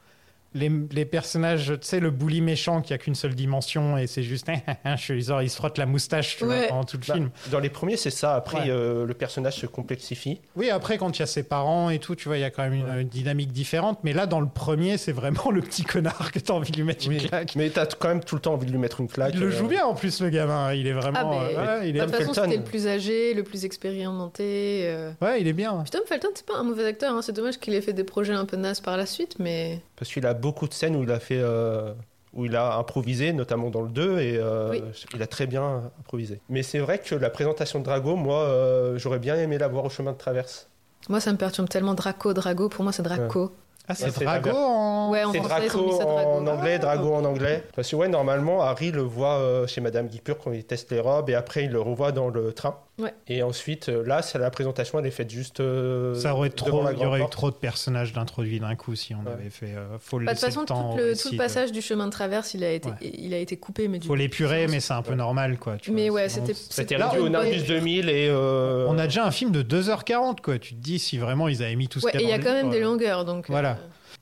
Les, les personnages, tu sais, le bully méchant qui a qu'une seule dimension et c'est juste, genre, il se frotte la moustache tu vois, Ouais. pendant tout le Bah, film. Dans les premiers, c'est ça. Après, Ouais. euh, le personnage se complexifie. Oui, après, quand il y a ses parents et tout, tu vois, il y a quand même une, une dynamique différente. Mais là, dans le premier, c'est vraiment le petit connard que t'as envie de lui mettre une claque. Mais t'as quand même tout le temps envie de lui mettre une claque. Il le euh, joue bien en plus, le gamin. Il est vraiment. Ah, mais- euh, ouais, il De est, toute façon, Felton. c'était le plus âgé, le plus expérimenté. euh. ouais, il est bien. Puis Tom Felton, c'est pas un mauvais acteur, hein, c'est dommage qu'il ait fait des projets un peu nazes par la suite, mais. Parce qu'il a beaucoup de scènes où il a fait. euh, où il a improvisé, notamment dans le 2, et euh, Oui. il a très bien improvisé. Mais c'est vrai que la présentation de Drago, moi, euh, j'aurais bien aimé la voir au chemin de traverse. Moi, ça me perturbe tellement Draco, Drago, pour moi, c'est Draco. Ah, c'est Ouais, c'est Drago hein. en. Ouais, en C'est français, ils ont mis Draco ça Drago. en anglais, Drago en anglais. Parce que, ouais, normalement, Harry le voit euh, chez Madame Guipure quand il teste les robes, et après, il le revoit dans le train. Ouais. Et ensuite, euh, là, c'est la présentation, elle est faite juste. euh, Ça aurait devant trop, la il y grande aurait eu porte. trop de personnages d'introduits d'un coup si on Ouais. avait fait. euh, faut le Bah, de laisser toute façon, le tout temps. au le, récit tout de- le passage du chemin de traverse, il a été, Ouais. il a été coupé, mais du Faut l'épurer, mais c'est un peu Ouais. normal, quoi. tu Mais vois, ouais, sinon, c'était. C'était Là, réduit on au Nardus 2000 et. euh, On a déjà un film de 2h40, quoi. Tu te dis si vraiment ils avaient mis tout Ouais, ce et qu'il il y y a a dans quand le même livre, des euh, longueurs, donc. euh, Voilà.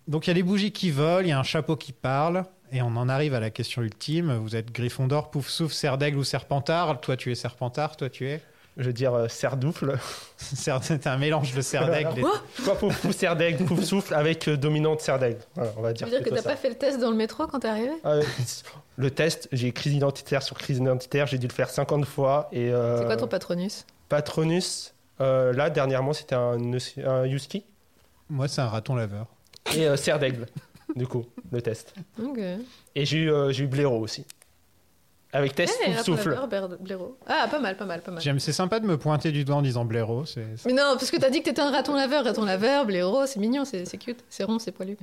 Donc il y a des bougies qui volent, il y a un chapeau qui parle, et on en arrive à la question ultime. Vous êtes Gryffondor, Poufsouffle, Serdaigle ou Serpentard Toi tu es Serpentard, toi tu es je veux dire, euh, serdoufle. Ser- C'est un mélange de Serdaigle. et- Quoi, pouf, pouf, serdaigle, pouf, souffle, avec euh, dominante serdaigle. Voilà, on va Tu dire. veux dire que plutôt t'as ça. pas fait le test dans le métro quand t'es arrivé Ah, euh, le test, j'ai crise identitaire sur crise identitaire, j'ai dû le faire 50 fois. Et, euh, C'est quoi ton patronus Patronus, euh, là, dernièrement, c'était un, Eus- un Yuski. Moi c'est un raton laveur. Et euh, serdaigle, du coup, le test. Ok. Et j'ai eu, euh, j'ai eu Blaireau aussi. Avec test, Eh, pouf, Rap souffle. Lover, Ber- Blaireau. Ah, pas mal, pas mal, pas mal. J'aime, c'est sympa de me pointer du doigt en disant blaireau. c'est- c'est- Mais non, parce que t'as dit que t'étais un raton laveur, raton laveur, blaireau, c'est mignon, c'est c'est cute, c'est rond, c'est poilu.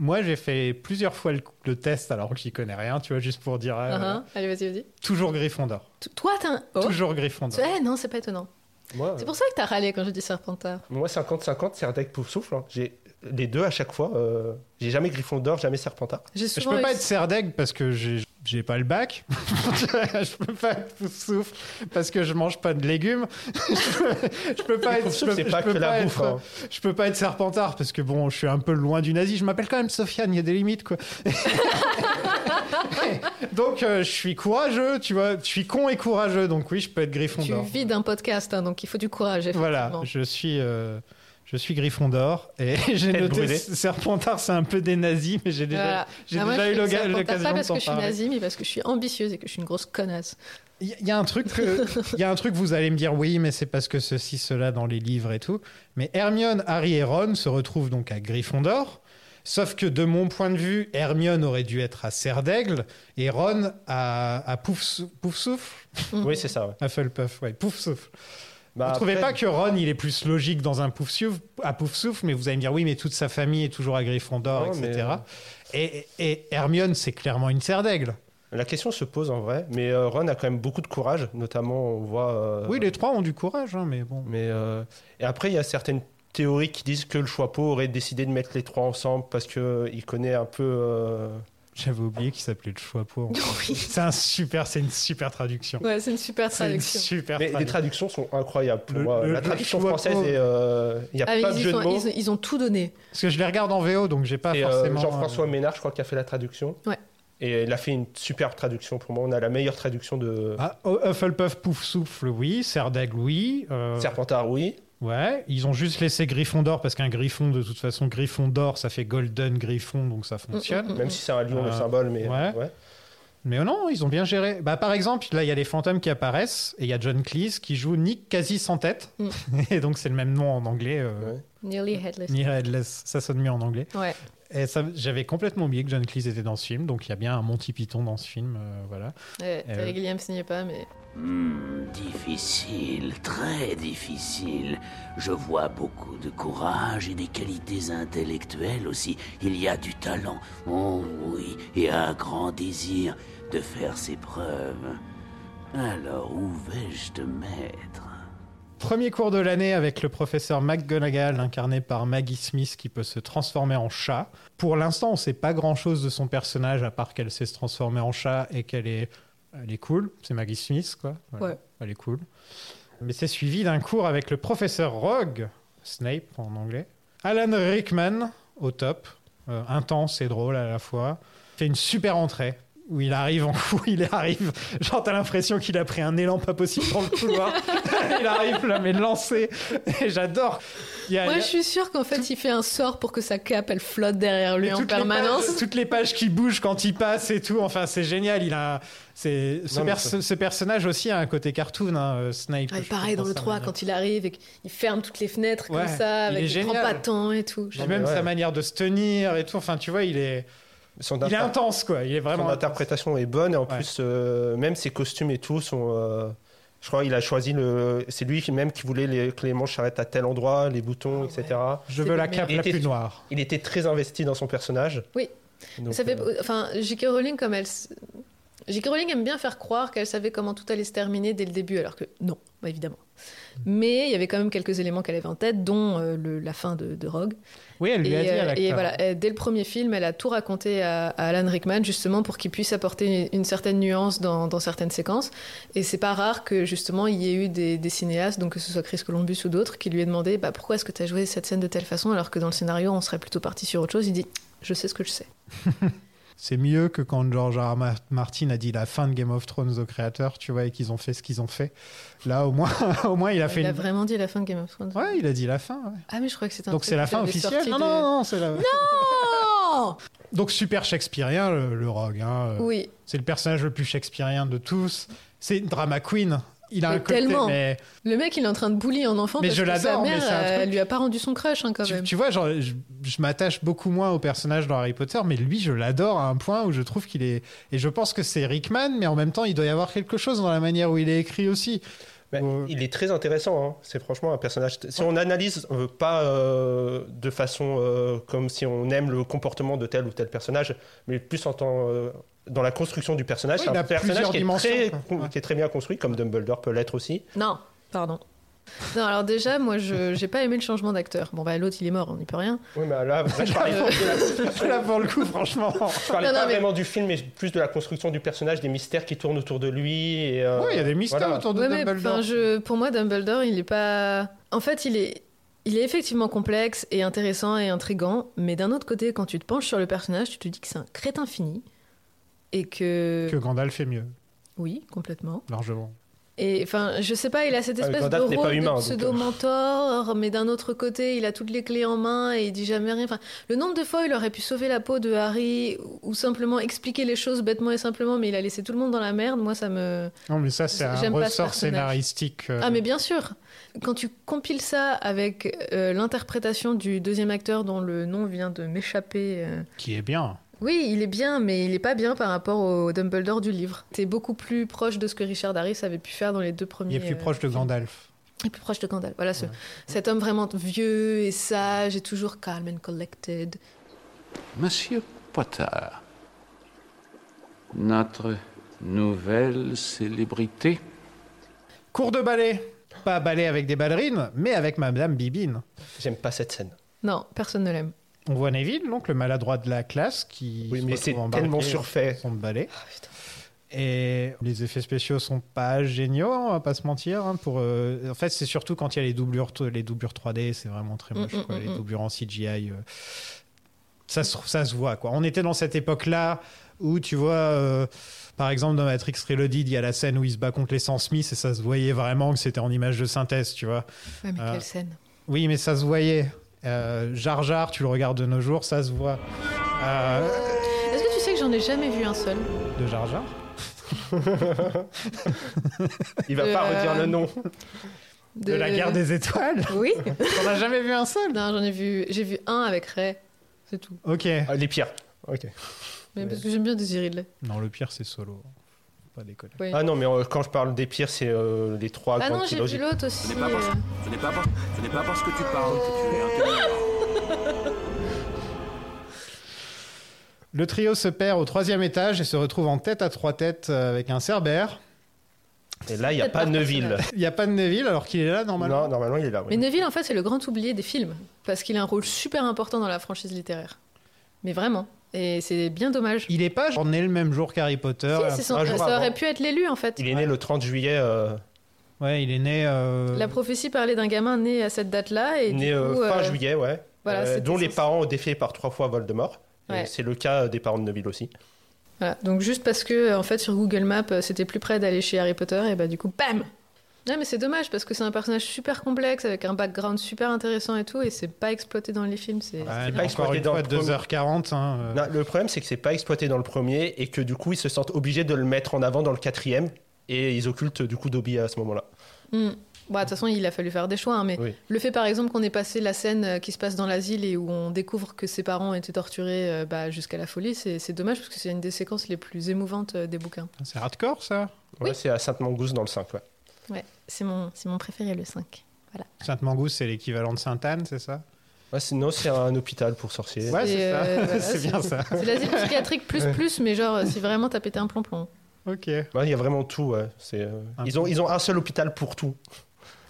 Moi j'ai fait plusieurs fois le, le test alors que j'y connais rien, tu vois, juste pour dire euh, Ah, ah. Allez, vas-y, vas-y. toujours Gryffondor. T- Toi, t'as un. Oh Toujours Gryffondor. Eh, non, c'est pas étonnant. Moi, C'est pour ça que t'as râlé quand je dis serpentard. euh, moi 50-50, serdaigle, pouf, souffle. hein. J'ai les deux à chaque fois. euh, j'ai jamais Gryffondor, jamais Serpentard. J'ai Je souvent peux pas eu- être Serdaigle parce que j'ai j'ai pas le bac. je peux pas être Poufsouffle parce que je mange pas de légumes. je, peux, je peux pas être. je Pouf, souffle, peux- c'est je pas peux que la être- bouffe. hein. Je peux pas être Serpentard parce que bon, je suis un peu loin du nazi. Je m'appelle quand même Sofiane, il y a des limites quoi. donc euh, je suis courageux, tu vois. Je suis con et courageux, donc oui, je peux être Tu Gryffondor. vis d'un podcast, hein, donc il faut du courage, Voilà, effectivement. je suis. euh, Je suis Gryffondor et j'ai Tête noté brûlée. Serpentard, c'est un peu des nazis, mais j'ai déjà, Voilà. j'ai Ah, moi, déjà je eu suis l'oga- serpentard, l'occasion Pas de parce t'en que je suis parler. nazie, mais parce que je suis ambitieuse et que je suis une grosse connasse. Il y, y a un truc que y a un truc vous allez me dire oui mais c'est parce que ceci cela dans les livres et tout mais Hermione Harry et Ron se retrouvent donc à Gryffondor sauf que de mon point de vue Hermione aurait dû être à Serre d'Aigle et Ron à, à Pouf, Pouf Souffle oui c'est ça ouais. Bah, à Hufflepuff ouais Pouf Souffle vous ne trouvez pas que Ron, il est plus logique dans un pouf souffle, à pouf souffle, mais vous allez me dire oui, mais toute sa famille est toujours à Gryffondor, Non, mais, etc. euh, Et, et Hermione, c'est clairement une serre d'aigle. La question se pose en vrai, mais euh, Ron a quand même beaucoup de courage, notamment on voit. euh, Oui, les trois ont du courage, hein, mais bon. Mais euh, et après, il y a certaines théories qui disent que le Choixpeau aurait décidé de mettre les trois ensemble parce que euh, il connaît un peu. euh, J'avais oublié qu'il s'appelait le choix pour. C'est un super, c'est une super traduction. Ouais, c'est une super C'est une traduction. super Mais les traduction. traductions sont incroyables. pour Le- moi. le- la le traduction Choixpeau. française, est, euh, il n'y a Ah, mais pas de ils, y jeu de font- mots. ils ont- ils ont tout donné. Parce que je les regarde en VO, donc j'ai pas Et, euh, forcément. Jean-François Ménard, je crois, qui a fait la traduction. Ouais. Et il a fait une superbe traduction pour moi. On a la meilleure traduction de Ah, oh, Hufflepuff, Pouf Souffle, oui. Serre d'aigle, oui. Euh, Serpentard, oui. Ouais, ils ont juste laissé Griffon d'or parce qu'un Griffon, de toute façon, Griffon d'or, ça fait Golden Griffon, donc ça fonctionne. Mm, Même si c'est un lion, le Euh, symbole, mais. ouais. ouais. Mais non, ils ont bien géré. Bah, par exemple, là, il y a les fantômes qui apparaissent et il y a John Cleese qui joue Nick quasi sans tête. Mm. et donc, c'est le même nom en anglais. euh, Ouais. Nearly headless. Near Headless. Ça sonne mieux en anglais. Ouais. Et ça, j'avais complètement oublié que John Cleese était dans ce film, donc il y a bien un Monty Python dans ce film. euh, voilà. Ouais, Euh, Terry Gilliam signait pas, mais. Hmm, difficile, très difficile. Je vois beaucoup de courage et des qualités intellectuelles aussi. Il y a du talent, oh oui, et un grand désir de faire ses preuves. Alors, où vais-je te mettre Premier cours de l'année avec le professeur McGonagall, incarné par Maggie Smith, qui peut se transformer en chat. Pour l'instant, on ne sait pas grand-chose de son personnage, à part qu'elle sait se transformer en chat et qu'elle est... Elle est cool. C'est Maggie Smith, quoi. Voilà. Ouais. Elle est cool. Mais c'est suivi d'un cours avec le professeur Rogue, Snape en anglais. Alan Rickman, au top. Euh, intense et drôle à la fois. Fait une super entrée. Où il arrive en coup, il arrive. Genre, t'as l'impression qu'il a pris un élan pas possible dans le couloir. il arrive là, mais lancé. Et j'adore. Il y a- il Moi, y a- je suis sûre qu'en fait, il fait un sort pour que sa cape, elle flotte derrière lui et en toutes les pages- euh, permanence. toutes les pages qui bougent quand il passe et tout. Enfin, c'est génial. Il a, c'est, ce, Non, mais pers- ça- ce personnage aussi a un côté cartoon, hein, euh, Snape. Ouais, je trouve, pareil dans le sa 3, manière. quand il arrive et qu'il ferme toutes les fenêtres Ouais, comme ça, il est avec il, prend génial. pas de temps et tout. Puis Non, Ah, mais même ouais. sa manière de se tenir et tout. Enfin, tu vois, il est, Son il est interpré- intense, quoi. Il est vraiment. Son interprétation est bonne et en Ouais. plus, euh, même ses costumes et tout sont. euh, je crois qu'il a choisi le. C'est lui qui- même qui voulait les- que les manches s'arrêtent à tel endroit, les boutons, etc. Je Ah C'est veux la le cape meilleur. la Il était- plus noire. Il était très investi dans son personnage. Oui. Donc, ça fait, euh, enfin, J.K. Rowling, comme elle. s- J.K. Rowling aime bien faire croire qu'elle savait comment tout allait se terminer dès le début, alors que non, bah, évidemment. Mm. Mais il y avait quand même quelques éléments qu'elle avait en tête, dont euh, le- la fin de, de Rogue. Oui, elle lui Et, a dit. à euh, la et cape. voilà, euh, dès le premier film, elle a tout raconté à, à Alan Rickman, justement, pour qu'il puisse apporter une, une certaine nuance dans, dans certaines séquences. Et c'est pas rare que, justement, il y ait eu des, des cinéastes, donc que ce soit Chris Columbus ou d'autres, qui lui aient demandé bah, pourquoi est-ce que tu as joué cette scène de telle façon, alors que dans le scénario, on serait plutôt parti sur autre chose. Il dit je sais ce que je sais. C'est mieux que quand George R. R. Ma- Martin a dit la fin de Game of Thrones au créateur, tu vois, et qu'ils ont fait ce qu'ils ont fait. Là, au moins, au moins, il a fait Il a une. vraiment dit la fin de Game of Thrones. Ouais, il a dit la fin. ouais. Ah, mais je crois que c'était un Donc truc c'est la qu'il fin avait officielle. sorti Non, de- non, non, c'est la. Oh Donc super shakespearien le, le Rogue. hein. Euh, Oui, C'est le personnage le plus shakespearien de tous. C'est une drama queen. Il a Mais un côté, tellement. mais le mec il est en train de bully un enfant Mais parce je que sa l'adore, mais mère c'est un euh, truc- lui a pas rendu son crush hein, quand tu, même. tu vois, genre, je, je m'attache beaucoup moins au personnage dans Harry Potter, mais lui, je l'adore à un point où je trouve qu'il est. Et je pense que c'est Rickman, mais en même temps, il doit y avoir quelque chose dans la manière où il est écrit aussi. ben, Ouais. Il est très intéressant. hein. C'est franchement un personnage. Si on analyse euh, pas euh, de façon euh, comme si on aime le comportement de tel ou tel personnage, mais plus en tant. euh, dans la construction du personnage, Oui, c'est il un a personnage plusieurs qui est, dimensions, très, quoi. con- Ouais. qui est très bien construit, comme Dumbledore peut l'être aussi. Non, pardon. Non, alors déjà, moi, je j'ai pas aimé le changement d'acteur. Bon, bah, l'autre, il est mort, on n'y peut rien. Oui, mais là, là, je parlais, Là, pour le coup, franchement. je parlais Non, non, pas mais- vraiment du film, mais plus de la construction du personnage, des mystères qui tournent autour de lui. Et, euh, Ouais, il y a des mystères voilà. autour de Ouais, mais, Dumbledore. enfin, je, pour moi, Dumbledore, il est pas. En fait, il est, il est effectivement complexe et intéressant et intrigant, mais d'un autre côté, quand tu te penches sur le personnage, tu te dis que c'est un crétin fini. Et que. Que Gandalf est mieux, Oui, complètement. largement. Et enfin, je sais pas, il a cette Ah, le espèce de Gandalf n'est pas rôle humain, de donc, euh. pseudo-mentor, mais d'un autre côté, il a toutes les clés en main et il dit jamais rien. Enfin, le nombre de fois où il aurait pu sauver la peau de Harry ou simplement expliquer les choses bêtement et simplement, mais il a laissé tout le monde dans la merde, moi ça me... Non, mais ça, c'est un J'aime pas ce ressort personnage. scénaristique. euh, Ah mais bien sûr Quand tu compiles ça avec euh, l'interprétation du deuxième acteur dont le nom vient de m'échapper... euh, Qui est bien. Oui, il est bien, mais il est pas bien par rapport au Dumbledore du livre. T'es beaucoup plus proche de ce que Richard Harris avait pu faire dans les deux premiers... Il est plus euh, proche de Gandalf. et plus proche de Gandalf. Voilà, ce- cet homme vraiment vieux et sage et toujours calm and collected. Monsieur Potter, notre nouvelle célébrité. Cours de ballet Pas ballet avec des ballerines, mais avec Madame Bibine. J'aime pas cette scène. Non, personne ne l'aime. On voit Neville, donc le maladroit de la classe, qui. Oui, se mais retrouve c'est embarqué tellement dans surfait. Ah, Son balai. Et les effets spéciaux sont pas géniaux, on va pas se mentir. hein, pour, euh, En fait, c'est surtout quand il y a les doublures, t- les doublures 3D, c'est vraiment très Mm, moche. mm, quoi, mm, les mm. doublures en CGI, euh, ça, se, ça se voit. Quoi. On était dans cette époque-là où, tu vois, euh, par exemple, dans Matrix Reloaded, il y a la scène où il se bat contre les sans Smith et ça se voyait vraiment que c'était en image de synthèse, tu vois. Ouais, Ah, mais Ah. Euh, quelle scène. oui, mais ça se voyait. Euh, Jar Jar, tu le regardes de nos jours, ça se voit. Euh, Est-ce que tu sais que j'en ai jamais vu un seul de Jar Jar Il va De, pas redire euh, le nom. De, la guerre des étoiles Oui. On n'a jamais vu un seul Non, j'en ai vu, j'ai vu un avec Ray, c'est tout. Ok. Ah, les pires. Ok. Mais Ouais. parce que j'aime bien Désiré Ridley. Non, le pire, c'est solo. Faut Pas déconner. Oui. Ah non, mais euh, quand je parle des pires, c'est euh, les trois Ah grandes non, j'ai trilogies. vu l'autre aussi. n'est pas parce- euh, Ce n'est pas, par- ce n'est pas parce que tu parles que tu es intelligent. Le trio se perd au troisième étage et se retrouve en tête à trois têtes euh, avec un Cerbère. Et là, il n'y a pas Neville. Il n'y a pas de Neville alors qu'il est là normalement. Non, normalement, il est là. Mais Neville, en fait, c'est le grand oublié des films parce qu'il a un rôle super important dans la franchise littéraire. Mais vraiment. Et c'est bien dommage. Il est pas genre né le même jour qu'Harry Potter. Si, c'est son- ça aurait pu être l'élu en fait. Il est né le 30 juillet. euh, Ouais, il est né. euh, La prophétie parlait d'un gamin né à cette date-là et né du euh, coup, fin euh, juillet, ouais. voilà, Euh, c'était dont les parents ont défait par trois fois Voldemort. Et Ouais. C'est le cas euh, des parents de Neville aussi. voilà. Donc juste parce que en fait sur Google Maps euh, c'était plus près d'aller chez Harry Potter et bah du coup bam. Non mais c'est dommage parce que c'est un personnage super complexe avec un background super intéressant et tout et c'est pas exploité dans les films. C'est Ah, C'est non, encore une fois, 2h40. hein, euh, Non, le problème, c'est que c'est pas exploité dans le premier et que du coup, ils se sentent obligés de le mettre en avant dans le quatrième et ils occultent du coup Dobby à ce moment-là. Hmm. Bon, de toute façon, il a fallu faire des choix, hein, mais Oui. le fait par exemple qu'on ait passé la scène euh, qui se passe dans l'asile et où on découvre que ses parents ont été torturés euh, bah, jusqu'à la folie, c'est c'est dommage parce que c'est une des séquences les plus émouvantes euh, des bouquins. C'est hardcore ça Ouais, c'est à Sainte-Mangousse dans le 5, ouais. Ouais, c'est mon, c'est mon préféré, le 5. Voilà. Sainte-Mangousse, c'est l'équivalent de Sainte-Anne, c'est ça Ouais, sinon, c'est un hôpital pour sorciers. Ouais, c'est ça. euh, voilà, c'est bien ça. Ah. C'est l'asile psychiatrique plus plus, mais genre euh, si vraiment t'as pété un plomb-plomb. Ok. Ouais, il y a vraiment tout, ouais. C'est, euh, Ils, ont, ils ont un seul hôpital pour tout.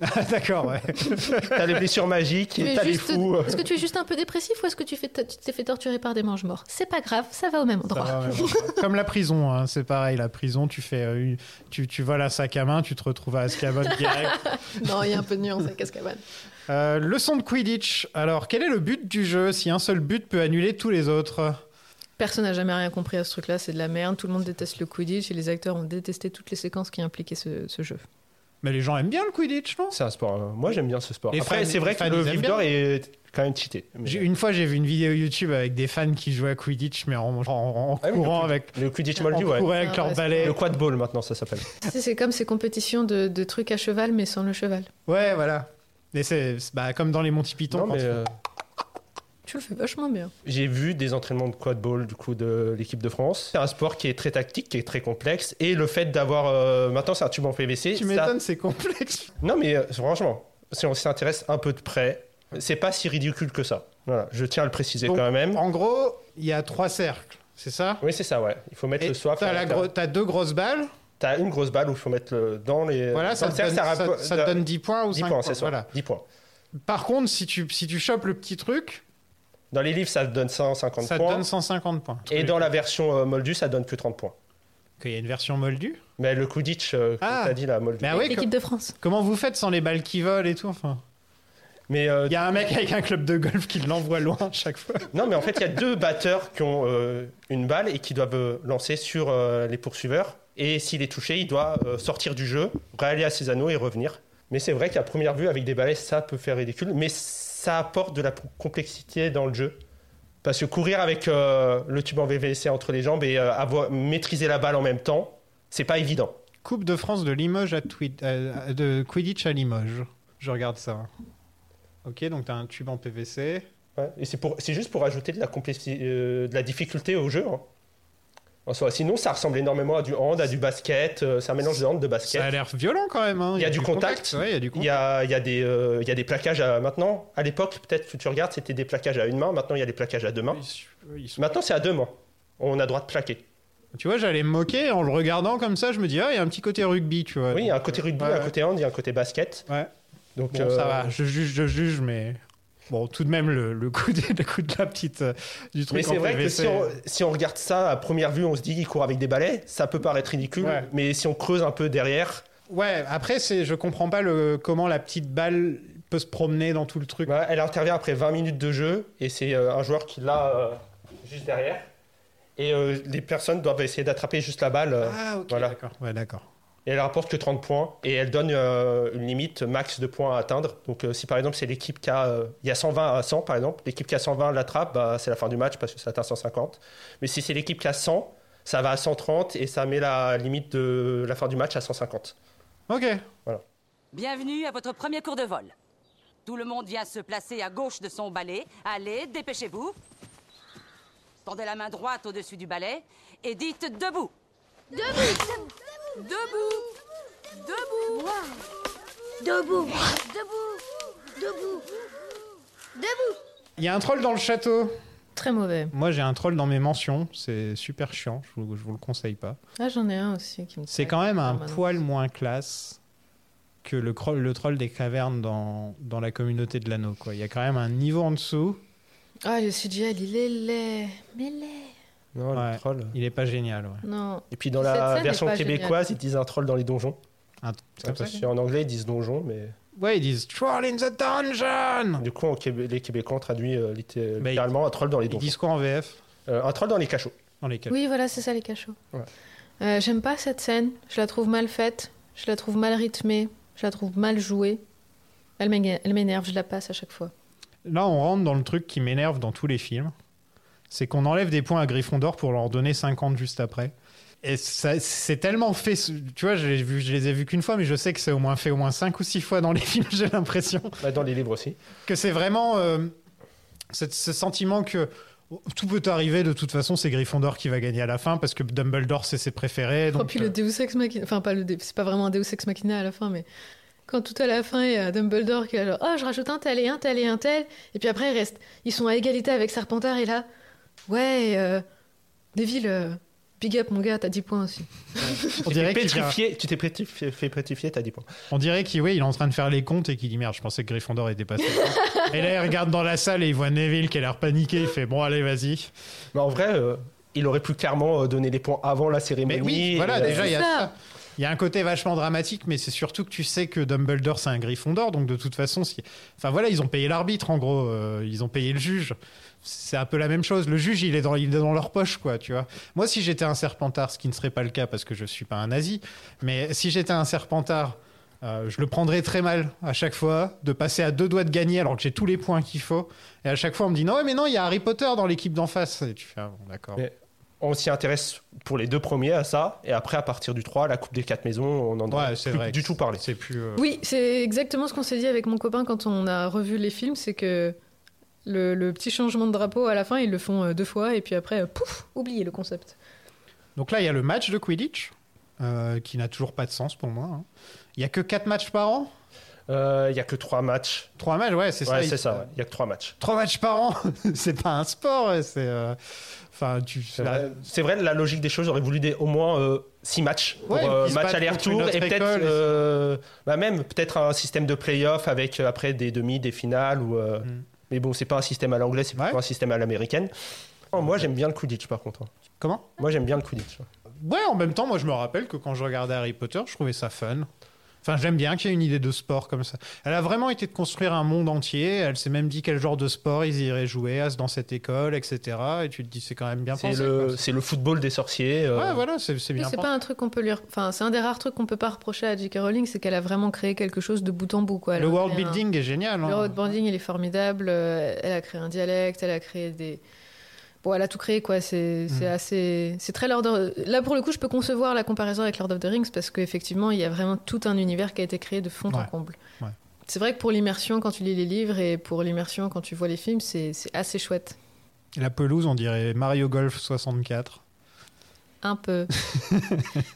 Ah, D'accord, ouais. t'as les blessures magiques, Tu es et t'as les juste- fous. euh. Est-ce que tu es juste un peu dépressif ou est-ce que tu fais- tu t'es fait torturer par des manches morts C'est pas grave, ça va au même endroit. Ah ouais, ouais. Comme la prison, hein, c'est pareil. La prison, tu fais, euh, une- tu, tu voles un sac à main, tu te retrouves à Azkaban direct. non, il y a un peu de nuance à Cascabane. Euh, leçon de Quidditch. Alors, quel est le but du jeu Si un seul but peut annuler tous les autres Personne n'a jamais rien compris à ce truc-là, c'est de la merde. Tout le monde déteste le Quidditch et les acteurs ont détesté toutes les séquences qui impliquaient ce, ce jeu. Mais les gens aiment bien le Quidditch, non C'est un sport. euh, Moi, j'aime bien ce sport. Les Après, fans- c'est vrai que les fans, le ils aiment vif bien. d'or est quand même cheaté. Mais- J'ai- Une fois, j'ai vu une vidéo YouTube avec des fans qui jouaient à Quidditch, mais en, en- en Ah oui, courant le, avec. Le Quidditch en Moldu, ouais. courant avec Ah, leur ouais, c'est balai. Le quad ball, maintenant, ça s'appelle. Tu sais, c'est comme ces compétitions de, de trucs à cheval mais sans le cheval. Ouais, voilà. Et c'est c'est- bah, comme dans les Monty Python. Non, quand mais, tu- euh, Tu le fais vachement bien. J'ai vu des entraînements de quad ball du coup de l'équipe de France. C'est un sport qui est très tactique, qui est très complexe, et le fait d'avoir euh, maintenant c'est un tube en PVC. Tu ça- m'étonnes, c'est complexe. Non mais euh, franchement, si on s'intéresse un peu de près, c'est pas si ridicule que ça. Voilà, je tiens à le préciser Donc, quand même. En gros, il y a trois cercles, c'est ça Oui c'est ça, ouais. Il faut mettre Et le soif. t'as à la l'intérieur. gro- T'as deux grosses balles. T'as une grosse balle où il faut mettre le... dans les. Voilà, dans ça le te cercle, donne- rappo- ça- ça te donne 10 points ou 10 cinq points, points, c'est ça. voilà. 10 points. Par contre, si tu, si tu chopes le petit truc, Dans les livres, ça te donne 150 ça te points. donne 150 points. Et dans la version euh, Moldu, ça donne que 30 points. Qu'il y a une version moldue Mais le Quidditch, euh, comme Ah. t'as dit là, Moldu. Mais ah ouais, L'équipe de France. co- comment vous faites sans les balles qui volent et tout enfin Mais euh, Il y a un mec avec un club de golf qui l'envoie loin à chaque fois. Non, mais en fait, il y a deux batteurs qui ont euh, une balle et qui doivent euh, lancer sur euh, les poursuiveurs. Et s'il est touché, il doit euh, sortir du jeu, aller à ses anneaux et revenir. Mais c'est vrai qu'à première vue, avec des balais, ça peut faire ridicule, mais ça apporte de la p- complexité dans le jeu. Parce que courir avec euh, le tube en VVC entre les jambes et euh, avoir, maîtriser la balle en même temps, c'est pas évident. Coupe de France de Limoges à Twi- euh, de Quidditch à Limoges. Je regarde ça. Ok, donc t'as un tube en PVC. Ouais, Et c'est, pour, c'est juste pour ajouter de la, complexi- euh, de la difficulté au jeu. hein. En soi. Sinon, ça ressemble énormément à du hand, à du basket. euh, c'est un mélange de hand, de basket. Ça a l'air violent quand même. hein. Il y a du contact. ouais, il y a du Il y a, il y a des, euh, il y a des plaquages à, maintenant. À l'époque, peut-être que tu regardes, c'était des plaquages à une main. Maintenant, il y a des plaquages à deux mains. Maintenant, c'est à deux mains. On a droit de plaquer. Tu vois, j'allais me moquer en le regardant comme ça. Je me dis, ah, il y a un petit côté rugby, tu vois. Oui, il y a un côté rugby, Ouais, un ouais. côté euh, hand, il y a un côté basket. Ouais. Donc, Bon, ça va, je juge, je juge, mais bon, tout de même, le, le coup, de, le coup de la petite. euh, du truc Mais c'est en vrai que PVC. si on, si on regarde ça à première vue, on se dit qu'il court avec des balais. Ça peut paraître ridicule, Ouais. mais si on creuse un peu derrière, Ouais, après, c'est, je comprends pas le, comment la petite balle peut se promener dans tout le truc. Ouais, Bah, elle intervient après 20 minutes de jeu et c'est euh, un joueur qui l'a euh, juste derrière. Et euh, les personnes doivent essayer d'attraper juste la balle. euh, Ah, ok, voilà. d'accord. Ouais, d'accord. Et elle rapporte que 30 points et elle donne euh, une limite max de points à atteindre. Donc euh, si par exemple c'est l'équipe qui a, euh, il y a 120 à 100 par exemple, l'équipe qui a 120 l'attrape, bah, c'est la fin du match parce que ça atteint 150. Mais si c'est l'équipe qui a 100, ça va à 130 et ça met la limite de la fin du match à 150. Ok. Voilà. Bienvenue à votre premier cours de vol. Tout le monde vient se placer à gauche de son balai. Allez, dépêchez-vous. Tendez la main droite au-dessus du balai et dites debout. Debout Debout Debout Debout Debout Debout Debout Il y a un troll dans le château. Très mauvais. Moi, j'ai un troll dans mes mentions. C'est super chiant. Je vous, je vous le conseille pas. Ah, j'en ai un aussi qui me C'est traque quand même un permanent. poil moins classe que le, cro- le troll des cavernes dans, dans la communauté de l'anneau. quoi. Il y a quand même un niveau en dessous. Ah, le CGI, il est laid. Mais laid. Non, le troll. Il est pas génial. ouais. Non. Et puis dans Cette scène la n'est version pas québécoise, géniale. ils disent un troll dans les donjons. Un, comme ça, Parce qu'en anglais, ils disent donjon, mais. Ouais, ils disent troll in the dungeon. Du coup, en Québé- les Québécois ont traduit euh, litté- littéralement un troll dans les donjons. Ils disent quoi en VF Un troll dans les cachots. Dans les cachots. Oui, voilà, c'est ça les cachots. Ouais. Euh, J'aime pas cette scène. Je la trouve mal faite. Je la trouve mal rythmée. Je la trouve mal jouée. Elle m'énerve, elle m'énerve, je la passe à chaque fois. Là, on rentre dans le truc qui m'énerve dans tous les films. C'est qu'on enlève des points à Gryffondor pour leur donner 50 juste après. Et ça, c'est tellement fait. Tu vois, je, l'ai vu- je les ai vus qu'une fois, mais je sais que c'est au moins fait au moins 5 ou 6 fois dans les films, j'ai l'impression. dans les livres aussi. Que c'est vraiment euh, cette- ce sentiment que tout peut arriver, de toute façon, c'est Gryffondor qui va gagner à la fin parce que Dumbledore, c'est ses préférés. Oh, Donc, euh, puis le Deus Ex Machina. Enfin, pas le Deus- c'est pas vraiment un Deus Ex Machina à la fin, mais quand tout à la fin, il y a Dumbledore qui est là, genre, oh, je rajoute un tel et un tel et un tel. Et puis après, ils restent. Ils sont à égalité avec Serpentard et là, ouais, euh, Neville, euh, big up mon gars, t'as 10 points aussi. On Tu dirait t'es qu'il y a- pétrifié, tu t'es pétrifié, fait pétrifier, t'as dit points. On dirait qu'il oui, il est en train de faire les comptes et qu'il dit merde, je pensais que Gryffondor était passé. et là, il regarde dans la salle et il voit Neville qui a l'air paniqué. Il fait bon, allez, vas-y. Mais en vrai, euh, il aurait pu clairement euh, donner des points avant la cérémonie. Mais oui, voilà, Et, euh, déjà, il y a ça. Il y a un côté vachement dramatique, mais c'est surtout que tu sais que Dumbledore, c'est un Gryffondor, donc de toute façon, si... enfin voilà, ils ont payé l'arbitre, en gros, euh, ils ont payé le juge. C'est un peu la même chose. Le juge, il est dans, il est dans leur poche, quoi, tu vois. Moi, si j'étais un Serpentard, ce qui ne serait pas le cas parce que je suis pas un nazi, mais si j'étais un Serpentard, euh, je le prendrais très mal à chaque fois de passer à deux doigts de gagner alors que j'ai tous les points qu'il faut. Et à chaque fois, on me dit non, ouais, mais non, il y a Harry Potter dans l'équipe d'en face. Et tu fais ah, bon, d'accord. mais on s'y intéresse pour les deux premiers à ça, et après, à partir du 3, la Coupe des 4 maisons, on n'en a plus du tout parlé. C'est plus. euh, Oui, c'est exactement ce qu'on s'est dit avec mon copain quand on a revu les films, c'est que le, le petit changement de drapeau à la fin, ils le font euh, deux fois et puis après, euh, pouf, oubliez le concept. Donc là, il y a le match de Quidditch, euh, qui n'a toujours pas de sens pour moi. hein. Il y a que 4 matchs par an Euh, Il y a que 3 matchs. 3 matchs, ouais, c'est ça. Ouais, il- c'est ça, ouais. il y a que 3 matchs. 3 matchs par an C'est pas un sport, ouais, c'est. euh, Enfin, tu. C'est vrai- C'est vrai, la logique des choses j'aurais voulu des, au moins 6 matchs. Pour, Ouais, euh, qu'ils se battent match contre aller-retour une autre et peut-être école, et- euh, bah même peut-être un système de play-off avec euh, après des demi, des finales. Ou, euh, Mm. Mais bon, c'est pas un système à l'anglais, c'est plutôt un système à l'américaine. Oh, moi, j'aime bien le Quidditch par contre. Comment Moi, j'aime bien le Quidditch. Ouais, en même temps, moi, je me rappelle que quand je regardais Harry Potter, je trouvais ça fun. Enfin, j'aime bien qu'il y ait une idée de sport comme ça. Elle a vraiment été de construire un monde entier. Elle s'est même dit quel genre de sport ils iraient jouer à- dans cette école, etc. Et tu te dis, c'est quand même bien C'est pensé. le, quoi. c'est le football des sorciers. euh, Ouais, voilà, c'est c'est Oui, bien c'est pensé. pas un truc qu'on peut lui. re- Enfin, c'est un des rares trucs qu'on peut pas reprocher à J.K. Rowling, c'est qu'elle a vraiment créé quelque chose de bout en bout. Quoi. Elle Le a world créé un- hein, building est génial. hein. euh, Le world building, il est formidable. euh, Elle a créé un dialecte, elle a créé des. Bon, elle a tout créé, quoi. C'est c'est Mm. assez. C'est très Lord of- Là, pour le coup, je peux concevoir la comparaison avec Lord of the Rings parce qu'effectivement, il y a vraiment tout un univers qui a été créé de fond en Ouais. comble. Ouais. C'est vrai que pour l'immersion, quand tu lis les livres et pour l'immersion, quand tu vois les films, c'est c'est assez chouette. La pelouse, on dirait Mario Golf 64. Un peu.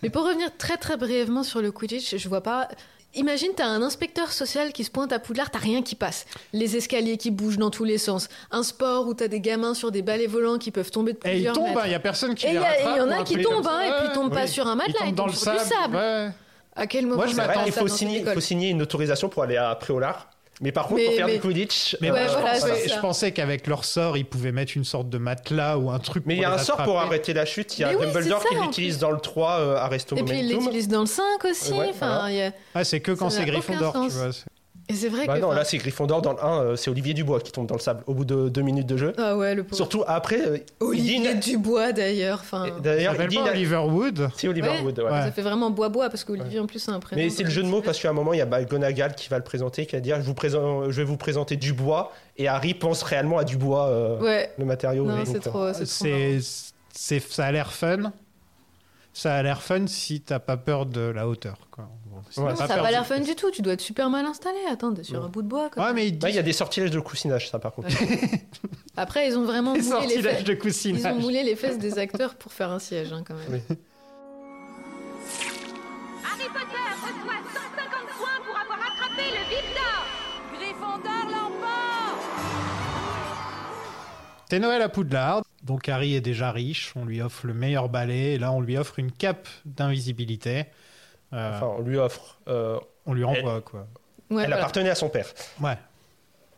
Mais pour revenir très très brièvement sur le Quidditch, je vois pas. Imagine, t'as un inspecteur social qui se pointe à Poudlard, t'as rien qui passe. Les escaliers qui bougent dans tous les sens. Un sport où t'as des gamins sur des balais volants qui peuvent tomber de Eh, Et ils plusieurs tombent, il mètres. n'y a personne qui Et les il y a- rattrape. il y en ou a un qui truc comme tombent, ça. hein, et puis ils Ouais, tombent pas oui. sur un matelas, Ils ils tombent dans tombent le sur du sable. sable. ouais. À quel moment hein. Moi, je ça m'attends. passe, Il ça, faut dans cette signer, école faut signer une autorisation pour aller à Préolard. Mais par contre, Mais- pour faire mais- du Quidditch. Mais euh, moi, je, voilà, pensais, c'est ça. je pensais qu'avec leur sort, ils pouvaient mettre une sorte de matelas ou un truc. Mais il y a un sort pour arrêter la chute. Il y a Mais oui, c'est Dumbledore ça, qui en l'utilise dans le 3 euh, Arresto Et puis ils Momentum. l'utilisent dans le 5 aussi. Ouais, enfin, voilà. il y a- Ah, c'est que quand Ça c'est n'a aucun Gryffondor, tu sens. vois. c'est- Et c'est vrai Bah que. non, enfin, là c'est Gryffondor dans le 1, euh, c'est Olivier Dubois qui tombe dans le sable au bout de deux minutes de jeu. Ah ouais, le pauvre. Surtout après, euh, il Olivier dîne- Dubois d'ailleurs. Enfin, D'ailleurs, il S'appelle dîne pas Oliver Wood. Ah, C'est Oliver Ouais, Wood, ouais. Ça fait vraiment bois-bois parce qu'Olivier en plus c'est un prénom. Mais c'est le jeu de mots parce qu'à un moment il y a McGonagall qui va le présenter, qui va dire je, vous présente, je vais vous présenter Dubois et Harry pense réellement à Dubois, euh, Ouais. le matériau. euh, Non, mais- c'est trop. c'est trop marrant. Euh, C'est, c'est, ça a l'air fun. Ça a l'air fun si t'as pas peur de la hauteur. Quoi. Bon, si Ouais, t'as Non, ça n'a peur pas du- l'air fun du tout. Tu dois être super mal installé. Attends, t'es sur Ouais. un bout de bois. Quoi. Ouais, mais ils Ouais, bah, Il y a des sortilèges de coussinage, ça par contre. Après, ils ont vraiment disent moulé les sortilèges fesses. de Ils ont coussinage. moulé les fesses des acteurs pour faire un siège, hein, quand même. Harry Potter reçoit 150 points pour avoir attrapé le Victor Gryffondor l'emporte C'est Noël à Poudlard. Donc Harry est déjà riche. On lui offre le meilleur balai. Et là, on lui offre une cape d'invisibilité. Euh, Enfin, on lui offre. euh, on lui renvoie, quoi. Ouais, elle voilà. appartenait à son père. Ouais.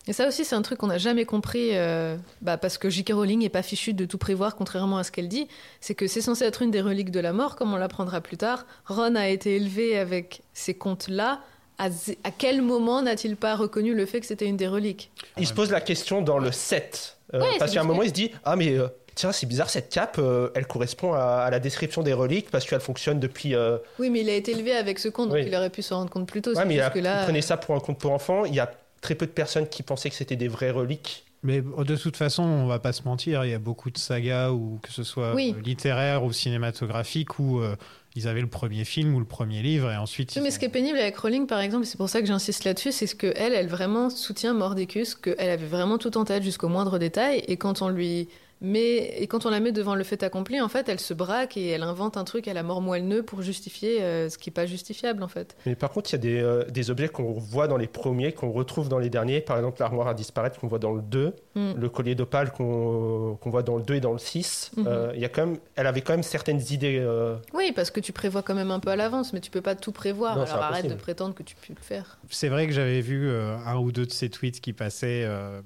Et ça aussi, c'est un truc qu'on n'a jamais compris, euh, bah, parce que J.K. Rowling n'est pas fichue de tout prévoir, contrairement à ce qu'elle dit. C'est que c'est censé être une des reliques de la mort, comme on l'apprendra plus tard. Ron a été élevé avec ces contes-là. À, zé- à quel moment n'a-t-il pas reconnu le fait que c'était une des reliques Il se pose la question dans le 7. euh, Ouais, c'est parce qu'à un bizarre. moment, il se dit Ah, mais euh, tiens, c'est bizarre, cette cape, euh, elle correspond à, à la description des reliques parce qu'elle fonctionne depuis. euh, Oui, mais il a été élevé avec ce conte, donc Oui. il aurait pu s'en rendre compte plus tôt. Ouais, c'est mais il, a- juste que il là... euh. prenait ça pour un compte pour enfants. Il y a très peu de personnes qui pensaient que c'était des vraies reliques. Mais oh, de toute façon, on va pas se mentir, il y a beaucoup de sagas, ou que ce soit Oui. euh, littéraire ou cinématographique, où euh, ils avaient le premier film ou le premier livre, et ensuite... Oui, ils mais ont- ce qui est pénible avec Rowling, par exemple, c'est pour ça que j'insiste là-dessus, c'est ce que elle, elle vraiment soutient Mordicus, qu'elle avait vraiment tout en tête jusqu'au moindre détail, et quand on lui met, et quand on la met devant le fait accompli, en fait, elle se braque et elle invente un truc à la mort moelle-neu pour justifier euh, ce qui est pas justifiable, en fait. Mais par contre, il y a des, euh, des objets qu'on voit dans les premiers, qu'on retrouve dans les derniers. Par exemple, l'armoire à disparaître qu'on voit dans le 2, Mm. le collier d'opale qu'on qu'on voit dans le 2 et dans le 6. Mhm. Euh, il y a quand même, elle avait quand même certaines idées. euh, Oui, parce que tu prévois quand même un peu à l'avance, mais tu peux pas tout prévoir. Non, c'est alors arrête de impossible. prétendre que tu peux le faire. C'est vrai que j'avais vu euh, un ou deux de ces tweets qui passaient... euh,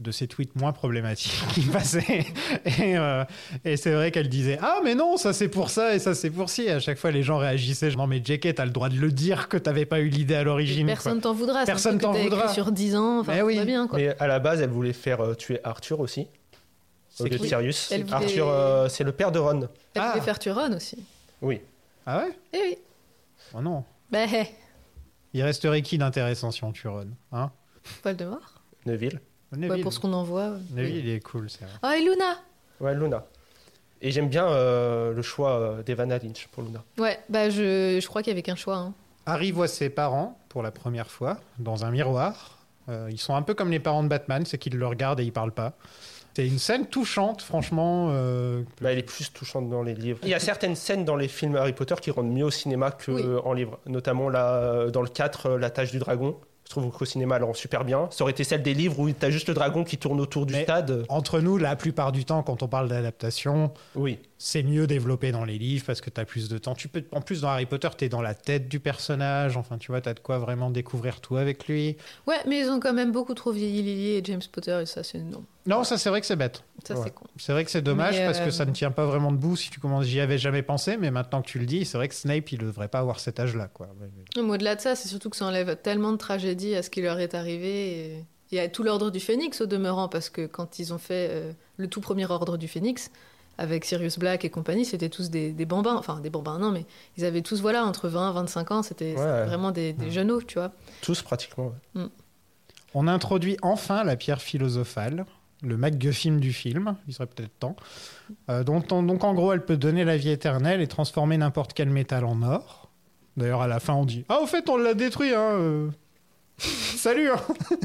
de ces tweets moins problématiques qui passaient. Et, euh, et c'est vrai qu'elle disait « Ah, mais non, ça c'est pour ça et ça c'est pour ci ». Et À chaque fois, les gens réagissaient « Non, mais JK, t'as le droit de le dire que t'avais pas eu l'idée à l'origine. » Personne quoi. t'en voudra. c'est un Personne truc que t'en t'as écrit voudra. Sur 10 ans, enfin, Mais tout oui. va bien, quoi. Mais à la base, elle voulait faire euh, tuer Arthur aussi. C'est Au lieu de qui Sirius. Elle voulait- Arthur, euh, c'est le père de Ron. Elle Ah. voulait faire Turon aussi. Oui. Ah ouais Eh oui. Oh non. Bah, hé, Il resterait qui d'intéressant si on tue Ron hein Voldemort. Neville. Ouais, Neville. Bah, pour ce qu'on en voit. ouais. Neville, il est cool, c'est vrai. Oh, et Luna Ouais, Luna. Et j'aime bien euh, le choix euh, d'Evanna Lynch pour Luna. Ouais, bah je, je crois qu'il y avait qu'un choix. hein. Harry voit ses parents pour la première fois dans un miroir. Euh, ils sont un peu comme les parents de Batman, c'est qu'ils le regardent et ils parlent pas. C'est une scène touchante, franchement. euh, Bah, elle est plus touchante dans les livres. Il y a certaines scènes dans les films Harry Potter qui rendent mieux au cinéma que Oui. euh, en livre. Notamment la, euh, dans le 4, euh, La Tâche du Dragon. Je trouve qu'au cinéma, elle rend super bien. Ça aurait été celle des livres où t'as juste le dragon qui tourne autour du Mais- stade. Entre nous, la plupart du temps, quand on parle d'adaptation, Oui. c'est mieux développé dans les livres parce que tu as plus de temps. Tu peux, en plus, dans Harry Potter, tu es dans la tête du personnage. Enfin, tu vois, tu as de quoi vraiment découvrir tout avec lui. Ouais, mais ils ont quand même beaucoup trop vieilli Lily et James Potter, et ça, c'est non. Non, ça, c'est vrai que c'est bête. Ça, Ouais. c'est con. C'est vrai que c'est dommage Mais, parce que euh, ça ne tient pas vraiment debout si tu commences. J'y avais jamais pensé, mais maintenant que tu le dis, c'est vrai que Snape, il ne devrait pas avoir cet âge-là. quoi. Mais- mais- Non, mais Au-delà de ça, c'est surtout que ça enlève tellement de tragédies à ce qui leur est arrivé et, et à tout l'ordre du Phénix au demeurant, parce que quand ils ont fait euh, le tout premier ordre du Phénix, avec Sirius Black et compagnie, c'était tous des, des bambins, enfin des bambins, non, mais ils avaient tous, voilà, entre 20 et 25 ans, c'était c'était Ouais. vraiment des, des genoux, tu vois. Tous pratiquement. ouais. On introduit enfin la pierre philosophale, le MacGuffin du film, il serait peut-être temps. Euh, dont on- donc en gros, elle peut donner la vie éternelle et transformer n'importe quel métal en or. D'ailleurs, à la fin, on dit Ah, au fait, on l'a détruit, hein euh. Salut hein.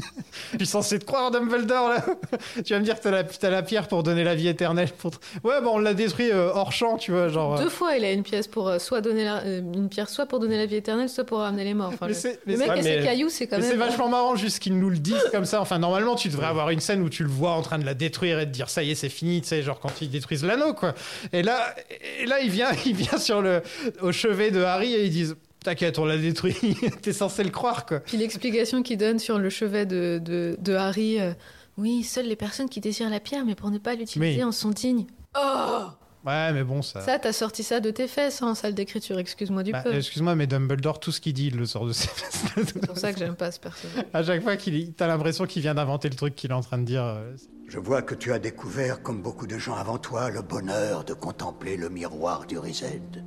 Je suis censé te croire, Dumbledore, là Tu vas me dire que t'as la, t'as la pierre pour donner la vie éternelle. Pour... te- Ouais, bon, on l'a détruit euh, hors champ, tu vois, genre... euh. Deux fois, il a une pièce pour euh, soit donner la- euh, une pierre, soit pour donner la vie éternelle, soit pour ramener les morts. Enfin, Mais le, c'est- le mais mec c'est- et ses mais- cailloux, c'est quand mais même. euh, c'est vachement marrant juste qu'ils nous le disent comme ça. Enfin, normalement, tu devrais avoir une scène où tu le vois en train de la détruire et de dire ça y est, c'est fini, tu sais, genre quand ils détruisent l'anneau, quoi. Et là, et là, il vient, il vient sur le, au chevet de Harry et ils disent T'inquiète, on l'a détruit, t'es censé le croire, quoi. Puis l'explication qu'il donne sur le chevet de, de, de Harry, euh, oui, seules les personnes qui désirent la pierre, mais pour ne pas l'utiliser, Oui. en sont dignes. Oh Ouais, mais bon, ça. Ça, t'as sorti ça de tes fesses hein, en salle d'écriture, excuse-moi du Bah, peu. Excuse-moi, mais Dumbledore, tout ce qu'il dit, il le sort de ses C'est pour ça que j'aime pas ce personnage. À chaque fois, qu'il t'as l'impression qu'il vient d'inventer le truc qu'il est en train de dire. euh, Je vois que tu as découvert, comme beaucoup de gens avant toi, le bonheur de contempler le miroir du Rized.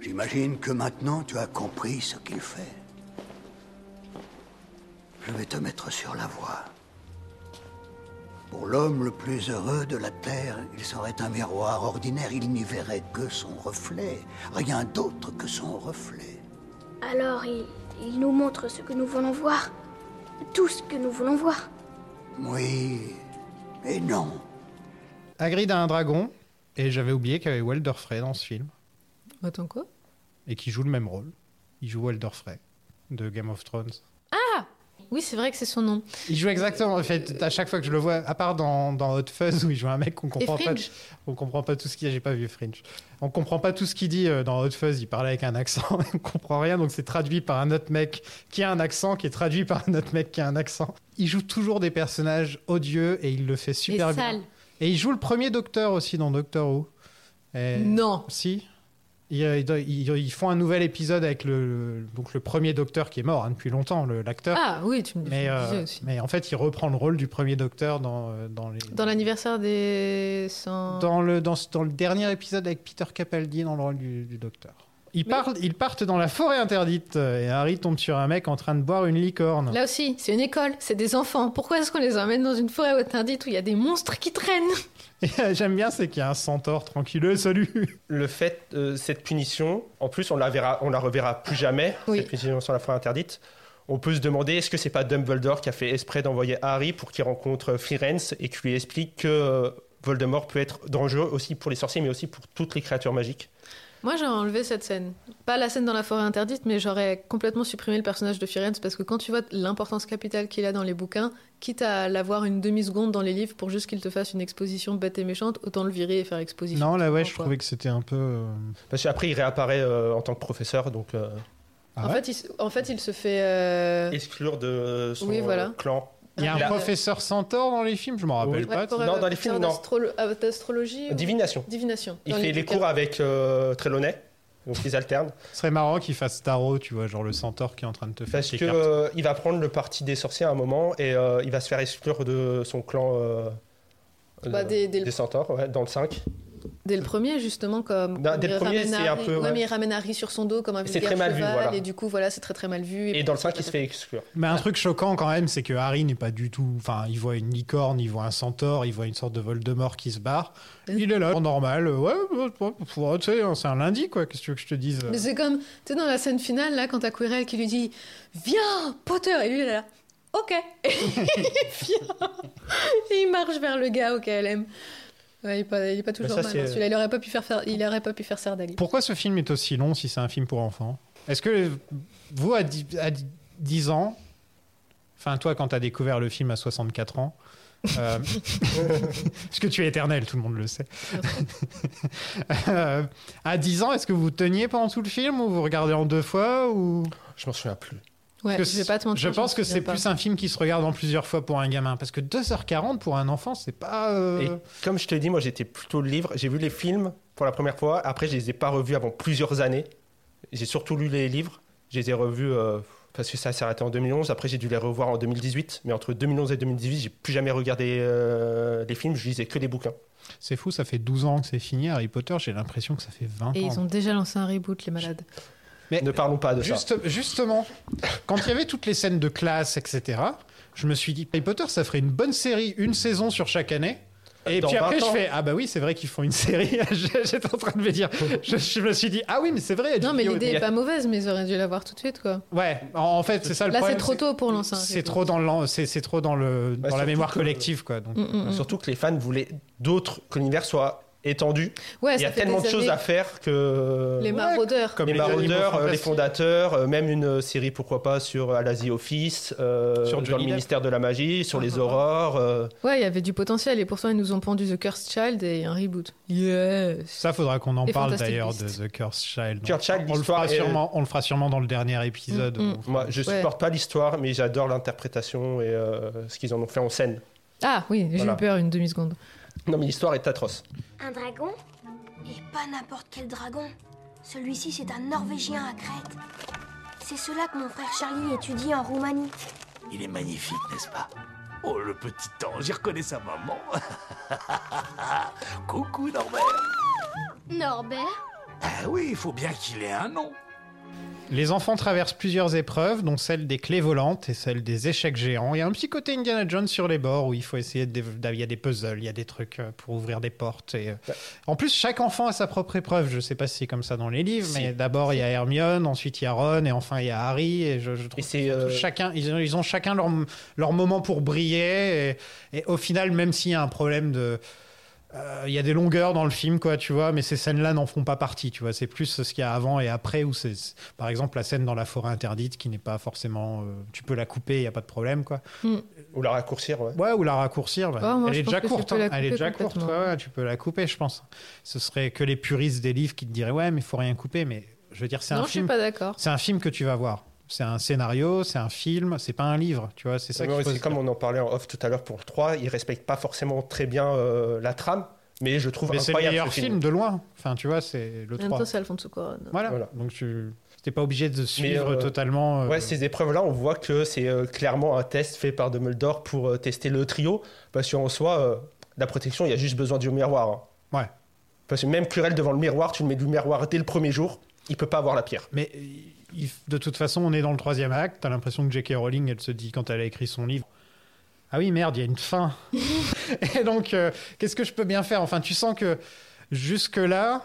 J'imagine que maintenant tu as compris ce qu'il fait. Je vais te mettre sur la voie. Pour l'homme le plus heureux de la Terre, il serait un miroir ordinaire. Il n'y verrait que son reflet, rien d'autre que son reflet. Alors il, il nous montre ce que nous voulons voir. Tout ce que nous voulons voir. Oui et non. Hagrid a un dragon, et j'avais oublié qu'il y avait Walder Frey dans ce film. Attends quoi et qui joue le même rôle. Il joue Walder Frey de Game of Thrones. Ah Oui, c'est vrai que c'est son nom. Il joue exactement. En fait, à chaque fois que je le vois, à part dans, dans Hot Fuzz où il joue un mec qu'on comprend pas, Fringe. on comprend pas tout ce qu'il dit. J'ai pas vu Fringe. On comprend pas tout ce qu'il dit euh, dans Hot Fuzz. Il parle avec un accent, on comprend rien. Donc c'est traduit par un autre mec qui a un accent, qui est traduit par un autre mec qui a un accent. Il joue toujours des personnages odieux et il le fait super Et bien. sale. Et il joue le premier Docteur aussi dans Doctor Who. Et- Non. Si. Ils, euh, ils- ils font un nouvel épisode avec le, le- donc le premier docteur qui est mort hein, depuis longtemps, le- l'acteur. Ah oui, tu me tu me mais, disais euh, aussi. mais en fait, il reprend le rôle du premier docteur dans, euh, dans, les, Dans l'anniversaire des 100... dans, le, dans, ce- dans le dernier épisode avec Peter Capaldi dans le rôle du, du docteur. Ils, partent, ils partent dans la forêt interdite euh, et Harry tombe sur un mec en train de boire une licorne. Là aussi, c'est une école, c'est des enfants. Pourquoi est-ce qu'on les emmène dans une forêt interdite où il y a des monstres qui traînent Et, euh, J'aime bien, c'est qu'il y a un centaure tranquilleux, salut Le fait, euh, cette punition, en plus, on la, verra, on la reverra plus jamais, cette punition sur la forêt interdite. On peut se demander, est-ce que c'est pas Dumbledore qui a fait exprès d'envoyer Harry pour qu'il rencontre euh, Firenze et qui lui explique que euh, Voldemort peut être dangereux aussi pour les sorciers, mais aussi pour toutes les créatures magiques Moi, j'aurais enlevé cette scène. Pas la scène dans la forêt interdite, mais j'aurais complètement supprimé le personnage de Firenze parce que quand tu vois l'importance capitale qu'il a dans les bouquins, quitte à l'avoir une demi-seconde dans les livres pour juste qu'il te fasse une exposition bête et méchante, autant le virer et faire exposition. Non, là, ouais, je Pourquoi trouvais que c'était un peu. euh, Parce qu'après, il réapparaît euh, en tant que professeur, donc euh, Ah en, ouais fait, il, se- en fait, il se fait. euh, exclure de euh, son Oui, voilà. euh, clan. Il y a un Il a- professeur centaure dans les films, je m'en rappelle Oui. pas. ouais, pour, non, euh, dans les films, faire non. d'astrolo- euh, D'astrologie ou- Divination. Divination. Il Dans fait les bouquins. cours avec euh, Trelawney, donc ils alternent. Ce serait marrant qu'il fasse Tarot, tu vois, genre le centaure qui est en train de te faire Parce tes que cartes. euh, il va prendre le parti des sorciers à un moment et euh, il va se faire exclure de son clan euh, Bah, de- dès- dès le- des centaures ouais, dans le 5. Dès le premier, justement, comme. Non, dès il le premier, ramène c'est un Harry- peu, Ouais, ouais. mais il ramène Harry sur son dos comme un C'est vulgaire très mal vu, cheval, voilà. et du coup, voilà, c'est très très mal vu. Et dans le 5, il se fait exclure. Mais un truc choquant quand même, c'est que Harry n'est pas du tout. Enfin, il voit une licorne, il voit un centaure, il voit une sorte de Voldemort qui se barre. Il est là, en normal. euh, Ouais, ouais, ouais, ouais, tu sais, hein, c'est un lundi, quoi. Qu'est-ce que tu veux que je te dise euh. Mais c'est comme, tu sais, dans la scène finale, là, quand t'as Quirrell qui lui dit Viens, Potter Et lui, il est là, Ok Et il vient. Et il marche vers le gars auquel elle aime. Ouais, il est pas, il est pas Bah, toujours ça, mal. c'est- hein, Celui-là, il aurait pas pu faire, faire- il aurait pas pu faire Sardali. Pourquoi ce film est aussi long si c'est un film pour enfants Est-ce que vous, à 10, à 10 ans, enfin, toi, quand t'as découvert le film à 64 ans, euh, parce que tu es éternel, tout le monde le sait. Euh, à 10 ans, est-ce que vous teniez pendant tout le film ou vous regardez en deux fois ou Je m'en souviens plus. Ouais, Parce que je vais pas te mentir, je je pense me que souviens c'est pas. plus un film qui se regarde en plusieurs fois pour un gamin. Parce que 2h40 pour un enfant, c'est pas. euh, Et comme je te dis, moi j'étais plutôt le livre. J'ai vu les films pour la première fois. Après, je les ai pas revus avant plusieurs années. J'ai surtout lu les livres. Je les ai revus euh, parce que ça s'est arrêté en 2011. Après, j'ai dû les revoir en 2018. Mais entre 2011 et 2018, j'ai plus jamais regardé euh, les films. Je lisais que les bouquins. C'est fou, ça fait 12 ans que c'est fini Harry Potter, j'ai l'impression que ça fait 20 Et ans. ils ont déjà lancé un reboot, les malades. ne parlons pas de Juste- Justement, quand il y avait toutes les scènes de classe, etc., je me suis dit, Harry Potter, ça ferait une bonne série, une saison sur chaque année. Et Dans puis après, 20 ans. je fais, ah bah oui, c'est vrai qu'ils font une série. J'étais en train de me dire, je, je me suis dit, ah oui, mais c'est vrai. Non, mais HBO, l'idée est pas mauvaise, mais ils auraient dû l'avoir tout de suite, quoi. Ouais, en, en fait, c'est ça le Là, c'est problème. trop tôt pour lancer un C'est reboot. trop dans, l'en- c'est c'est trop dans, le, Bah, dans la surtout mémoire que- collective, quoi. Donc, Mm, mm, mm. Surtout que les fans voulaient d'autres que l'univers soit étendu. Ouais, Il y ça a fait tellement des de choses années. à faire que Les maraudeurs. Comme les, les animaux maraudeurs, euh, les fantastiques. fondateurs, euh, même une euh, série, pourquoi pas, sur Alasie Office, euh, Sur dans Johnny le Depp. ministère de la magie, sur les aurores. euh, Ouais, il y avait du potentiel, et pourtant, ils nous ont pendu The Cursed Child et un reboot. Yes Ça, faudra qu'on en Et parle Fantastic d'ailleurs de Beasts. The Cursed Child. Cursed Child, on, le l'histoire fera est- euh, sûrement, on le fera sûrement dans le dernier épisode. Mm, mm. On fera- Moi, je Ouais. supporte pas l'histoire, mais j'adore l'interprétation et euh, ce qu'ils en ont fait en scène. Ah oui, j'ai Voilà. eu peur une demi-seconde. Non, mais l'histoire est atroce. Un dragon Et pas n'importe quel dragon. Celui-ci, c'est un Norvégien à Crète. C'est cela que mon frère Charlie étudie en Roumanie. Il est magnifique, n'est-ce pas Oh, le petit ange, il reconnaît sa maman. Coucou, Norbert. Norbert Ah oui, il faut bien qu'il ait un nom. Les enfants traversent plusieurs épreuves, dont celle des clés volantes et celle des échecs géants. Il y a un petit côté Indiana Jones sur les bords où il faut essayer de. dév- Il y a des puzzles, il y a des trucs euh, pour ouvrir des portes. Et... euh, En plus, chaque enfant a sa propre épreuve. Je sais pas si c'est comme ça dans les livres, mais d'abord il y a Hermione, ensuite il y a Ron et enfin il y a Harry. Et je, je trouve Et c'est que euh, chacun, ils ont, ils ont chacun leur, leur moment pour briller. Et, et au final, même s'il y a un problème de. euh, Il y a des longueurs dans le film, quoi, tu vois, mais ces scènes-là n'en font pas partie, tu vois. C'est plus ce qu'il y a avant et après, où c'est, c'est- par exemple, la scène dans la forêt interdite qui n'est pas forcément. euh, tu peux la couper, il n'y a pas de problème, quoi. ou la raccourcir. Ouais. Ouais, ou la raccourcir. bah, Ah, moi, elle je est pense déjà que tu courte. peux la hein. Elle est couper déjà courte. complètement. ouais, ouais, tu peux la couper, je pense. Ce serait que les puristes des livres qui te diraient ouais, mais faut rien couper. Mais je veux dire, c'est Non, un je suis film. pas d'accord. C'est un film que tu vas voir. C'est un scénario, c'est un film, c'est pas un livre. Tu vois, c'est ça. Mais qu'il ouais, faut c'est se comme on en parlait en off tout à l'heure pour le 3, ils respectent pas forcément très bien euh, la trame, mais je trouve Mais c'est le incroyable meilleur ce film. de loin. Enfin, tu vois, c'est le En même temps, 3. c'est Alfonso Cuarón. Voilà. Voilà. Donc tu t'es pas obligé de suivre euh, totalement. euh, Ouais, ces épreuves-là, on voit que c'est euh, clairement un test fait par Dumbledore pour euh, tester le trio, parce qu'en soi, euh, la protection, il y a juste besoin du miroir. hein. Ouais. Parce que même Curel devant le miroir, tu le mets du miroir dès le premier jour, il peut pas avoir la pierre. Mais euh, il- de toute façon, on est dans le troisième acte. T'as l'impression que J.K. Rowling, elle se dit quand elle a écrit son livre. Ah oui, merde, il y a une fin. et donc, euh, qu'est-ce que je peux bien faire Enfin, tu sens que jusque-là,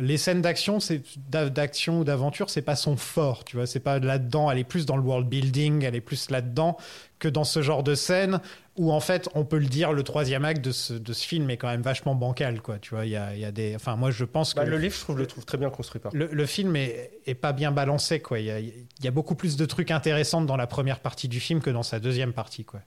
les scènes d'action, c'est d'a- d'action ou d'aventure, c'est pas son fort. Tu vois, c'est pas là-dedans. Elle est plus dans le world building. Elle est plus là-dedans que dans ce genre de scène où en fait, on peut le dire, le troisième acte de ce, de ce film est quand même vachement bancal, quoi. Tu vois, il y a, il y a des. Enfin, moi, je pense que Bah, le livre, je trouve, le trouve très bien construit. Par. le, le film est, est pas bien balancé, quoi. Il y, a, il y a beaucoup plus de trucs intéressants dans la première partie du film que dans sa deuxième partie, quoi.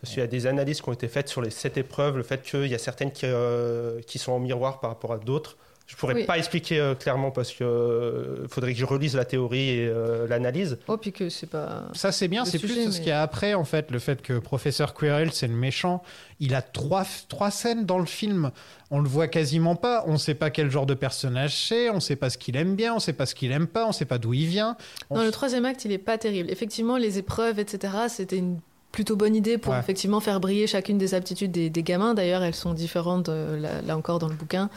Parce qu'il y a des analyses qui ont été faites sur les sept épreuves, le fait qu'il y a certaines qui, euh, qui sont en miroir par rapport à d'autres. Je pourrais Oui. pas expliquer euh, clairement parce que euh, faudrait que je relise la théorie et euh, l'analyse. Oh, puis que c'est pas. Ça, c'est bien, Le c'est plus sujet, ce mais- qu'il y a après, en fait. Le fait que Professeur Quirrell, c'est le méchant, il a trois, trois scènes dans le film. On le voit quasiment pas. On sait pas quel genre de personnage c'est, on sait pas ce qu'il aime bien, on sait pas ce qu'il aime pas, on sait pas d'où il vient. On Non, le s- troisième acte, il est pas terrible. Effectivement, les épreuves, etc., c'était une plutôt bonne idée pour Ouais. effectivement faire briller chacune des aptitudes des, des gamins. D'ailleurs, elles sont différentes, euh, là, là encore, dans le bouquin.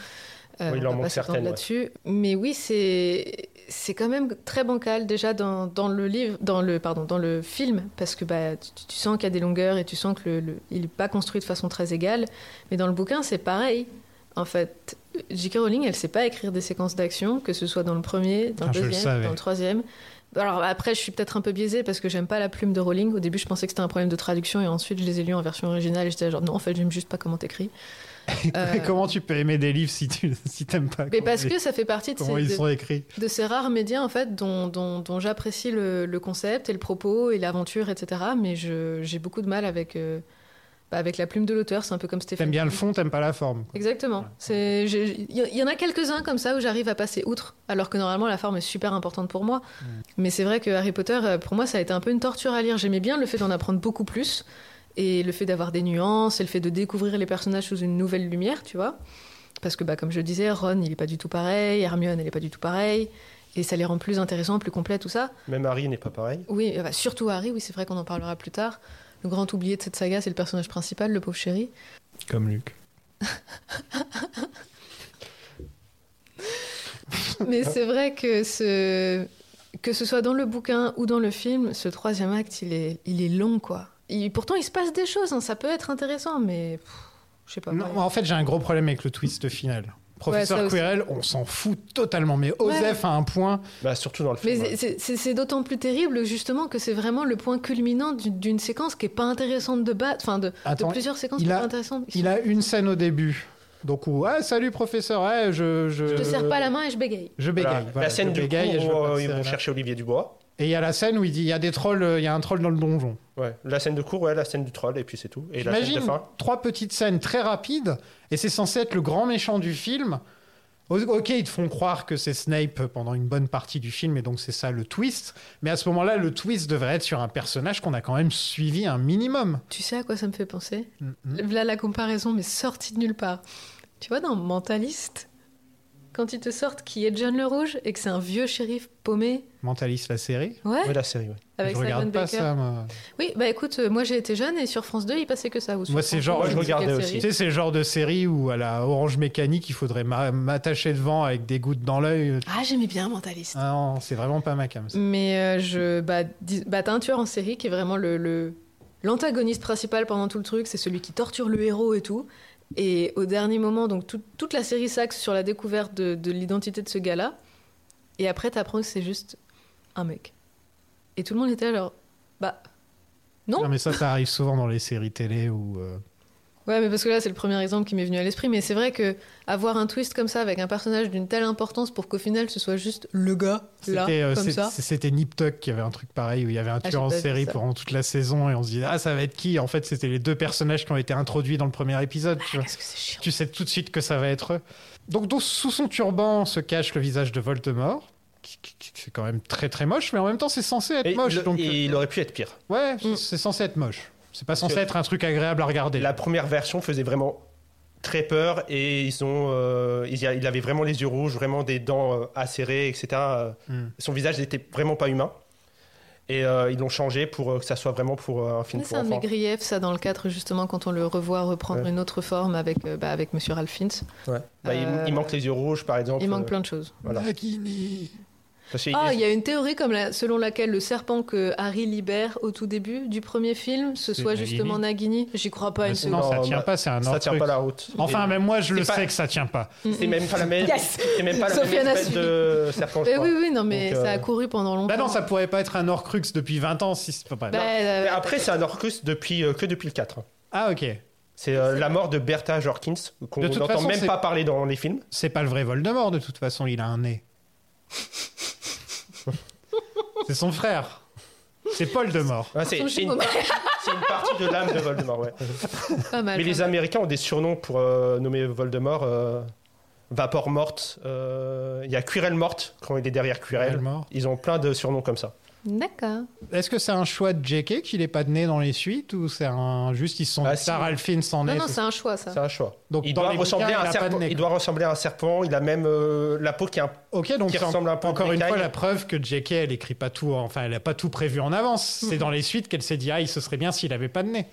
Euh, Oui, il on en va manque pas s'étendre certaines, ouais. là-dessus. Mais oui, c'est c'est quand même très bancal déjà dans, dans le livre, dans le pardon, dans le film, parce que bah tu, tu sens qu'il y a des longueurs et tu sens que le, le- il est pas construit de façon très égale. Mais dans le bouquin, c'est pareil. En fait, J.K. Rowling, elle sait pas écrire des séquences d'action, que ce soit dans le premier, dans Ah, le je le deuxième, savais. dans le troisième. Alors après, je suis peut-être un peu biaisée parce que j'aime pas la plume de Rowling. Au début, je pensais que c'était un problème de traduction et ensuite, je les ai lus en version originale et j'étais genre non, en fait, j'aime juste pas comment t'écris. Euh, Comment tu peux aimer des livres si tu si t'aimes pas mais comment parce ils- que ça fait partie de comment ces, ils de- sont écrits de ces rares médias en fait dont, dont- dont j'apprécie le, le concept et le propos et l'aventure, etc. Mais je- j'ai beaucoup de mal avec, euh, bah, avec la plume de l'auteur, c'est un peu comme Stéphane. T'aimes bien le fond, t'aimes pas la forme. quoi. Exactement. C'est- j'ai- Il y, y en a quelques-uns comme ça où j'arrive à passer outre, alors que normalement la forme est super importante pour moi. Mais c'est vrai que Harry Potter, euh, pour moi, ça a été un peu une torture à lire. J'aimais bien le fait d'en apprendre beaucoup plus, et le fait d'avoir des nuances, et le fait de découvrir les personnages sous une nouvelle lumière, tu vois. Parce que, bah, comme je le disais, Ron, il est pas du tout pareil, Hermione, elle est pas du tout pareille, et ça les rend plus intéressants, plus complets, tout ça. Même Harry n'est pas pareil. Oui, euh, bah, surtout Harry, oui, c'est vrai qu'on en parlera plus tard. Le grand oublié de cette saga, c'est le personnage principal, le pauvre chéri. Comme Luc. Mais c'est vrai que ce que ce soit dans le bouquin ou dans le film, ce troisième acte, il est, il est long, quoi. Il- pourtant, il se passe des choses, hein, ça peut être intéressant, mais pff, je sais pas. Non, en fait, j'ai un gros problème avec le twist final. ça Professeur aussi. Quirrell, on s'en fout totalement, mais Osef a un point. Bah, surtout dans le Mais c'est- c'est- c'est c'est d'autant plus terrible, justement, que c'est vraiment le point culminant d'une- d'une séquence qui est pas intéressante de base, enfin, de, de Attends, plusieurs séquences il qui sont a- pas intéressantes. Il a une scène au début. Donc, où, ah, salut professeur, ouais, je, je. Je te serre pas Euh, la main et je bégaye. Je bégaye. Voilà, voilà, la scène je du bégaye et cours je veux où, pas euh, te ils serrer vont la- chercher Olivier Dubois. Et il y a la scène où il dit il y a des trolls, euh, il y a un troll dans le donjon. Ouais, la scène de cours, ouais, la scène du troll, et puis c'est tout. Et la scène de J'imagine fin. trois petites scènes très rapides, et c'est censé être le grand méchant du film. O- Ok, ils te font croire que c'est Snape pendant une bonne partie du film, et donc c'est ça le twist. Mais à ce moment-là, le twist devrait être sur un personnage qu'on a quand même suivi un minimum. Tu sais à quoi ça me fait penser Hmm? Là, la comparaison m'est sortie de nulle part. Tu vois, dans Mentaliste, quand ils te sortent qui est John le Rouge et que c'est un vieux shérif paumé. Mentaliste, la série Ouais. Ouais, la série, ouais. Avec je Simon regarde pas Baker. ça, moi. Oui, bah écoute, euh, moi j'ai été jeune et sur France 2, il passait que ça. ou sur Moi, c'est France genre, deux, sais quelle série. Tu sais, c'est le genre de série où à la Orange Mécanique, il faudrait m'a- m'attacher devant avec des gouttes dans l'œil. Ah, j'aimais bien Mentaliste. Ah non, c'est vraiment pas ma cam. ça. Mais euh, je. Bah, dis- bah, t'as un tueur en série qui est vraiment le. le- L'antagoniste principal pendant tout le truc, c'est celui qui torture le héros et tout. Et au dernier moment, donc tout- toute la série s'axe sur la découverte de, de l'identité de ce gars-là. Et après, t'apprends que c'est juste un mec. Et tout le monde était alors. Bah. Non. Non, mais ça, ça arrive souvent dans les séries télé où. euh, Ouais, mais parce que là, c'est le premier exemple qui m'est venu à l'esprit. Mais c'est vrai que avoir un twist comme ça avec un personnage d'une telle importance pour qu'au final, ce soit juste le gars, là, C'était, euh, comme c'est- ça. c'est- c'était Nip Tuck qui avait un truc pareil où il y avait un tueur Ah, j'ai en pas vu série ça. pendant toute la saison et on se disait ah ça va être qui en fait c'était les deux personnages qui ont été introduits dans le premier épisode tu, vois. tu sais tout de suite que ça va être eux donc, donc, sous son turban se cache le visage de Voldemort qui, qui- qui- c'est quand même très très moche mais en même temps c'est censé être Et moche il- donc et il aurait pu être pire. ouais Mm. c'est- c'est censé être moche c'est pas censé Parce que- être un truc agréable à regarder La première version faisait vraiment très peur et ils ont, euh, ils y a- il avait vraiment les yeux rouges, vraiment des dents euh, acérées, etc. Euh, Hmm. Son visage n'était vraiment pas humain. Et euh, ils l'ont changé pour euh, que ça soit vraiment pour euh, un film Mais c'est pour un de mes enfants. griefs, ça, dans le 4, justement, quand on le revoit reprendre Ouais. une autre forme avec, euh, bah, avec Monsieur Ralphins. Ouais. Bah, il- Euh, il, manque les yeux rouges, par exemple. il manque euh, plein de choses. Voilà. Parce que- Ah, il y a une théorie comme la- selon laquelle le serpent que Harry libère au tout début du premier film, ce C'est soit justement Nagini. J'y crois pas une non, seconde. ça tient bah, pas, c'est un ça autre tient truc. pas la route. Enfin, Et- même moi, je c'est le pas- sais que ça tient pas. C'est même pas la même. Yes C'est même pas la Sofiane même a espèce suivi. de serpent. je Mais crois. oui, oui, non, mais Donc, euh, ça a couru pendant longtemps. Bah non, ça pourrait pas être un Horcrux depuis 20 ans si c'est pas Bah, euh, Mais après, c'est un Orcus depuis, euh, que depuis le 4. Ah, ok. C'est euh, la mort de Bertha Jorkins, qu'on De toute n'entend façon, même c'est- pas parler dans les films. C'est pas le vrai Voldemort de toute façon, il a un nez. c'est son frère. C'est Paul de mort. Ah, c'est Son c'est une, jumeau. c'est une partie de l'âme de Voldemort, ouais. Pas mal. Mais les pas mal. Américains ont des surnoms pour euh, nommer Voldemort. euh, Vapeur morte, euh, il y a Quirrell morte quand il est derrière Quirrell. Quirrell mort. Ils ont plein de surnoms comme ça. D'accord. Est-ce que c'est un choix de JK qu'il est pas de nez dans les suites ou c'est un juste ils se sont Ah, dit, si. Sarah Alphine sans Non, nez non, c'est- c'est un choix, ça. C'est un choix. Donc, il, dans doit les ressembler bouquins, à il a un pas de serpent, nez, il quoi. doit ressembler à un serpent. Il a même euh, la peau qui, est un- Ok, donc qui c'est en- ressemble un peu encore à une Hawkeye. fois la preuve que JK elle écrit pas tout, hein. enfin elle a pas tout prévu en avance. C'est dans les suites qu'elle s'est dit ah il se serait bien s'il avait pas de nez.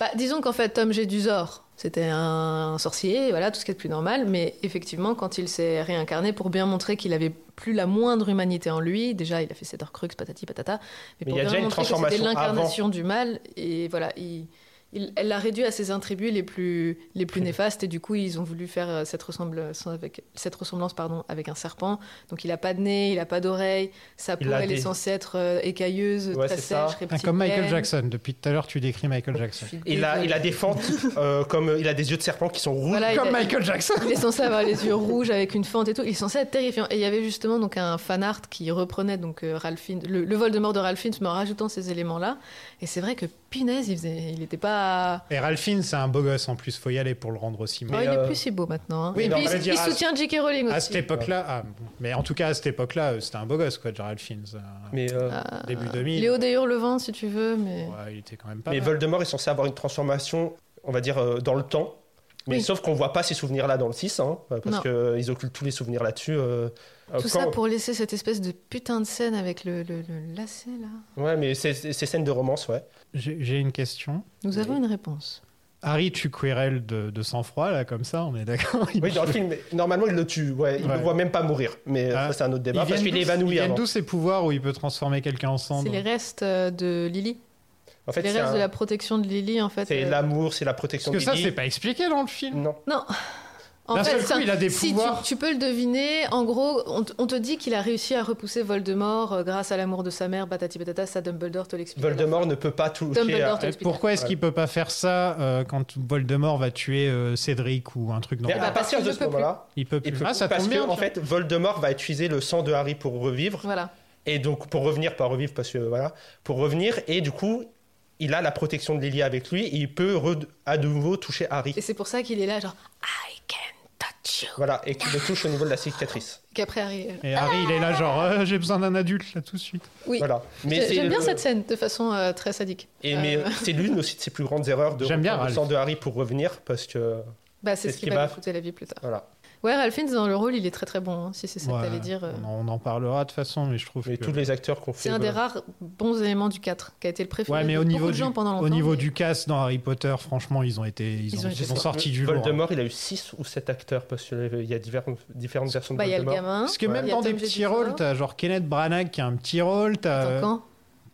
Bah, disons qu'en fait, Tom Jedusor, c'était un sorcier, voilà, tout ce qui est de plus normal, mais effectivement, quand il s'est réincarné pour bien montrer qu'il avait plus la moindre humanité en lui, déjà, il a fait ses Horcrux, patati patata, Mais pour il y bien a déjà une montrer que transformation c'était l'incarnation du mal, et voilà, il, il- elle l'a réduit à ses attributs les plus, les plus néfastes, et du coup, ils ont voulu faire euh, cette ressemblance avec, cette ressemblance, pardon, avec un serpent, donc il a pas de nez, il a pas d'oreille, sa peau, Il a elle des- est censée être euh, écailleuse, Ouais, très c'est ça. sèche, Ah, comme Michael reptilienne. Jackson. Depuis tout à l'heure tu décris Michael Jackson. Il a, il a des fentes, euh, comme euh, il a des yeux de serpent qui sont rouges. Voilà, il comme a- Michael Jackson. Il est censé avoir les yeux rouges avec une fente et tout. Il est censé être terrifiant. Et il y avait justement donc un fan art qui reprenait donc euh, Ralph Fiennes- le, le Voldemort de Ralph Fiennes, mais en rajoutant ces éléments là. Et c'est vrai que punaise, il faisait, il n'était pas à. Et Ralphine, c'est un beau gosse en plus, faut y aller pour le rendre aussi Oh, il euh, est plus si beau maintenant. hein. Et puis, il, il soutient J.K. Rowling aussi. À cette époque-là, ah, bon. mais en tout cas à cette époque-là, euh, c'était un beau gosse quoi, Gerald Finn. ça. euh, Ah, début 2000. Léo des Hurlevents, si tu veux, mais. Ouais, il était quand même pas. Mais mal. Voldemort est censé avoir une transformation, on va dire, euh, dans le temps. Mais Oui. sauf qu'on voit pas ces souvenirs-là dans le 6, hein, Non. parce qu'ils occultent tous les souvenirs là-dessus. euh, euh, Tout quand- ça pour laisser cette espèce de putain de scène avec le, le- le lacet, là. Ouais, mais ces ces- ces scènes de romance, ouais. J'ai j'ai une question. Nous avons une réponse. Harry, tu querelles de, de sang-froid là, comme ça, on est d'accord. Oui, dans le film, mais normalement, il le tue. Ouais, il Ouais. Ah. ne voit même pas mourir. Mais euh, ça, c'est un autre débat. Ils viennent Parce qu'il est d'où- évanoui Ils viennent avant. d'où ces pouvoirs où il peut transformer quelqu'un en C'est cendre les restes euh, de Lily. En fait, les c'est restes un- de la protection de Lily, en fait. c'est euh, l'amour, c'est la protection. Parce que ça, d'Eddie. c'est pas expliqué dans le film. Non. Non. En D'un fait, seul coup, ça- il a des si pouvoirs. Tu, tu peux le deviner. En gros, on, te- on te dit qu'il a réussi à repousser Voldemort euh, grâce à l'amour de sa mère, patati patata, ça Dumbledore te l'explique. Voldemort ne peut pas euh, toucher. Dumbledore à- te l'explique. Pourquoi est-ce Ouais. qu'il peut pas faire ça euh, quand Voldemort va tuer euh, Cédric ou un truc dans Mais le- à partir de ce moment-là, il peut plus. Eh ben, il peut- Ah, ça parce tombe bien. que en fait, Voldemort va utiliser le sang de Harry pour revivre. Voilà. Et donc pour revenir, pas revivre parce que voilà, pour revenir et du coup, il a la protection de Lily avec lui. Et il peut re- à nouveau toucher Harry. Et c'est pour ça qu'il est là, genre. Voilà, et qu'il le touche au niveau de la cicatrice. Qu'après Harry. euh, Et Harry, il est là genre, Euh, j'ai besoin d'un adulte là tout de suite. Oui. Voilà. J'ai- c'est J'aime bien le- cette scène de façon euh, très sadique. Et Euh, mais c'est l'une aussi de ses plus grandes erreurs de J'aime bien reprendre le Ralph. sang de Harry pour revenir parce que bah, c'est ce qui va lui coûter la vie plus tard. Voilà. Ouais, Ralph Fiennes dans le rôle, il est très très bon, hein, si c'est ça Ouais, que t'allais dire. euh. on, en, on en parlera de toute façon, mais je trouve Mais que tous les acteurs qu'on fait. C'est un des voilà. rares bons éléments du 4, qui a été le préféré Ouais, mais de au beaucoup niveau de du gens pendant longtemps. au niveau mais- du cast dans Harry Potter, franchement, ils ont été ils, Ils ont, ont été Hein ils ont sorti du hein. lourd. Voldemort, il a eu 6 ou 7 acteurs parce qu'il y a divers- différentes versions de Bah, il y a le Voldemort. gamin. Parce que Ouais. même Il y a dans des Tom petits Jedusor. rôles, t'as genre Kenneth Branagh qui a un petit rôle. T'as Attends, quand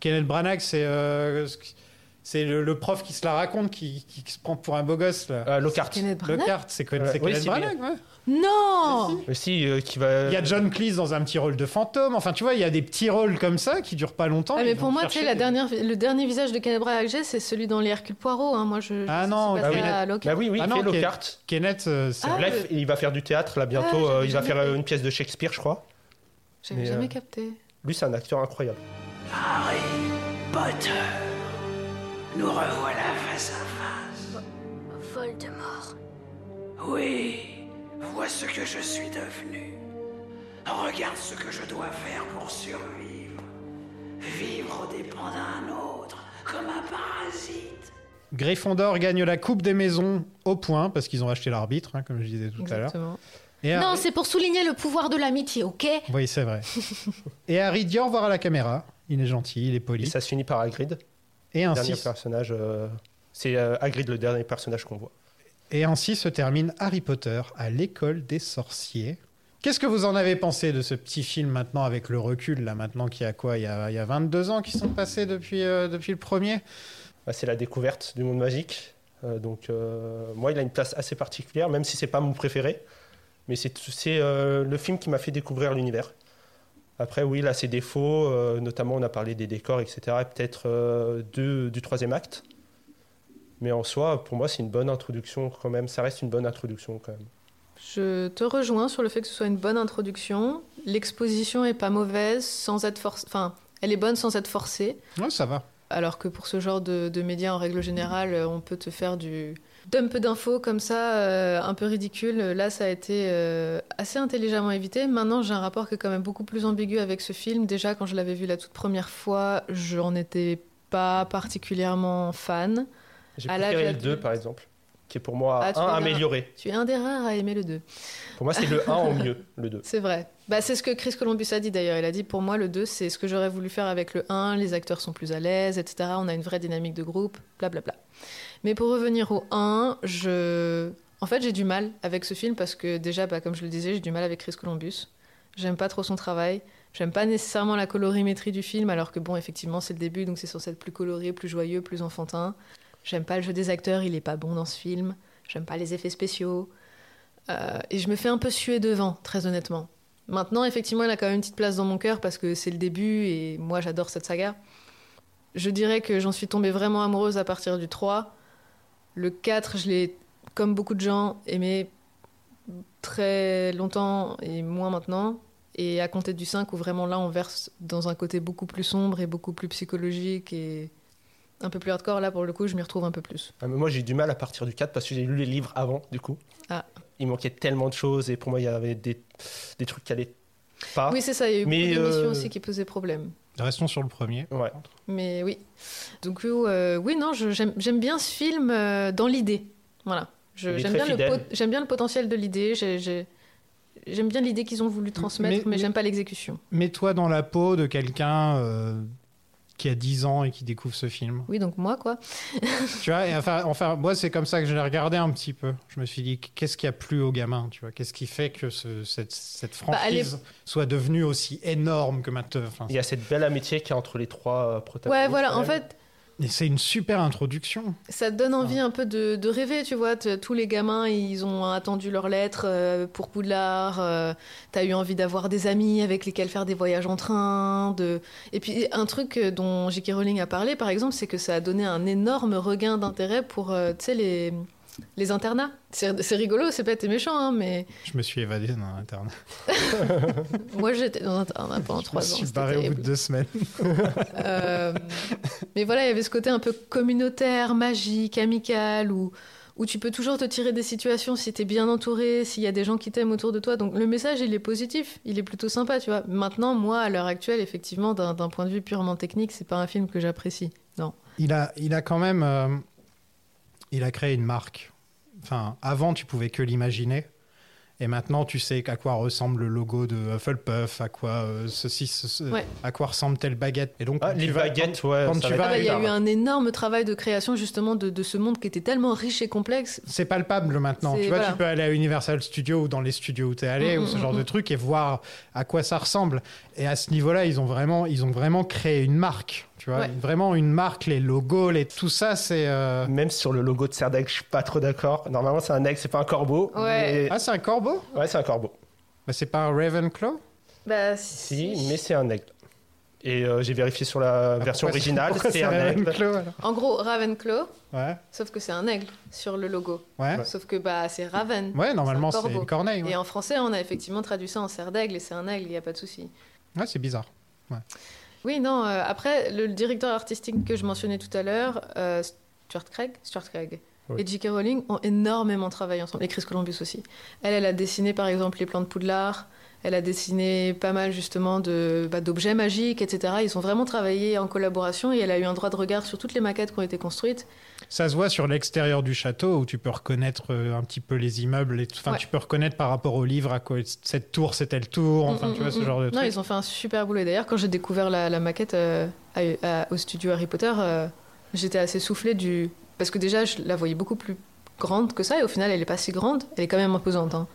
Kenneth Branagh, c'est euh, c'est le, le prof qui se la raconte, qui, qui- qui se prend pour un beau gosse là. Euh, Lockhart. Kenneth Branagh Lockhart, c'est Ken- Euh, c'est oui, Kenneth si, Branagh. mais- ouais. Non Mais si, euh, qui va. Il y a John Cleese dans un petit rôle de fantôme. Enfin, tu vois, il y a des petits rôles comme ça qui durent pas longtemps. Ah, mais Ils pour vont moi, tu chercher sais, la des- dernière, le dernier visage de Kenneth Branagh que j'ai, c'est celui dans les Hercule Poirot. hein. Moi, je. je Ah sais non, pas bah si oui, c'est la- à Locke. Bah oui, oui, Ah il non, fait Ken- Lockhart. Kenneth, euh, c'est Ah, Bref, il va faire du théâtre là bientôt. Ah, j'avais euh, il va faire jamais euh, une pièce de Shakespeare, je crois. J'avais Mais, jamais euh, capté. Lui, c'est un acteur incroyable. Harry Potter, nous revoilà face à face. Voldemort. Oui, vois ce que je suis devenu. Regarde ce que je dois faire pour survivre. Vivre aux dépens d'un autre, comme un parasite. Gryffondor gagne la Coupe des Maisons au point parce qu'ils ont acheté l'arbitre, hein, comme je disais tout à l'heure. Exactement. Et Non, Harry- c'est pour souligner le pouvoir de l'amitié, ok Oui, c'est vrai. Et Harry dit au revoir à la caméra. Il est gentil, il est Et poli. ça se finit par Hagrid. Et ainsi, Dernier personnage. euh, C'est euh, Hagrid le dernier personnage qu'on voit. et ainsi se termine Harry Potter à l'école des sorciers. Qu'est-ce que vous en avez pensé de ce petit film maintenant avec le recul, là maintenant qu'il y a quoi il y a, il y a 22 ans qui sont passés depuis, euh, depuis le premier Bah, c'est la découverte du monde magique. Euh, donc, euh, moi, il a une place assez particulière, même si c'est pas mon préféré. Mais c'est c'est, euh, le film qui m'a fait découvrir l'univers. Après, oui, il a ses défauts. euh, notamment, on a parlé des décors, etc. et Peut-être euh, de- du troisième acte. Mais en soi, pour moi, c'est une bonne introduction quand même. Ça reste une bonne introduction quand même. Je te rejoins sur le fait que ce soit une bonne introduction. L'exposition est pas mauvaise, sans être forcée. Enfin, elle est bonne sans être forcée. Ouais, ça va. Alors que pour ce genre de, de médias, en règle générale, euh, on peut te faire du dump d'infos comme ça, euh, un peu ridicule. Là, ça a été euh, assez intelligemment évité. Maintenant, j'ai un rapport qui est quand même beaucoup plus ambigu avec ce film. Déjà, quand je l'avais vu la toute première fois, j'en étais pas particulièrement fan. J'ai À l'âge préféré le adulte. 2, par exemple, qui est pour moi Ah, tu un veux dire- amélioré. Tu es un des rares à aimer le 2. Pour moi, c'est le 1 en mieux, le 2. C'est vrai. Bah, c'est ce que Chris Columbus a dit d'ailleurs. Il a dit pour moi, le 2, c'est ce que j'aurais voulu faire avec le 1. Les acteurs sont plus à l'aise, etc. On a une vraie dynamique de groupe, blablabla. Mais pour revenir au 1, je. En fait, j'ai du mal avec ce film parce que déjà, bah, comme je le disais, j'ai du mal avec Chris Columbus. J'aime pas trop son travail. J'aime pas nécessairement la colorimétrie du film, alors que bon, effectivement, c'est le début, donc c'est censé être plus coloré, plus joyeux, plus enfantin. J'aime pas le jeu des acteurs, il est pas bon dans ce film. J'aime pas les effets spéciaux. Euh, et je me fais un peu suer devant, très honnêtement. Maintenant, effectivement, elle a quand même une petite place dans mon cœur parce que c'est le début et moi j'adore cette saga. Je dirais que j'en suis tombée vraiment amoureuse à partir du 3. Le 4, je l'ai, comme beaucoup de gens, aimé très longtemps et moins maintenant. Et à compter du 5, où vraiment là on verse dans un côté beaucoup plus sombre et beaucoup plus psychologique et un peu plus hardcore, là pour le coup, je m'y retrouve un peu plus. Ah, mais moi j'ai eu du mal à partir du 4 parce que j'ai lu les livres avant, du coup. Ah. Il manquait tellement de choses et pour moi il y avait des, des trucs qui allaient pas. Oui, c'est ça, il y a eu Ah. Mais, beaucoup d'émissions euh, aussi qui posaient problème. Restons sur le premier. Ouais. Mais oui. Donc, euh, oui, non, je- j'aime j'aime bien ce film euh, dans l'idée. Voilà. Je- Il est J'aime très bien, le fidèle. pot- j'aime bien le potentiel de l'idée. j'ai- j'ai- J'aime bien l'idée qu'ils ont voulu transmettre, mais, mais- j'aime pas l'exécution. Mets-toi dans la peau de quelqu'un euh, qui a 10 ans et qui découvre ce film. Oui, donc moi, quoi. tu vois, et enfin, enfin, moi, c'est comme ça que je l'ai regardé un petit peu. Je me suis dit, qu'est-ce qui a plu aux gamins tu vois Qu'est-ce qui fait que ce- cette, cette Bah, elle est- franchise soit devenue aussi énorme que maintenant enfin, Il y a cette belle amitié qui est entre les trois euh, protagonistes. Ouais, voilà, quand en même. fait, Et c'est une super introduction. Ça te donne envie un peu de, de rêver, tu vois. T- Tous les gamins, ils ont attendu leurs lettres euh, pour Poudlard. euh, T'as eu envie d'avoir des amis avec lesquels faire des voyages en train. De... Et puis, un truc euh, dont J.K. Rowling a parlé, par exemple, c'est que ça a donné un énorme regain d'intérêt pour, euh, tu sais, les, les internats. C'est c'est rigolo, c'est bête et méchant, hein, mais Je me suis évadé dans l'internat. moi, j'étais dans un internat pendant Je me trois ans. suis c'était barré au bout terrible. de deux semaines. Euh, mais voilà, il y avait ce côté un peu communautaire, magique, amical, où, où tu peux toujours te tirer des situations si t'es bien entouré, s'il y a des gens qui t'aiment autour de toi. Donc le message, il est positif, il est plutôt sympa, tu vois. Maintenant, moi, à l'heure actuelle, effectivement, d'un d'un point de vue purement technique, c'est pas un film que j'apprécie. Non. Il a, il a quand même. euh, il a créé une marque. Enfin, avant, tu pouvais que l'imaginer. Et maintenant, tu sais à quoi ressemble le logo de Hufflepuff, à quoi euh, ceci, ce- ce- Ouais. à quoi ressemble telle baguette. Et donc, Ah, quand les tu vas- baguettes, quand- ouais, quand ça tu va vas- Ah bah, Il y a eu un énorme travail de création, justement, de, de ce monde qui était tellement riche et complexe. c'est palpable maintenant. C'est- Tu vois, voilà. tu peux aller à Universal Studios ou dans les studios où tu es allé Mm, ou ce mm, genre mm. de truc et voir à quoi ça ressemble. Et à ce niveau-là, ils ont vraiment, ils ont vraiment créé une marque. Tu vois, Ouais. vraiment une marque, les logos, les tout ça, c'est. euh, Même sur le logo de Serdaigle, je suis pas trop d'accord. Normalement, c'est un aigle, c'est pas un corbeau. Ouais. Ah, c'est un corbeau Ouais, c'est un corbeau. Bah, c'est pas un Ravenclaw Bah, Si, mais c'est un aigle. Et euh, j'ai vérifié sur la version Ah, pourquoi- originale, pourquoi c'est c'est un aigle. Ravenclaw, alors En gros, Ravenclaw, Ouais. sauf que c'est un aigle sur le logo. Ouais. Sauf que bah, c'est Raven. Ouais, normalement, un c'est corbeau. une corneille, ouais. Et en français, on a effectivement traduit ça en cerf d'aigle et c'est un aigle, il n'y a pas de souci. Ouais, c'est bizarre. Ouais. Oui, non, euh, après, le directeur artistique que je mentionnais tout à l'heure, euh, Stuart Craig, Stuart Craig Oui. et J.K. Rowling ont énormément travaillé ensemble, et Chris Columbus aussi. Elle, elle a dessiné par exemple les plans de Poudlard, elle a dessiné pas mal justement de- bah, d'objets magiques, etc. Ils ont vraiment travaillé en collaboration et elle a eu un droit de regard sur toutes les maquettes qui ont été construites. Ça se voit sur l'extérieur du château où tu peux reconnaître euh, un petit peu les immeubles. Et tout. Enfin, Ouais. tu peux reconnaître par rapport au livre à quoi cette tour, c'était le tour. Enfin, Mm, hein, tu mm, vois, mm, ce mm. genre de Non, truc. ils ont fait un super boulot. Et D'ailleurs, quand j'ai découvert la, la maquette euh, à- à- au studio Harry Potter, euh, j'étais assez soufflée du. Parce que déjà, je la voyais beaucoup plus grande que ça, et au final, elle est pas si grande. Elle est quand même imposante. hein.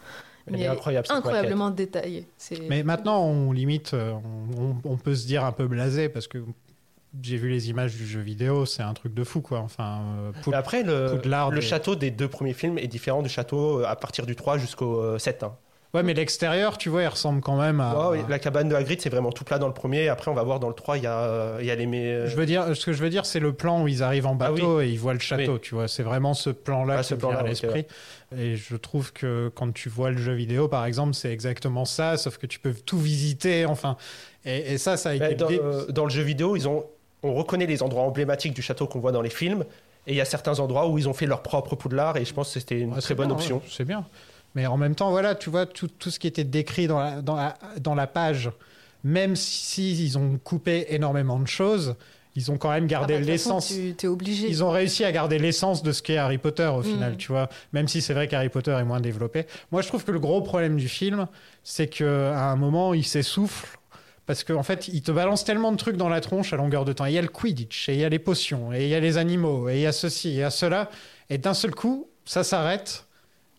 Elle est incroyable, cette incroyablement détaillée. C'est- Mais maintenant, on limite, euh, on, on- on peut se dire un peu blasé parce que j'ai vu les images du jeu vidéo, c'est un truc de fou, quoi. Enfin, euh, Poud- Mais Après, le, Poudlard le des- château des deux premiers films est différent du château euh, à partir du 3 jusqu'au euh, 7. hein. Ouais, mais l'extérieur, tu vois, il ressemble quand même à. Ouais, ouais, la cabane de Hagrid, c'est vraiment tout plat dans le premier. Après, on va voir dans le 3, il y a, euh, il y a les. mais, euh, Je veux dire, ce que je veux dire, c'est le plan où ils arrivent en bateau et ils voient le château, tu vois. C'est vraiment ce plan-là Ah, qui ce me vient plan-là, à ok, l'esprit. ouais. Et je trouve que quand tu vois le jeu vidéo, par exemple, c'est exactement ça, sauf que tu peux tout visiter, enfin. Et, et ça, ça a Ouais, été. dans, dé- euh, dans le jeu vidéo, ils ont, on reconnaît les endroits emblématiques du château qu'on voit dans les films. Et il y a certains endroits où ils ont fait leur propre poudlard. Et je pense que c'était une Ah, très c'est bonne bien, option. ouais, c'est bien. Mais en même temps, voilà, tu vois, tout, tout ce qui était décrit dans la, dans la, dans la page, même si, ils ont coupé énormément de choses, ils ont quand même Ah bah, gardé de toute façon, l'essence. Tu t'es obligé. Mm. Ils ont réussi à garder l'essence de ce qu'est Harry Potter au final, tu vois. Même si c'est vrai qu'Harry Potter est moins développé. Moi, je trouve que le gros problème du film, c'est que à un moment, il s'essouffle. Parce qu'en fait, il te balance tellement de trucs dans la tronche à longueur de temps. Il y a le Quidditch, et il y a les potions, et il y a les animaux, et il y a ceci, et il y a cela. Et d'un seul coup, ça s'arrête,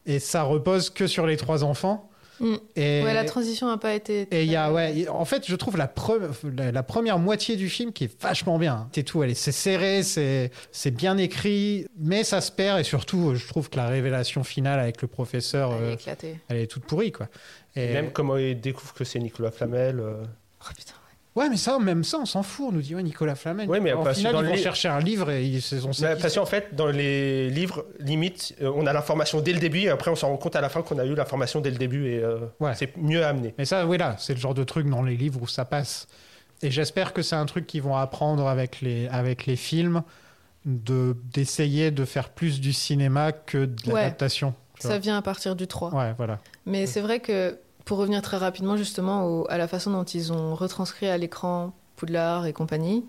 et ça repose que sur les trois enfants. Mm. Et, Ouais, la transition n'a pas été. et il y a, ouais, y- en fait, je trouve la, pre- la, la première moitié du film qui est vachement bien. C'est tout, elle est- c'est serré, c'est c'est bien écrit, mais ça se perd et surtout, euh, je trouve que la révélation finale avec le professeur, Elle est euh, éclatée. elle est toute pourrie, quoi. Et- Et même comment ils découvrent que c'est Nicolas Flamel. euh, Oh, Ouais, mais ça, même ça, on s'en fout. On nous dit, ouais, Nicolas Flamel. Ouais, mais en parce que final, dans ils le vont livre- chercher un livre et ils se sont Ouais, parce qu'en fait, dans les livres, limite, euh, on a l'information dès le début et après on s'en rend compte à la fin qu'on a eu l'information dès le début et euh, c'est mieux amené. Mais ça, oui, là, c'est le genre de truc dans les livres où ça passe. Et j'espère que c'est un truc qu'ils vont apprendre avec les, avec les films de d'essayer de faire plus du cinéma que de Ouais. l'adaptation. tu Ça vois. vient à partir du 3. Ouais, voilà. Mais c'est vrai que pour revenir très rapidement justement au- à la façon dont ils ont retranscrit à l'écran Poudlard et compagnie,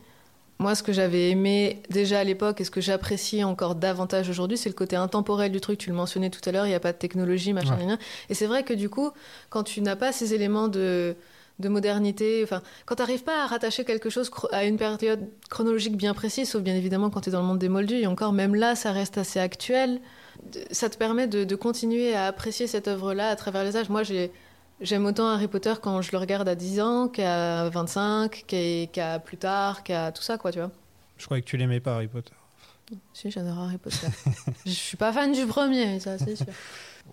moi ce que j'avais aimé déjà à l'époque et ce que j'apprécie encore davantage aujourd'hui, c'est le côté intemporel du truc. Tu le mentionnais tout à l'heure, il n'y a pas de technologie, machin, Ouais. gna gna. Et c'est vrai que du coup, quand tu n'as pas ces éléments de de modernité, enfin, quand t'arrives pas à rattacher quelque chose chro- à une période chronologique bien précise, sauf bien évidemment quand t'es dans le monde des moldus, et encore même là, ça reste assez actuel de- ça te permet de, de continuer à apprécier cette œuvre-là à travers les âges. Moi, j'ai- j'aime autant Harry Potter quand je le regarde à 10 ans qu'à 25, qu'à qu'à plus tard, qu'à tout ça, quoi, tu vois. Je croyais que tu l'aimais pas Harry Potter. Si, j'adore Harry Potter. Je suis pas fan du premier, ça, c'est sûr.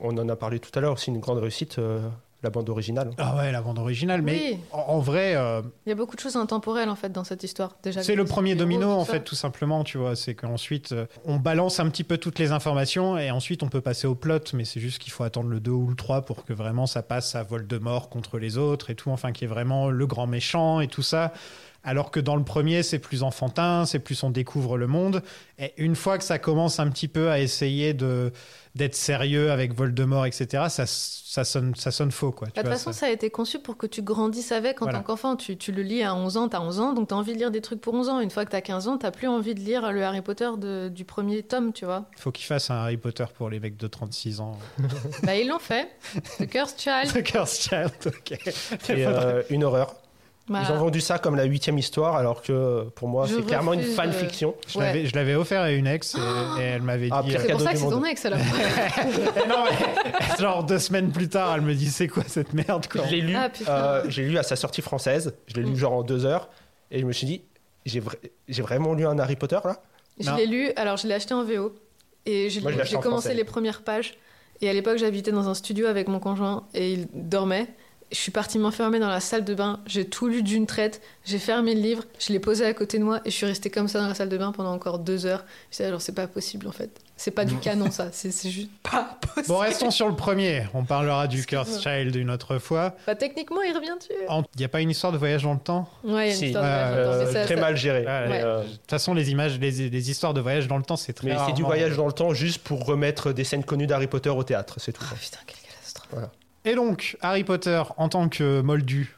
On en a parlé tout à l'heure, c'est une grande réussite, euh, la bande originale. hein. Ah ouais, la bande originale, mais Oui. en, vrai, euh, Il y a beaucoup de choses intemporelles, en fait, dans cette histoire. Déjà, C'est le premier héros, domino, tout en ça. Bah, fait, tout simplement, tu vois. C'est qu'ensuite, euh, on balance un petit peu toutes les informations et ensuite, on peut passer au plot, mais c'est juste qu'il faut attendre le 2 ou le 3 pour que vraiment ça passe à Voldemort contre les autres et tout, enfin, qui est vraiment le grand méchant et tout ça. Alors que dans le premier, c'est plus enfantin, c'est plus on découvre le monde. Et une fois que ça commence un petit peu à essayer de d'être sérieux avec Voldemort, etc., ça, ça, sonne, ça sonne faux, quoi. tu Bah, De toute vois, façon, ça a été conçu pour que tu grandisses avec en Voilà. tant qu'enfant. Tu, tu le lis à 11 ans, t'as 11 ans, donc t'as envie de lire des trucs pour 11 ans. Une fois que t'as 15 ans, t'as plus envie de lire le Harry Potter de- du premier tome, tu vois. Faut qu'il fasse un Harry Potter pour les mecs de 36 ans. Bah, ils l'ont fait. The Cursed Child. The Cursed Child, ok. C'est euh, une horreur. Voilà. Ils ont vendu ça comme la huitième histoire, alors que pour moi, Je c'est clairement une refuse, fanfiction. euh, Je ouais. Ah. l'avais- Je l'avais offert à une ex et, et elle m'avait Ah, dit. euh, C'est pour ça que c'est ton ex alors. Genre deux semaines plus tard, elle me dit c'est quoi cette merde quoi. Je l'ai lu, Ah, putain. Mm. euh, je l'ai lu à sa sortie française. Je l'ai lu genre en deux heures. Et je me suis dit, j'ai vra- j'ai vraiment lu un Harry Potter là Je l'ai lu, alors je l'ai acheté en VO et je Moi, l'ai- je l'ai acheté j'ai en commencé français. les premières pages. Et à l'époque, j'habitais dans un studio avec mon conjoint et il dormait. Je suis partie m'enfermer dans la salle de bain, j'ai tout lu d'une traite, j'ai fermé le livre, je l'ai posé à côté de moi et je suis restée comme ça dans la salle de bain pendant encore deux heures. Je disais, genre, c'est pas possible en fait. C'est pas du canon ça, c'est c'est juste pas possible. Bon, restons sur le premier. On parlera du Cursed Excuse-moi. Child une autre fois. Bah, techniquement, il revient dessus. Il n'y a pas une histoire de voyage dans le temps Ouais, il y a une histoire de Euh, voyage dans le temps, mais ça- ça- gérée. Ouais, Ouais. euh, De toute façon, les images, les, les histoires de voyage dans le temps, c'est très. Mais c'est du rarement- voyage dans le temps juste pour remettre des scènes connues d'Harry Potter au théâtre, c'est Oh, tout. Voilà. Et donc, Harry Potter en tant que moldu.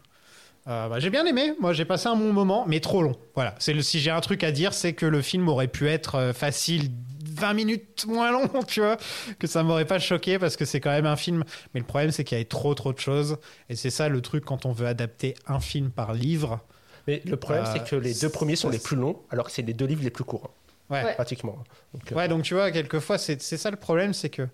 euh, bah, j'ai bien aimé, moi j'ai passé un bon moment, mais trop long. Voilà, c'est le, si j'ai un truc à dire, c'est que le film aurait pu être euh, facile 20 minutes moins long, tu vois, que ça m'aurait pas choqué parce que c'est quand même un film. Mais le problème, c'est qu'il y avait trop trop de choses, et c'est ça le truc quand on veut adapter un film par livre. Mais le problème, Euh, c'est que les deux premiers sont les plus longs, alors que c'est les deux livres les plus courts. hein. Ouais. Ouais. Pratiquement. Donc, euh, Ouais, donc tu vois, quelquefois, c'est c'est ça le problème, c'est que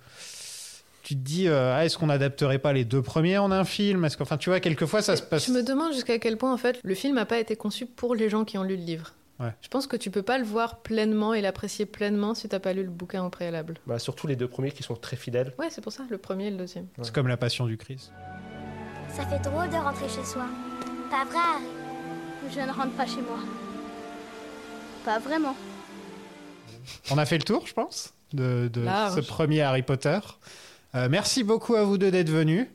tu te dis, euh, Ah, est-ce qu'on adapterait pas les deux premiers en un film Est-ce que- enfin, tu vois, quelquefois, ça se passe. Je me demande jusqu'à quel point en fait le film n'a pas été conçu pour les gens qui ont lu le livre. Ouais. Je pense que tu peux pas le voir pleinement et l'apprécier pleinement si t'as pas lu le bouquin au préalable. bah, surtout les deux premiers qui sont très fidèles. Ouais, c'est pour ça, le premier et le deuxième. C'est comme la Passion du Christ. Ça fait drôle de rentrer chez soi. Pas vrai, Harry Je ne rentre pas chez moi. Pas vraiment. On a fait le tour, je pense, de, de Large. ce premier Harry Potter. Euh, merci beaucoup à vous deux d'être venus.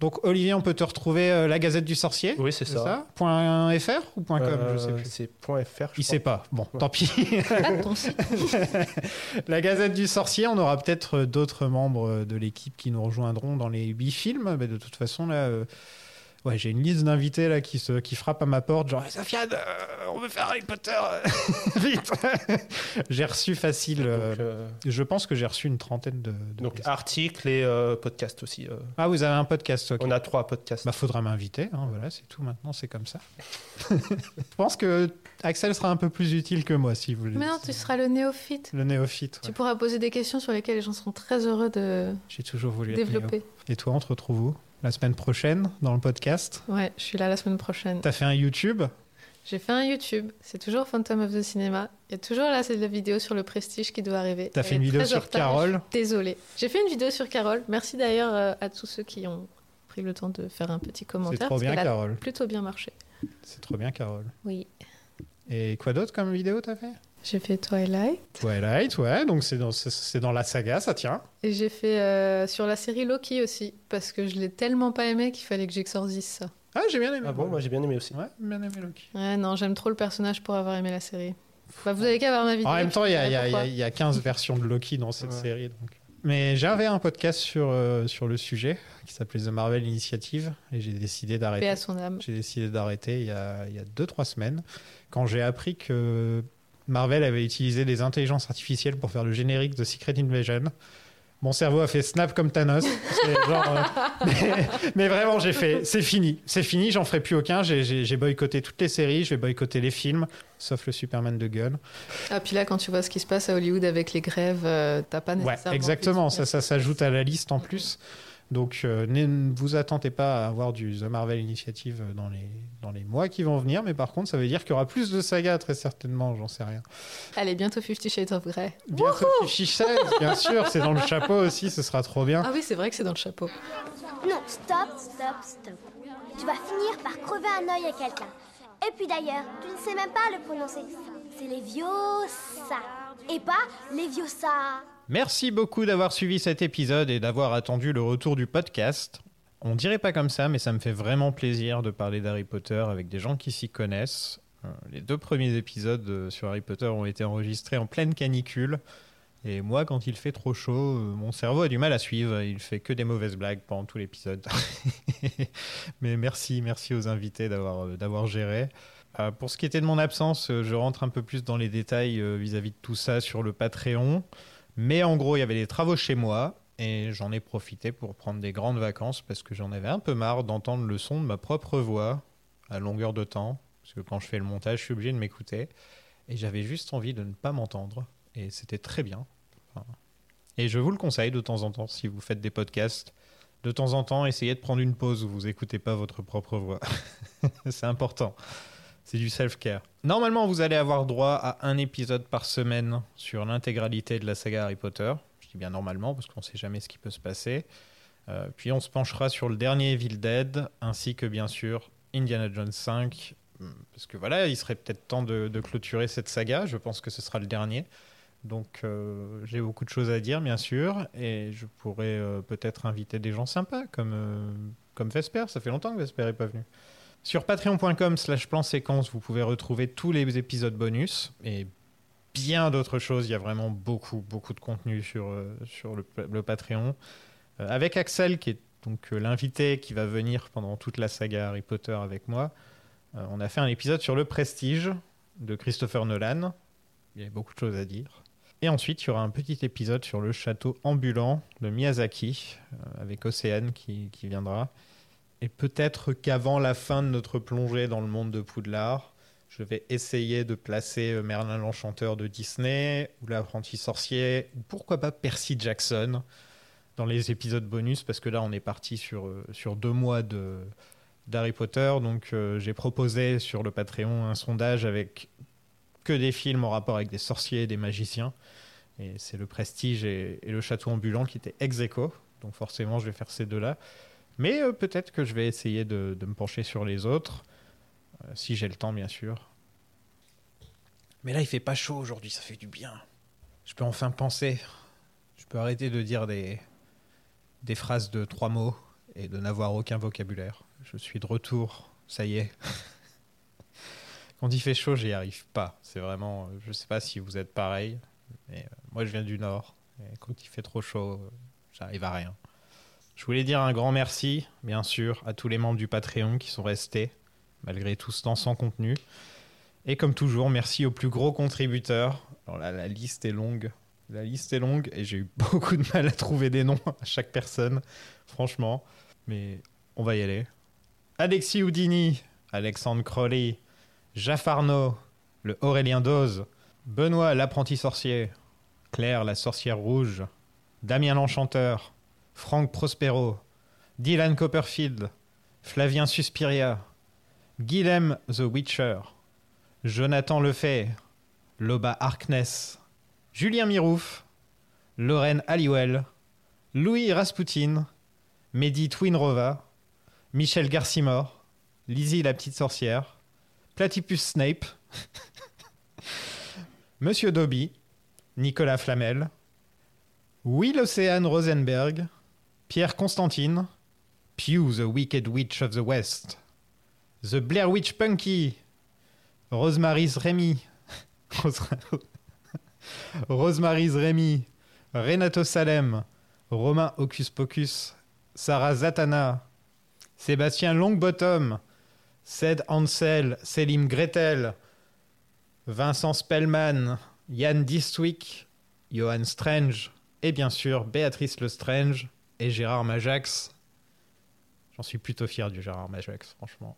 Donc, Olivier, on peut te retrouver euh, la Gazette du Sorcier Oui, c'est ça. Point .fr ou point .com Euh, Je sais plus. C'est point .fr. Il sait pas. Bon, tant pis. la Gazette du Sorcier, on aura peut-être euh, d'autres membres euh, de l'équipe qui nous rejoindront dans les huit films. Mais de toute façon, là, euh, ouais, j'ai une liste d'invités là qui, se, qui frappe à ma porte, genre Eh, Sofiane, euh, on veut faire Harry Potter, euh, vite. j'ai reçu facile. euh, Je pense que j'ai reçu une trentaine de. de- Donc ah. articles et euh, podcasts aussi. euh. Ah, vous avez un podcast. ok. On a trois podcasts. Bah, faudra m'inviter. hein, voilà, c'est tout. Maintenant, c'est comme ça. Je pense que Axel sera un peu plus utile que moi, si vous voulez. Mais non, tu seras le néophyte. Le néophyte. ouais. Tu pourras poser des questions sur lesquelles les gens seront très heureux de. J'ai toujours voulu Développer. être néo. Et toi, on te retrouve où La semaine prochaine, dans le podcast. Ouais, je suis là la semaine prochaine. T'as fait un YouTube J'ai fait un YouTube, c'est toujours Phantom of the Cinema. Il y a toujours là, c'est de la vidéo sur le prestige qui doit arriver. T'as Elle fait est une vidéo très en sur retard, Carole je suis Désolée. J'ai fait une vidéo sur Carole. Merci d'ailleurs euh, à tous ceux qui ont pris le temps de faire un petit commentaire. trop parce bien, qu'elle a Carole. Plutôt bien marché. C'est trop bien, Carole. Oui. Et quoi d'autre comme vidéo t'as fait J'ai fait Twilight Twilight, ouais, donc c'est dans, c'est- c'est dans la saga, ça tient. et j'ai fait euh, sur la série Loki aussi parce que je l'ai tellement pas aimé qu'il fallait que j'exorcise ça. Ah, j'ai bien aimé. Ah bon, moi j'ai bien aimé aussi. Ouais, bien aimé Loki. Ouais, non, j'aime trop le personnage pour avoir aimé la série. Bah, vous avez qu'à voir ma vidéo. En même temps, il y, a- je il y a- dirai il y a- pourquoi. il y a 15 versions de Loki dans cette Ouais. série. donc. Mais j'avais un podcast sur, euh, sur le sujet qui s'appelait The Marvel Initiative et j'ai décidé d'arrêter. Paix à son âme. J'ai décidé d'arrêter il y a 2-3 semaines quand j'ai appris que Marvel avait utilisé des intelligences artificielles pour faire le générique de Secret Invasion. Mon cerveau a fait snap comme Thanos. C'est genre, euh, mais, mais vraiment, j'ai fait, c'est fini, c'est fini, j'en ferai plus aucun. J'ai- J'ai j'ai boycotté toutes les séries, je vais boycotter les films, sauf le Superman de Gunn. Ah, puis là, quand tu vois ce qui se passe à Hollywood avec les grèves, euh, t'as pas Ouais, nécessairement. envie de exactement. soutenir. Ça, ça s'ajoute à la liste en plus. Donc, euh, ne vous attendez pas à avoir du The Marvel Initiative dans les, dans les mois qui vont venir. Mais par contre, ça veut dire qu'il y aura plus de sagas, très certainement. J'en sais rien. Allez, bientôt Fifty Shades of Grey. Bientôt Fifty Shades, bien sûr. C'est dans le chapeau aussi. Ce sera trop bien. Ah oui, c'est vrai que c'est dans le chapeau. Non, stop, stop, stop. Tu vas finir par crever un œil à quelqu'un. Et puis d'ailleurs, tu ne sais même pas le prononcer. C'est les Leviosa. Et pas les Leviosa. Merci beaucoup d'avoir suivi cet épisode et d'avoir attendu le retour du podcast. On dirait pas comme ça, mais ça me fait vraiment plaisir de parler d'Harry Potter avec des gens qui s'y connaissent. Euh, Les deux premiers épisodes euh, sur Harry Potter ont été enregistrés en pleine canicule. Et moi, quand il fait trop chaud, euh, mon cerveau a du mal à suivre. Il fait que des mauvaises blagues pendant tout l'épisode. Mais merci, merci aux invités d'avoir euh, d'avoir géré. Euh, pour ce qui était de mon absence, euh, je rentre un peu plus dans les détails euh, vis-à-vis de tout ça sur le Patreon. Mais en gros, il y avait des travaux chez moi et j'en ai profité pour prendre des grandes vacances parce que j'en avais un peu marre d'entendre le son de ma propre voix à longueur de temps. Parce que quand je fais le montage, je suis obligé de m'écouter. Et j'avais juste envie de ne pas m'entendre. Et c'était très bien. Enfin, et je vous le conseille de temps en temps, si vous faites des podcasts, de temps en temps, essayez de prendre une pause où vous n'écoutez pas votre propre voix. C'est important. C'est du self-care. Normalement, vous allez avoir droit à un épisode par semaine sur l'intégralité de la saga Harry Potter. Je dis bien normalement, parce qu'on ne sait jamais ce qui peut se passer. Euh, puis on se penchera sur le dernier Evil Dead, ainsi que bien sûr Indiana Jones 5. Hum, Parce que voilà, il serait peut-être temps de, de clôturer cette saga. Je pense que ce sera le dernier. Donc euh, j'ai beaucoup de choses à dire, bien sûr, et je pourrais euh, peut-être inviter des gens sympas comme, euh, comme Vesper. Ça fait longtemps que Vesper n'est pas venu. Sur patreon.com slash plan séquence, vous pouvez retrouver tous les épisodes bonus et bien d'autres choses. Il y a vraiment beaucoup, beaucoup de contenu sur, euh, sur le, le Patreon. Euh, avec Axel, qui est donc euh, l'invité qui va venir pendant toute la saga Harry Potter avec moi, euh, on a fait un épisode sur le prestige de Christopher Nolan. Il y a beaucoup de choses à dire. Et ensuite, il y aura un petit épisode sur le château ambulant de Miyazaki, euh, avec Océane qui, qui viendra. Et peut-être qu'avant la fin de notre plongée dans le monde de Poudlard, je vais essayer de placer euh, Merlin l'Enchanteur de Disney, ou l'apprenti sorcier, ou pourquoi pas Percy Jackson dans les épisodes bonus, parce que là, on est parti sur, euh, sur deux mois de d'Harry Potter. Donc, euh, j'ai proposé sur le Patreon un sondage avec que des films en rapport avec des sorciers et des magiciens. Et c'est le Prestige et, et le Château Ambulant qui étaient ex aequo. Donc forcément, je vais faire ces deux-là. Mais euh, peut-être que je vais essayer de, de me pencher sur les autres. euh, si j'ai le temps, bien sûr. Mais là, il fait pas chaud aujourd'hui, ça fait du bien. Je peux enfin penser. Je peux arrêter de dire des, des phrases de trois mots et de n'avoir aucun vocabulaire. Je suis de retour, ça y est. Quand il fait chaud, j'y arrive pas. C'est vraiment, euh, je sais pas si vous êtes pareil, mais euh, moi je viens du Nord. Et quand il fait trop chaud, euh, j'arrive à rien. Je voulais dire un grand merci, bien sûr, à tous les membres du Patreon qui sont restés, malgré tout ce temps sans contenu. Et comme toujours, merci aux plus gros contributeurs. Alors là, la liste est longue. La liste est longue et j'ai eu beaucoup de mal à trouver des noms à chaque personne, franchement. Mais on va y aller. Alexis Houdini, Alexandre Crowley, Jaffarno, le Aurélien Dose, Benoît l'apprenti sorcier, Claire la sorcière rouge, Damien l'enchanteur, Franck Prospero, Dylan Copperfield, Flavien Suspiria, Guillem the Witcher, Jonathan Lefay, Loba Harkness, Julien Mirouf, Lorraine Halliwell, Louis Raspoutine, Mehdi Twinrova, Michel Garcimore, Lizzie la petite sorcière, Platypus Snape, Monsieur Dobby, Nicolas Flamel, Will Océane Rosenberg, Pierre Constantine, Pew the Wicked Witch of the West, The Blair Witch Punky, Rosemary's Remy, Rosemary's Rémy, Renato Salem, Romain Hocus Pocus, Sarah Zatanna, Sébastien Longbottom, Ced Ansel, Selim Gretel, Vincent Spellman, Yann Distwick, Johan Strange, et bien sûr Béatrice Lestrange et Gérard Majax. J'en suis plutôt fier du Gérard Majax, franchement.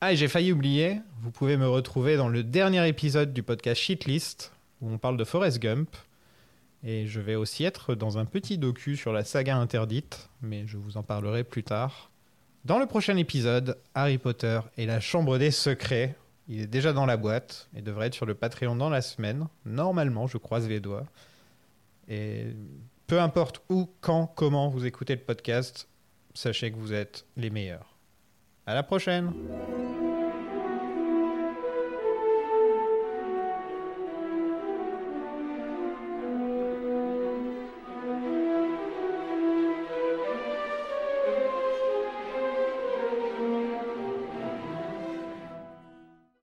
Ah, et j'ai failli oublier, vous pouvez me retrouver dans le dernier épisode du podcast Shitlist, où on parle de Forrest Gump. Et je vais aussi être dans un petit docu sur la saga interdite, mais je vous en parlerai plus tard. Dans le prochain épisode, Harry Potter et la Chambre des Secrets. Il est déjà dans la boîte et devrait être sur le Patreon dans la semaine. Normalement, je croise les doigts. Et peu importe où, quand, comment vous écoutez le podcast, sachez que vous êtes les meilleurs. À la prochaine!